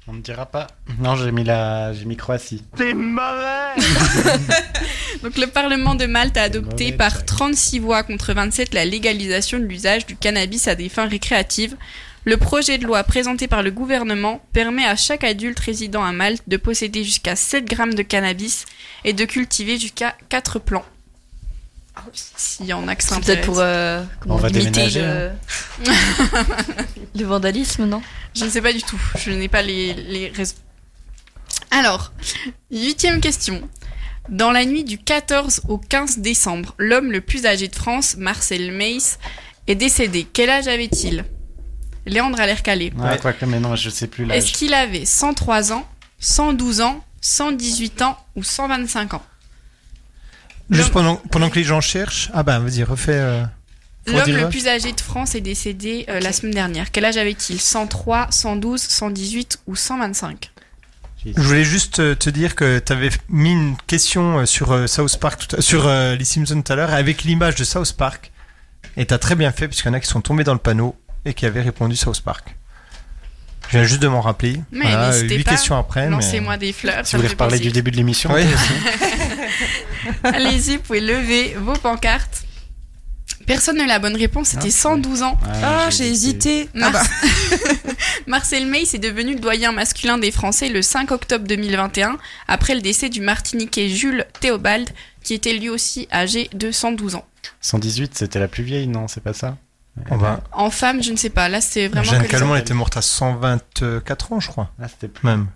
S3: On me dira pas. Non, j'ai mis la, j'ai mis Croatie.
S2: C'est mauvais Donc le Parlement de Malte a adopté
S3: mauvais,
S2: par 36 voix contre 27 la légalisation de l'usage du cannabis à des fins récréatives. Le projet de loi présenté par le gouvernement permet à chaque adulte résident à Malte de posséder jusqu'à 7 grammes de cannabis et de cultiver jusqu'à 4 plants. Ah S'il y en a que ça
S6: C'est peut-être pour euh, comment,
S3: On va
S6: limiter
S3: déménager,
S6: le... le vandalisme, non
S2: Je ne sais pas du tout. Je n'ai pas les, les raisons. Alors, huitième question. Dans la nuit du 14 au 15 décembre, l'homme le plus âgé de France, Marcel Meiss, est décédé. Quel âge avait-il Léandre a l'air calé.
S3: Ah, quoi que, mais non, je sais plus là.
S2: Est-ce qu'il avait 103 ans, 112 ans, 118 ans ou 125 ans
S1: Juste pendant, pendant que les gens cherchent. Ah bah, vas-y, refais. euh,
S2: L'homme
S1: redis-le.
S2: le plus âgé de France est décédé euh, la semaine dernière. Quel âge avait-il 103, 112, 118 ou 125
S1: Je voulais juste euh, te dire que tu avais mis une question euh, sur euh, South Park, tout à- sur euh, les Simpsons tout à l'heure, avec l'image de South Park. Et t'as très bien fait, puisqu'il y en a qui sont tombés dans le panneau et qui avaient répondu South Park. Je viens juste de m'en rappeler.
S2: Mais
S1: voilà, euh,
S2: n'hésitez
S1: huit
S2: pas,
S1: questions après. mais-
S2: lancez-moi des fleurs, Si ça
S3: vous voulez reparler du début de l'émission
S1: Oui,
S2: Allez-y, vous pouvez lever vos pancartes. Personne n'a eu la bonne réponse, c'était 112 ans.
S9: Ah, j'ai hésité. Ah bah.
S2: Marcel May est devenu le doyen masculin des Français le 5 octobre 2021, après le décès du Martiniquais Jules Théobald, qui était lui aussi âgé de 112 ans.
S3: 118, c'était la plus vieille, non C'est pas ça
S1: Oh bah,
S2: En femme, je ne sais pas, là c'est vraiment.
S1: Jeanne
S2: que les
S1: Calment
S2: hommes.
S1: elle était morte à 124 ans, je crois.
S3: c'était plus.
S1: Même.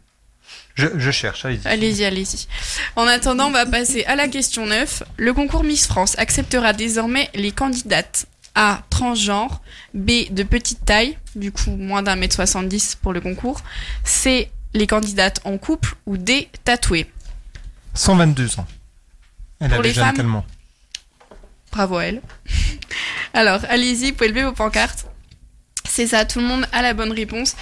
S1: Je, je cherche, allez-y.
S2: Allez-y, allez-y. En attendant, on va passer à la question 9. Le concours Miss France acceptera désormais les candidates A. Transgenre, B. De petite taille, du coup moins d'un mètre 70 pour le concours, C. Les candidates en couple ou D. Tatouées.
S1: 122 ans. Elle
S2: Pour
S1: avait
S2: les
S1: Jeanne
S2: femmes
S1: Calment.
S2: Bravo à elle. Alors, allez-y, vous pouvez lever vos pancartes. C'est ça, tout le monde a la bonne réponse.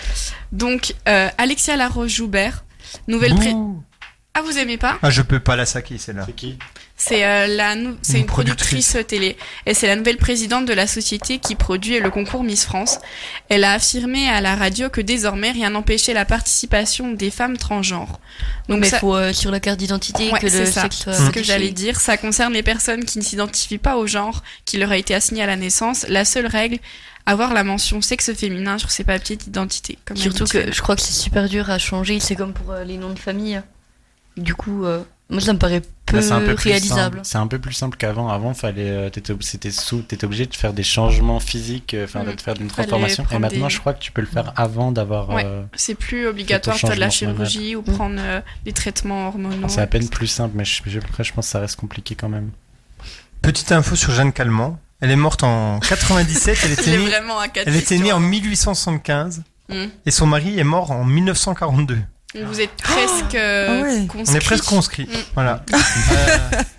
S2: Donc, euh, Alexia Laroche-Joubert, nouvelle pré... Ah, vous aimez pas
S1: Ah, je peux pas la saquer, celle-là. C'est
S3: qui
S2: C'est euh, la nou- c'est
S1: Une
S2: une productrice télé et c'est la nouvelle présidente de la société qui produit le concours Miss France. Elle a affirmé à la radio que désormais rien n'empêchait la participation des femmes transgenres.
S6: Donc, mais
S2: ça-
S6: faut euh, sur la carte d'identité
S2: Ouais,
S6: que le euh, Hum.
S2: c'est ça.
S6: sexe soit
S2: C'est ce que
S6: affiché.
S2: j'allais dire. Ça concerne les personnes qui ne s'identifient pas au genre qui leur a été assigné à la naissance. La seule règle, avoir la mention sexe féminin sur ses papiers d'identité. comme
S6: Surtout
S2: habituel.
S6: que je crois que c'est super dur à changer. C'est comme pour euh, les noms de famille. Du coup, euh, moi ça me paraît peu
S3: Là, c'est un peu plus simple.
S6: réalisable.
S3: C'est un peu plus simple qu'avant. Avant, fallait, euh, t'étais, ob- c'était sous, t'étais obligé de faire des changements physiques, euh, enfin,
S2: Mm.
S3: de faire une
S2: Fallait
S3: transformation. Et
S2: prendre
S3: maintenant,
S2: des-
S3: je crois que tu peux le faire avant d'avoir.
S2: Ouais,
S3: euh,
S2: c'est plus obligatoire de
S3: fait ton
S2: faire de la
S3: changement hormonal.
S2: chirurgie ou prendre euh, des traitements hormonaux.
S3: C'est à peine plus simple, mais je, je- après, je pense que ça reste compliqué quand même.
S1: Petite info sur Jeanne Calment. Elle est morte en 97. Elle
S2: Il
S1: était
S2: est
S1: née,
S2: vraiment à quatre
S1: elle était
S2: questions.
S1: née en 1875
S2: Mm.
S1: et son mari est mort en 1942.
S2: Vous êtes presque euh, conscrits.
S1: On est presque conscrit.
S2: Mm.
S1: Voilà. Euh,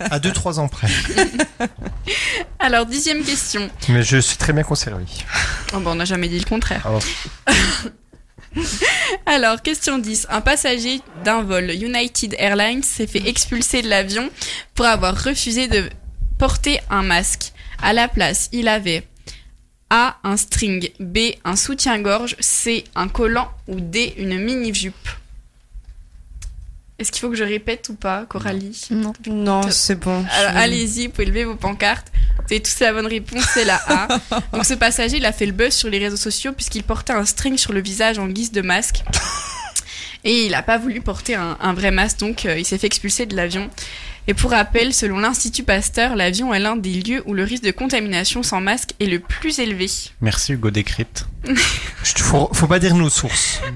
S1: à 2-3 ans près.
S2: Alors, dixième question.
S1: Mais je suis très bien conservé.
S2: Oh, bah, on n'a jamais dit le contraire.
S1: Alors,
S2: Alors, question 10. Un passager d'un vol United Airlines s'est fait expulser de l'avion pour avoir refusé de porter un masque. À la place, il avait A. Un string, B. Un soutien-gorge, C. Un collant ou D. Une mini-jupe. Est-ce qu'il faut que je répète ou pas, Coralie
S9: Non, c'est bon.
S2: alors
S9: Je-
S2: allez-y, vous pouvez lever vos pancartes. Vous avez tous la bonne réponse, c'est la A. Donc ce passager, il a fait le buzz sur les réseaux sociaux puisqu'il portait un string sur le visage en guise de masque. Et il n'a pas voulu porter un, un vrai masque, donc euh, il s'est fait expulser de l'avion. Et pour rappel, selon l'Institut Pasteur, l'avion est l'un des lieux où le risque de contamination sans masque est le plus élevé.
S3: Merci, Hugo Décrypte.
S1: chut, faut, faut pas dire nos sources.
S2: Hmm.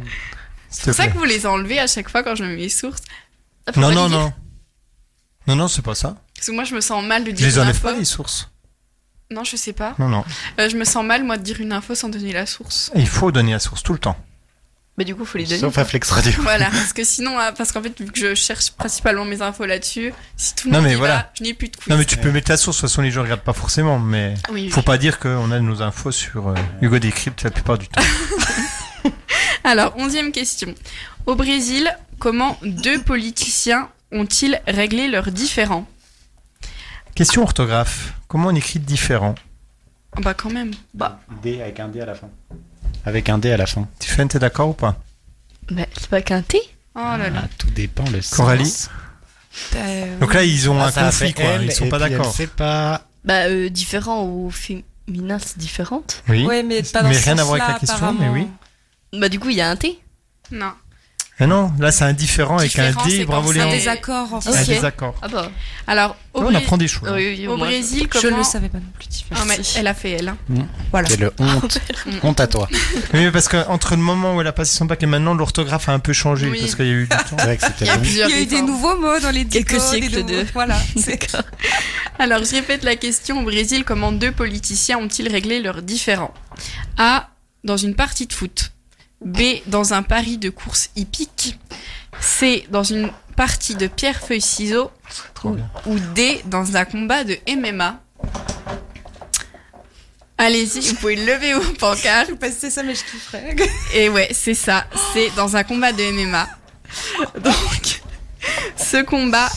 S2: C'est pour ça que vous les enlevez à chaque fois quand je mets mes sources.
S1: Non, non, non. Non, non, c'est pas ça.
S2: Parce que moi, je me sens mal de
S1: Je
S2: dire
S1: les
S2: une
S1: enlève
S2: info.
S1: pas, les sources.
S2: Non, je sais pas.
S1: Non, non.
S2: Euh, je me sens mal, moi, de dire une info sans donner la source.
S1: Il faut donner la source tout le temps.
S6: Bah du coup, faut les donner.
S3: Sauf à Flex Radio.
S2: Voilà, parce que sinon, ah, parce qu'en fait, vu que je cherche principalement mes infos là-dessus, si tout le
S1: Non,
S2: monde
S1: mais
S2: y
S1: voilà.
S2: va, je n'ai plus de quiz.
S1: Non, mais tu peux mettre la source, de toute façon, les gens regardent pas forcément, mais
S2: Ah Oui, oui.
S1: faut pas dire qu'on a nos infos sur euh, Hugo Décrypte la plupart du temps.
S2: Alors, onzième question. Au Brésil, comment deux politiciens ont-ils réglé leurs différends
S1: Question orthographe. Comment on écrit différent
S2: Ah Bah quand même.
S6: Bah,
S3: D avec un D à la fin. Avec un D à la fin.
S1: Tiffany, t'es d'accord ou pas
S6: bah, c'est pas qu'un thé.
S2: oh là là.
S3: Tout dépend le
S1: Coralie
S3: sens.
S9: euh,
S1: Donc là, ils ont
S3: Ah,
S1: un
S3: ça a fait
S1: conflit, quoi.
S3: elle,
S1: Ils sont
S3: et
S1: pas
S3: puis elle
S1: d'accord.
S3: sait pas.
S6: Bah, euh, différent au féminin, c'est différente.
S1: Oui.
S9: Ouais, mais pas dans ce
S1: rien à voir
S9: sens-là,
S1: avec la question, mais oui.
S6: Bah, du coup, il y a un thé.
S2: Non.
S1: Mais non, là, c'est indifférent avec un
S2: Différent,
S1: D,
S2: c'est
S1: bravo
S2: quand
S1: Léon.
S2: c'est-
S9: désaccord, en
S1: Un
S9: fait.
S1: désaccord.
S6: Ah bah.
S2: Alors, au,
S1: Ouais, on
S2: Bré-
S1: apprend des choses. hein.
S6: Oui, oui,
S2: au
S6: moi, je-
S2: Brésil,
S9: Je
S2: comment...
S9: le savais pas non plus, Tiffany.
S2: Ah, mais elle a fait elle. hein.
S9: Voilà.
S3: Quelle honte. honte à toi.
S1: Oui, mais parce qu'entre le moment où elle a passé son bac et maintenant, l'orthographe a un peu changé
S2: Oui.
S1: parce qu'il y a eu du temps.
S3: C'est vrai que c'était long.
S9: Il y a eu des
S2: réformes.
S9: nouveaux mots dans les
S6: Quelques
S9: dico, des
S6: siècles
S9: nouveaux-
S6: de-
S9: Voilà, c'est
S2: Alors, je répète la question. Au Brésil, comment deux politiciens ont-ils réglé leurs différends A. Dans une partie de foot. B. Dans un pari de course hippique. C. Dans une partie de pierre-feuille-ciseaux.
S1: Trop bien.
S2: Ou D. Dans un combat de MMA. Allez-y, vous pouvez lever vos pancartes.
S9: Je passais bah, ça, mais je kifferais.
S2: Et ouais, c'est ça. C'est dans un combat de MMA. Donc, ce combat,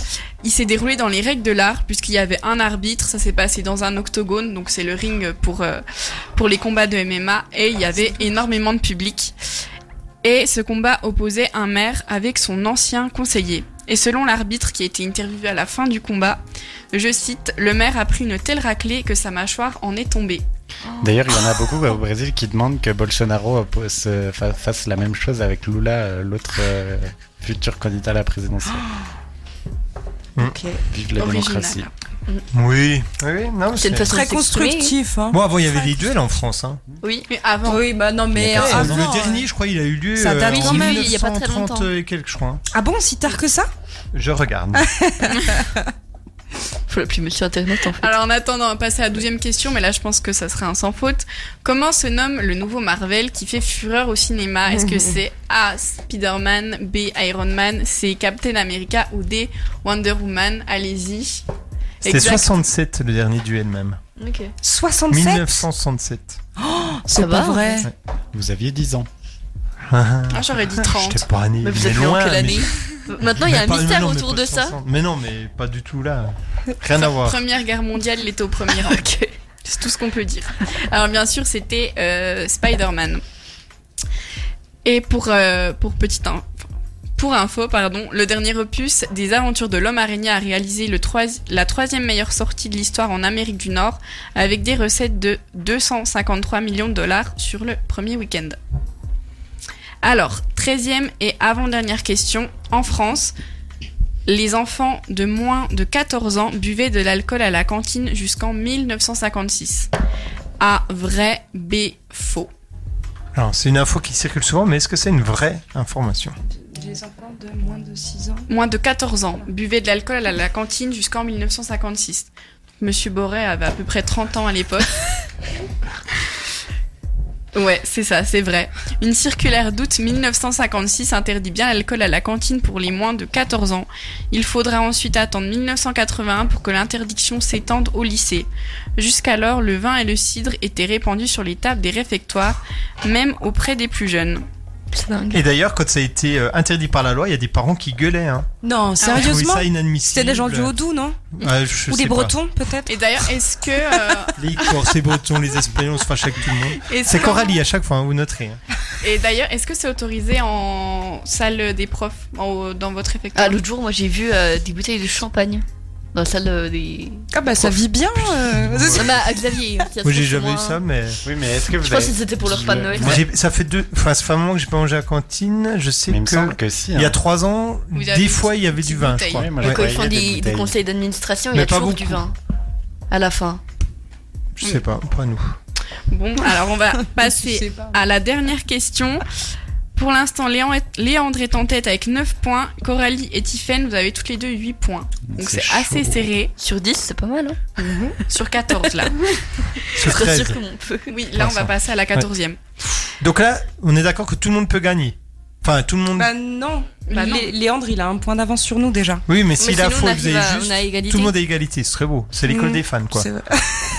S2: il s'est déroulé dans les règles de l'art, puisqu'il y avait un arbitre. Ça s'est passé dans un octogone, donc c'est le ring pour, euh, pour les combats de MMA. Et il y avait énormément de public. Et ce combat opposait un maire avec son ancien conseiller. Et selon l'arbitre qui a été interviewé à la fin du combat, je cite Le maire a pris une telle raclée que sa mâchoire en est tombée.
S3: D'ailleurs, il y en a beaucoup au Brésil qui demandent que Bolsonaro euh, se fa- fasse la même chose avec Lula, euh, l'autre euh, futur candidat à la présidentielle.
S6: Ok.
S3: Vive la
S6: Original.
S3: démocratie.
S1: Oui. Oui, non, mais
S6: C'est une façon
S9: Très
S6: de s'exprimer.
S9: constructif. hein.
S1: Bon, avant, il y avait les duels en France. Hein.
S6: Ah Oui,
S2: mais avant.
S9: Oui, bah non,
S1: Ouais,
S9: mais. euh,
S1: dans
S9: avant,
S1: le dernier,
S9: euh,
S1: je crois, il a eu lieu.
S9: Ça date
S1: euh,
S9: quand
S1: en
S9: même, il y a pas très
S1: 1930
S9: longtemps.
S1: et quelques, je crois. hein.
S9: Ah bon, si tard que ça
S1: Je regarde.
S6: Faut l'appuyer Monsieur Internet en fait.
S2: Alors en attendant, on va passer à la douzième question, mais là je pense que ça sera un sans faute. Comment se nomme le nouveau Marvel qui fait fureur au cinéma Est-ce que c'est A. Spider-Man, B. Iron Man, C. Captain America ou D. Wonder Woman Allez-y.
S1: C'était
S2: Exact.
S1: 67, le dernier duel même.
S2: Ok.
S9: 67
S1: 1967.
S9: Oh, c'est
S6: Ça
S9: pas
S6: va, en
S9: vrai.
S6: fait.
S3: Vous aviez 10 ans.
S2: Ah, j'aurais dit 30.
S1: J'étais pas né,
S6: Mais vous
S1: mais
S6: êtes né en
S1: loin.
S6: quelle
S1: mais-
S6: année Maintenant, il y a
S1: mais
S6: un
S1: pas- mais
S6: mystère
S1: non, mais
S6: autour
S1: pas
S6: de ça.
S1: 60. Mais non, mais pas du tout là. Rien à voir.
S2: Première guerre mondiale, il était au premier rang. C'est tout ce qu'on peut dire. Alors bien sûr, c'était euh, Spider-Man. Et pour, euh, pour petite in- pour info, pardon, le dernier opus des aventures de l'homme araignée a réalisé le troisi- la troisième meilleure sortie de l'histoire en Amérique du Nord avec des recettes de 253 millions de dollars sur le premier week-end. Alors, treizième et avant-dernière question. En France, les enfants de moins de 14 ans buvaient de l'alcool à la cantine jusqu'en 1956. A. Vrai. B. Faux.
S1: Alors, c'est une info qui circule souvent, mais est-ce que c'est une vraie information
S9: Les enfants de moins de 6 ans.
S2: Moins de 14 ans buvaient de l'alcool à la cantine jusqu'en 1956. Monsieur Boré avait à peu près 30 ans à l'époque. Ouais, c'est ça, c'est vrai. Une circulaire d'août 1956 interdit bien l'alcool à la cantine pour les moins de 14 ans. Il faudra ensuite attendre 1981 pour que l'interdiction s'étende au lycée. Jusqu'alors, le vin et le cidre étaient répandus sur les tables des réfectoires, même auprès des plus jeunes.
S1: Et d'ailleurs, quand ça a été euh, interdit par la loi, il y a des parents qui gueulaient. Hein.
S9: Non,
S1: Ils trouvaient
S9: sérieusement
S1: ça inadmissible.
S9: C'était des gens du Haut-Doubs, non
S1: Ouais, je
S9: Ou
S1: sais
S9: des
S1: pas.
S9: Bretons, peut-être
S2: Et d'ailleurs, est-ce que... euh,
S1: Les Corses, les Bretons, les Espagnols, on se fâche avec tout le monde.
S2: Et
S1: C'est
S2: sinon-
S1: Coralie à chaque fois, hein, vous noterez. hein.
S2: Et d'ailleurs, est-ce que c'est autorisé en salle des profs, en- dans votre réfectoire
S6: Ah, l'autre jour, moi j'ai vu euh, des bouteilles de champagne dans la salle euh, des.
S9: Ah bah ça vit bien euh,
S6: Non, mais à Xavier. qui a
S1: Moi, j'ai
S6: trouvé
S1: jamais eu
S6: chez moi. hein.
S1: ça, mais.
S3: Oui, mais est-ce que vous
S6: Je pense
S3: avez-
S6: que c'était pour leur pas de Noël.
S1: Moi, j'ai- Ça fait deux. Enfin, ça fait un moment que j'ai pas mangé à la cantine. Je sais
S3: Mais il me
S1: que.
S3: semble que si,
S1: Il y a
S3: hein.
S1: trois ans,
S6: Vous
S1: des
S6: avez
S1: fois, il y avait du vin, je
S6: Bouteilles.
S1: crois.
S6: Et
S1: Ouais.
S6: quand ils font
S3: Ouais, il y a des
S6: des, des
S3: bouteilles.
S6: conseils d'administration, il y
S1: Mais
S6: a
S1: pas
S6: toujours du
S1: beaucoup.
S6: vin. hein, À la fin.
S1: Je sais pas, pas nous.
S2: Bon, alors on va passer à la dernière question. Pour l'instant, Léan est- Léandre est en tête avec 9 points. Coralie et Tiffaine, vous avez toutes les deux 8 points. Donc
S6: C'est
S2: c'est assez
S6: chaud.
S2: serré.
S6: Sur 10, c'est pas mal, hein
S2: Sur 14, là.
S1: Sur
S6: Je suis
S1: 13.
S6: sûre qu'on peut.
S2: Oui, là, on va passer à la 14e.
S1: Donc là, on est d'accord que tout le monde peut gagner. Enfin, tout le monde.
S9: Bah non.
S2: Bah non.
S9: Lé- Léandre, il a un point d'avance sur nous déjà.
S1: oui, mais si
S9: mais
S1: la
S9: sinon, on
S1: faute,
S9: arrive
S1: vous
S9: à-
S1: avez
S9: on a
S1: juste.
S9: égalité.
S1: Tout le monde est égalité, ce serait beau. C'est l'école
S9: Mmh,
S1: des fans, quoi.
S9: c'est vrai.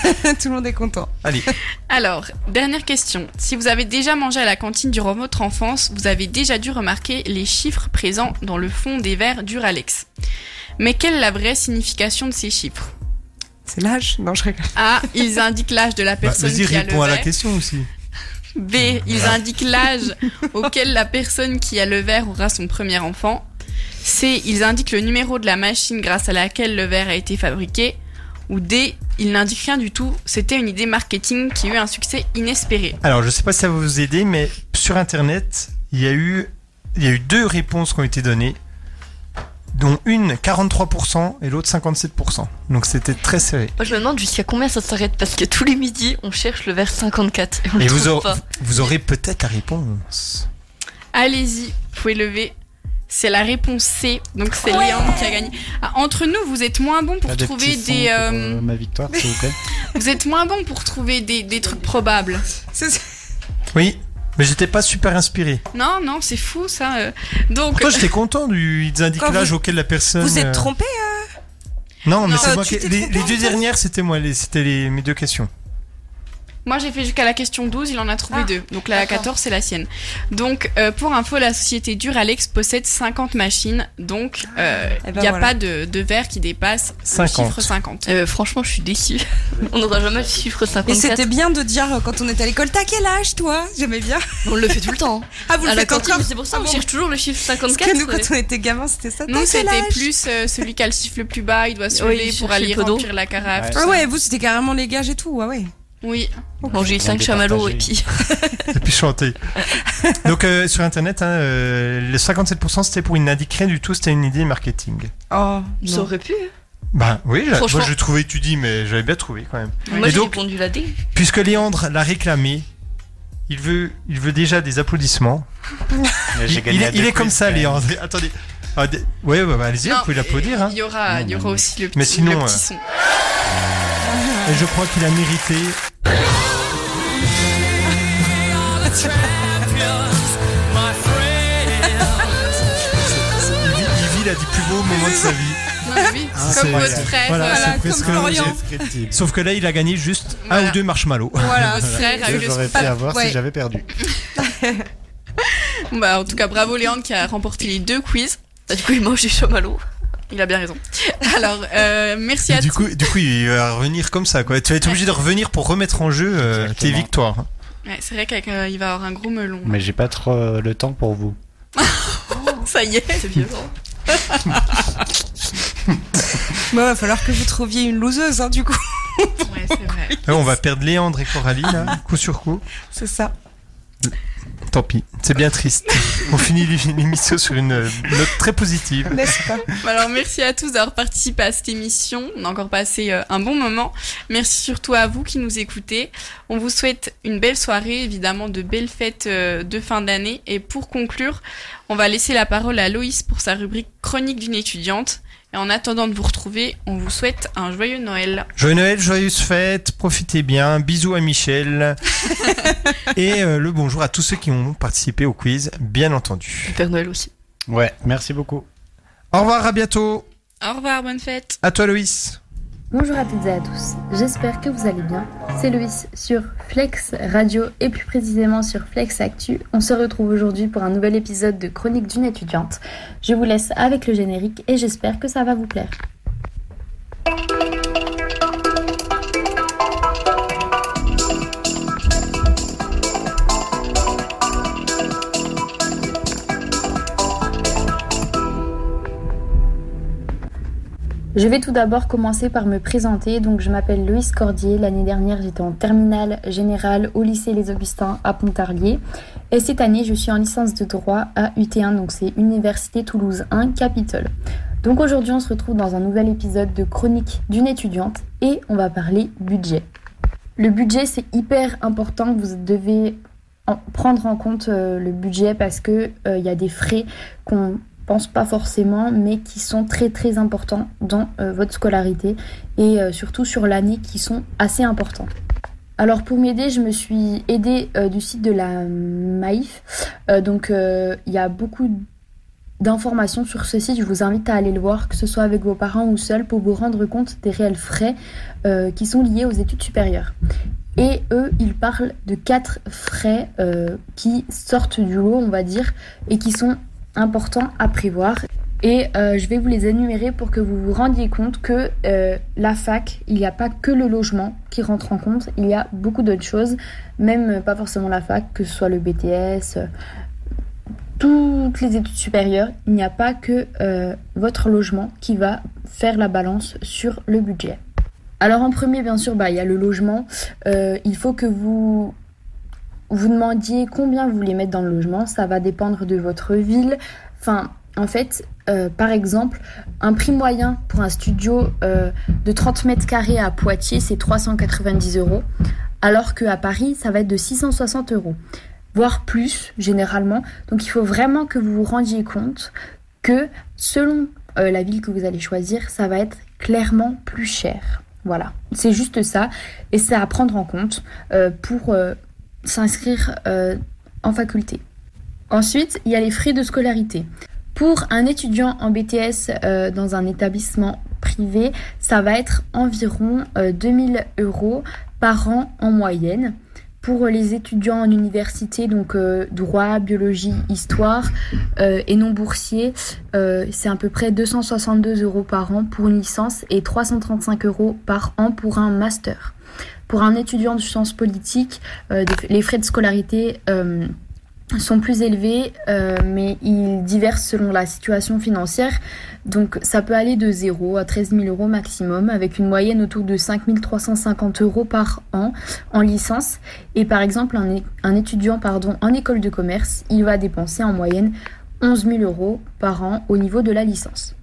S9: Tout le monde est content.
S1: Allez. bah,
S2: Alors, dernière question. Si vous avez déjà mangé à la cantine durant votre enfance, vous avez déjà dû remarquer les chiffres présents dans le fond des verres d'Uralex. Mais quelle est la vraie signification de ces chiffres
S9: C'est l'âge Non, je rigole.
S2: A. Ils indiquent l'âge de la
S1: Bah,
S2: personne
S1: Vas-y,
S2: qui a le
S1: réponds à la
S2: verre.
S1: question aussi.
S2: B. Ils indiquent l'âge auquel la personne qui a le verre aura son premier enfant. C. Ils indiquent le numéro de la machine grâce à laquelle le verre a été fabriqué. Ou D. Ils n'indiquent rien du tout. C'était une idée marketing qui a eu un succès inespéré.
S1: Alors, je sais pas si ça va vous aider, mais sur Internet, il y a eu, il y a eu deux réponses qui ont été données, dont une 43% et l'autre 57%. Donc, c'était très serré.
S6: Moi, je me demande jusqu'à combien ça s'arrête parce que tous les midis, on cherche le verre 54 et on le
S1: et vous,
S6: trouve
S1: aurez-
S6: pas.
S1: vous aurez peut-être la réponse.
S2: Allez-y, vous pouvez lever. C'est la réponse C, donc c'est Léandre qui a gagné. Ah, entre nous, vous êtes moins bon
S3: Là,
S2: pour
S3: des
S2: trouver
S3: petits sons
S2: des,
S3: pour,
S2: euh,
S3: euh, ma victoire, s'il vous plaît.
S1: euh,
S2: vous êtes moins bon pour trouver des, des trucs probables.
S1: Oui, mais j'étais pas super inspiré.
S2: Non, non, c'est fou ça. euh. Donc,
S1: Pourtant, j'étais content du ils indiquent
S2: Quand
S1: l'âge
S2: vous-
S1: auquel la personne.
S9: Vous
S1: euh,
S9: êtes trompé
S1: Non, mais
S2: Non,
S1: c'est
S2: euh,
S1: moi
S2: tu
S1: qui.
S2: t'es
S1: Les,
S2: trompé
S1: les
S2: en
S1: deux
S2: fait.
S1: dernières, c'était moi, les- c'était les- mes deux questions.
S15: Moi, j'ai fait jusqu'à la question 12, il en a trouvé
S6: Ah,
S15: deux. Donc la
S6: d'accord.
S15: 14, c'est la sienne. Donc, euh, pour info, la société Duralex possède 50 machines. Donc, euh, il
S6: Eh ben
S15: n'y a
S6: voilà.
S15: pas de, de verre qui dépasse le
S6: 50.
S15: chiffre 50.
S6: Euh, franchement, je suis déçue. On n'aura jamais le chiffre 54.
S9: Mais c'était bien de dire euh, quand on était à l'école, t'as quel âge toi J'aimais bien.
S6: On le fait tout le temps. hein.
S9: Ah, vous le
S6: À la
S9: faites
S6: cantine,
S9: encore
S6: C'est pour ça
S9: Ah
S6: on
S9: bon
S6: cherche toujours le chiffre 54.
S9: Parce que nous,
S6: euh,
S9: quand on était gamins, c'était ça.
S15: Non,
S9: T'as
S15: c'était
S9: quel âge
S15: plus euh, celui qui a le chiffre le plus bas, il doit se
S9: Oui,
S15: lever
S9: chercher
S15: pour aller
S9: le pot d'eau.
S15: remplir la carafe. tout
S9: Ah
S15: ça.
S9: ouais, vous c'était carrément les gages et tout, ah ouais.
S15: Oui.
S6: Manger cinq chamallows et puis.
S1: Et puis chanter. Donc euh, sur internet, hein, euh, le 57% c'était pour une indique rien du tout, c'était une idée marketing.
S9: Oh,
S6: ça aurait pu. hein.
S1: Ben oui, j'a-
S6: Franchement.
S1: moi j'ai trouvé tu dis, mais j'avais bien trouvé quand même.
S6: Moi,
S1: Et
S6: j'ai
S1: donc,
S6: répondu la D.
S1: puisque Léandre l'a réclamé, il veut, il veut déjà des applaudissements.
S3: Mais
S1: Il,
S3: j'ai gagné
S1: il est-
S3: à deux
S1: il est comme
S3: quiz,
S1: ça,
S3: quand même.
S1: Léandre. Attendez. Ah, des- ouais, ouais, bah, allez-y,
S15: Non,
S1: vous pouvez l'applaudir. hein.
S15: Il y aura, il y aura aussi le petit,
S1: Mais sinon,
S15: le petit
S1: euh,
S15: son.
S1: Et je crois qu'il a mérité. Il vit, il vit, il a des plus beaux moments de sa vie.
S15: Non, mais oui,
S1: Hein,
S15: comme
S1: c'est-
S15: votre frère.
S1: Voilà,
S15: euh,
S1: c'est presque
S3: hein.
S1: Sauf que là, il a gagné juste un
S15: Voilà.
S1: ou deux marshmallows.
S15: Voilà, frère a eu le
S3: J'aurais pu avoir
S15: Ouais.
S3: si j'avais perdu.
S15: Bah, en tout cas, bravo Léandre qui a remporté les deux quiz. Bah, du coup, il mange des chamallows. Il a bien raison. Alors, euh, merci à
S1: Et du
S15: tous.
S1: coup, du coup, il va revenir comme ça, quoi. Tu vas être obligé de revenir pour remettre en jeu euh, tes victoires.
S15: Ouais, c'est vrai qu'il va avoir un gros melon.
S3: Mais j'ai pas trop euh, le temps pour vous.
S15: Ça y est, c'est violent.
S9: Bah, va falloir que vous trouviez une loseuse, hein, du coup.
S15: ouais, c'est vrai.
S1: Ah, on va perdre Léandre et Coralie, là, coup sur coup.
S9: C'est ça.
S1: Tant pis, c'est bien triste. On finit l'é- l'émission sur une euh, note très positive.
S15: Bah Alors merci à tous d'avoir participé à cette émission. On a encore passé euh, un bon moment. Merci surtout à vous qui nous écoutez. On vous souhaite une belle soirée, évidemment de belles fêtes euh, de fin d'année. Et pour conclure, on va laisser la parole à Loïs pour sa rubrique Chronique d'une étudiante. Et en attendant de vous retrouver, on vous souhaite un joyeux Noël.
S1: Joyeux Noël, joyeuse fête, profitez bien, bisous à Michel. et euh, le bonjour à tous ceux qui ont participé au quiz, bien entendu.
S6: Père Noël aussi.
S3: Ouais, merci beaucoup.
S1: Au revoir, à bientôt.
S15: Au revoir, bonne fête.
S1: À toi, Loïs.
S2: Bonjour à toutes et à tous, j'espère que vous allez bien. C'est Loïs sur Flex Radio et plus précisément sur Flex Actu. On se retrouve aujourd'hui pour un nouvel épisode de Chronique d'une étudiante. Je vous laisse avec le générique et j'espère que ça va vous plaire. Je vais tout d'abord commencer par me présenter. Donc, je m'appelle Louise Cordier. L'année dernière, j'étais en terminale générale au lycée Les Augustins à Pontarlier. Et cette année, je suis en licence de droit à UT1, donc c'est Université Toulouse 1 Capitole. Donc aujourd'hui, on se retrouve dans un nouvel épisode de Chronique d'une étudiante et on va parler budget. Le budget, c'est hyper important. Vous devez en- prendre en compte euh, le budget parce que euh, il y a des frais qu'on pense pas forcément, mais qui sont très très importants dans euh, votre scolarité et euh, surtout sur l'année qui sont assez importants. Alors pour m'aider, je me suis aidée euh, du site de la Maif. Euh, donc euh, il y a beaucoup d'informations sur ce site. Je vous invite à aller le voir, que ce soit avec vos parents ou seul, pour vous rendre compte des réels frais euh, qui sont liés aux études supérieures. Et eux, ils parlent de quatre frais euh, qui sortent du lot, on va dire, et qui sont importants à prévoir. Et euh, je vais vous les énumérer pour que vous vous rendiez compte que euh, la fac, il n'y a pas que le logement qui rentre en compte, il y a beaucoup d'autres choses, même euh, pas forcément la fac, que ce soit le BTS, euh, toutes les études supérieures, il n'y a pas que euh, votre logement qui va faire la balance sur le budget. Alors en premier, bien sûr, bah, il y a le logement. Euh, il faut que vous vous demandiez combien vous voulez mettre dans le logement. Ça va dépendre de votre ville. Enfin, en fait, euh, par exemple, un prix moyen pour un studio euh, de 30 mètres carrés à Poitiers, c'est 390 euros. Alors qu'à Paris, ça va être de 660 euros voire plus généralement. Donc il faut vraiment que vous vous rendiez compte que selon euh, la ville que vous allez choisir, ça va être clairement plus cher. Voilà, c'est juste ça et c'est à prendre en compte euh, pour euh, s'inscrire euh, en faculté. Ensuite, il y a les frais de scolarité. Pour un étudiant en BTS euh, dans un établissement privé, ça va être environ euh, 2000 euros par an en moyenne. Pour les étudiants en université, donc euh, droit, biologie, histoire euh, et non boursiers, euh, c'est à peu près 262 euros par an pour une licence et 335 euros par an pour un master. Pour un étudiant de sciences politiques, euh, des- les frais de scolarité euh, sont plus élevés, euh, mais ils diversent selon la situation financière. Donc ça peut aller de 0 à 13 000 euros maximum, avec une moyenne autour de 5 350 euros par an en licence. Et par exemple, un, é- un étudiant pardon, en école de commerce, il va dépenser en moyenne 11 000 euros par an au niveau de la licence.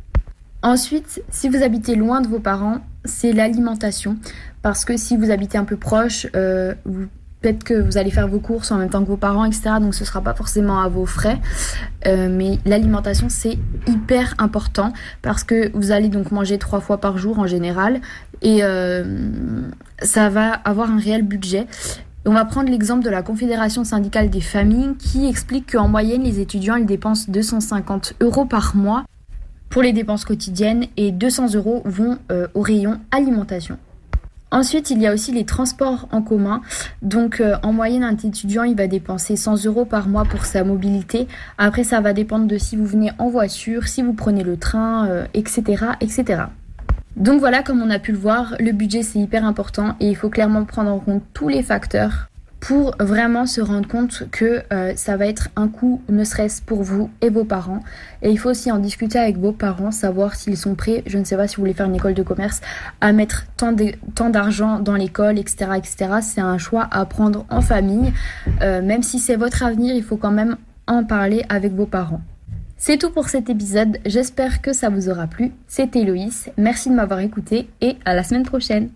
S2: Ensuite, si vous habitez loin de vos parents, c'est l'alimentation. Parce que si vous habitez un peu proche, euh, vous- peut-être que vous allez faire vos courses en même temps que vos parents, etc. Donc ce ne sera pas forcément à vos frais. Euh, mais l'alimentation, c'est hyper important. Parce que vous allez donc manger trois fois par jour en général. Et euh, ça va avoir un réel budget. Et On va prendre l'exemple de la Confédération syndicale des familles qui explique qu'en moyenne, les étudiants ils dépensent 250 euros par mois pour les dépenses quotidiennes et 200 euros vont euh, au rayon alimentation. Ensuite, il y a aussi les transports en commun. Donc, euh, en moyenne, un étudiant, il va dépenser 100 euros par mois pour sa mobilité. Après, ça va dépendre de si vous venez en voiture, si vous prenez le train, euh, etc., etc. Donc voilà, comme on a pu le voir, le budget c'est hyper important et il faut clairement prendre en compte tous les facteurs pour vraiment se rendre compte que euh, ça va être un coût, ne serait-ce pour vous et vos parents. Et il faut aussi en discuter avec vos parents, savoir s'ils sont prêts, je ne sais pas si vous voulez faire une école de commerce, à mettre tant de- tant d'argent dans l'école, etc. etc. C'est un choix à prendre en famille. Euh, même si c'est votre avenir, il faut quand même en parler avec vos parents. C'est tout pour cet épisode, j'espère que ça vous aura plu. C'était Loïs, merci de m'avoir écouté et à la semaine prochaine.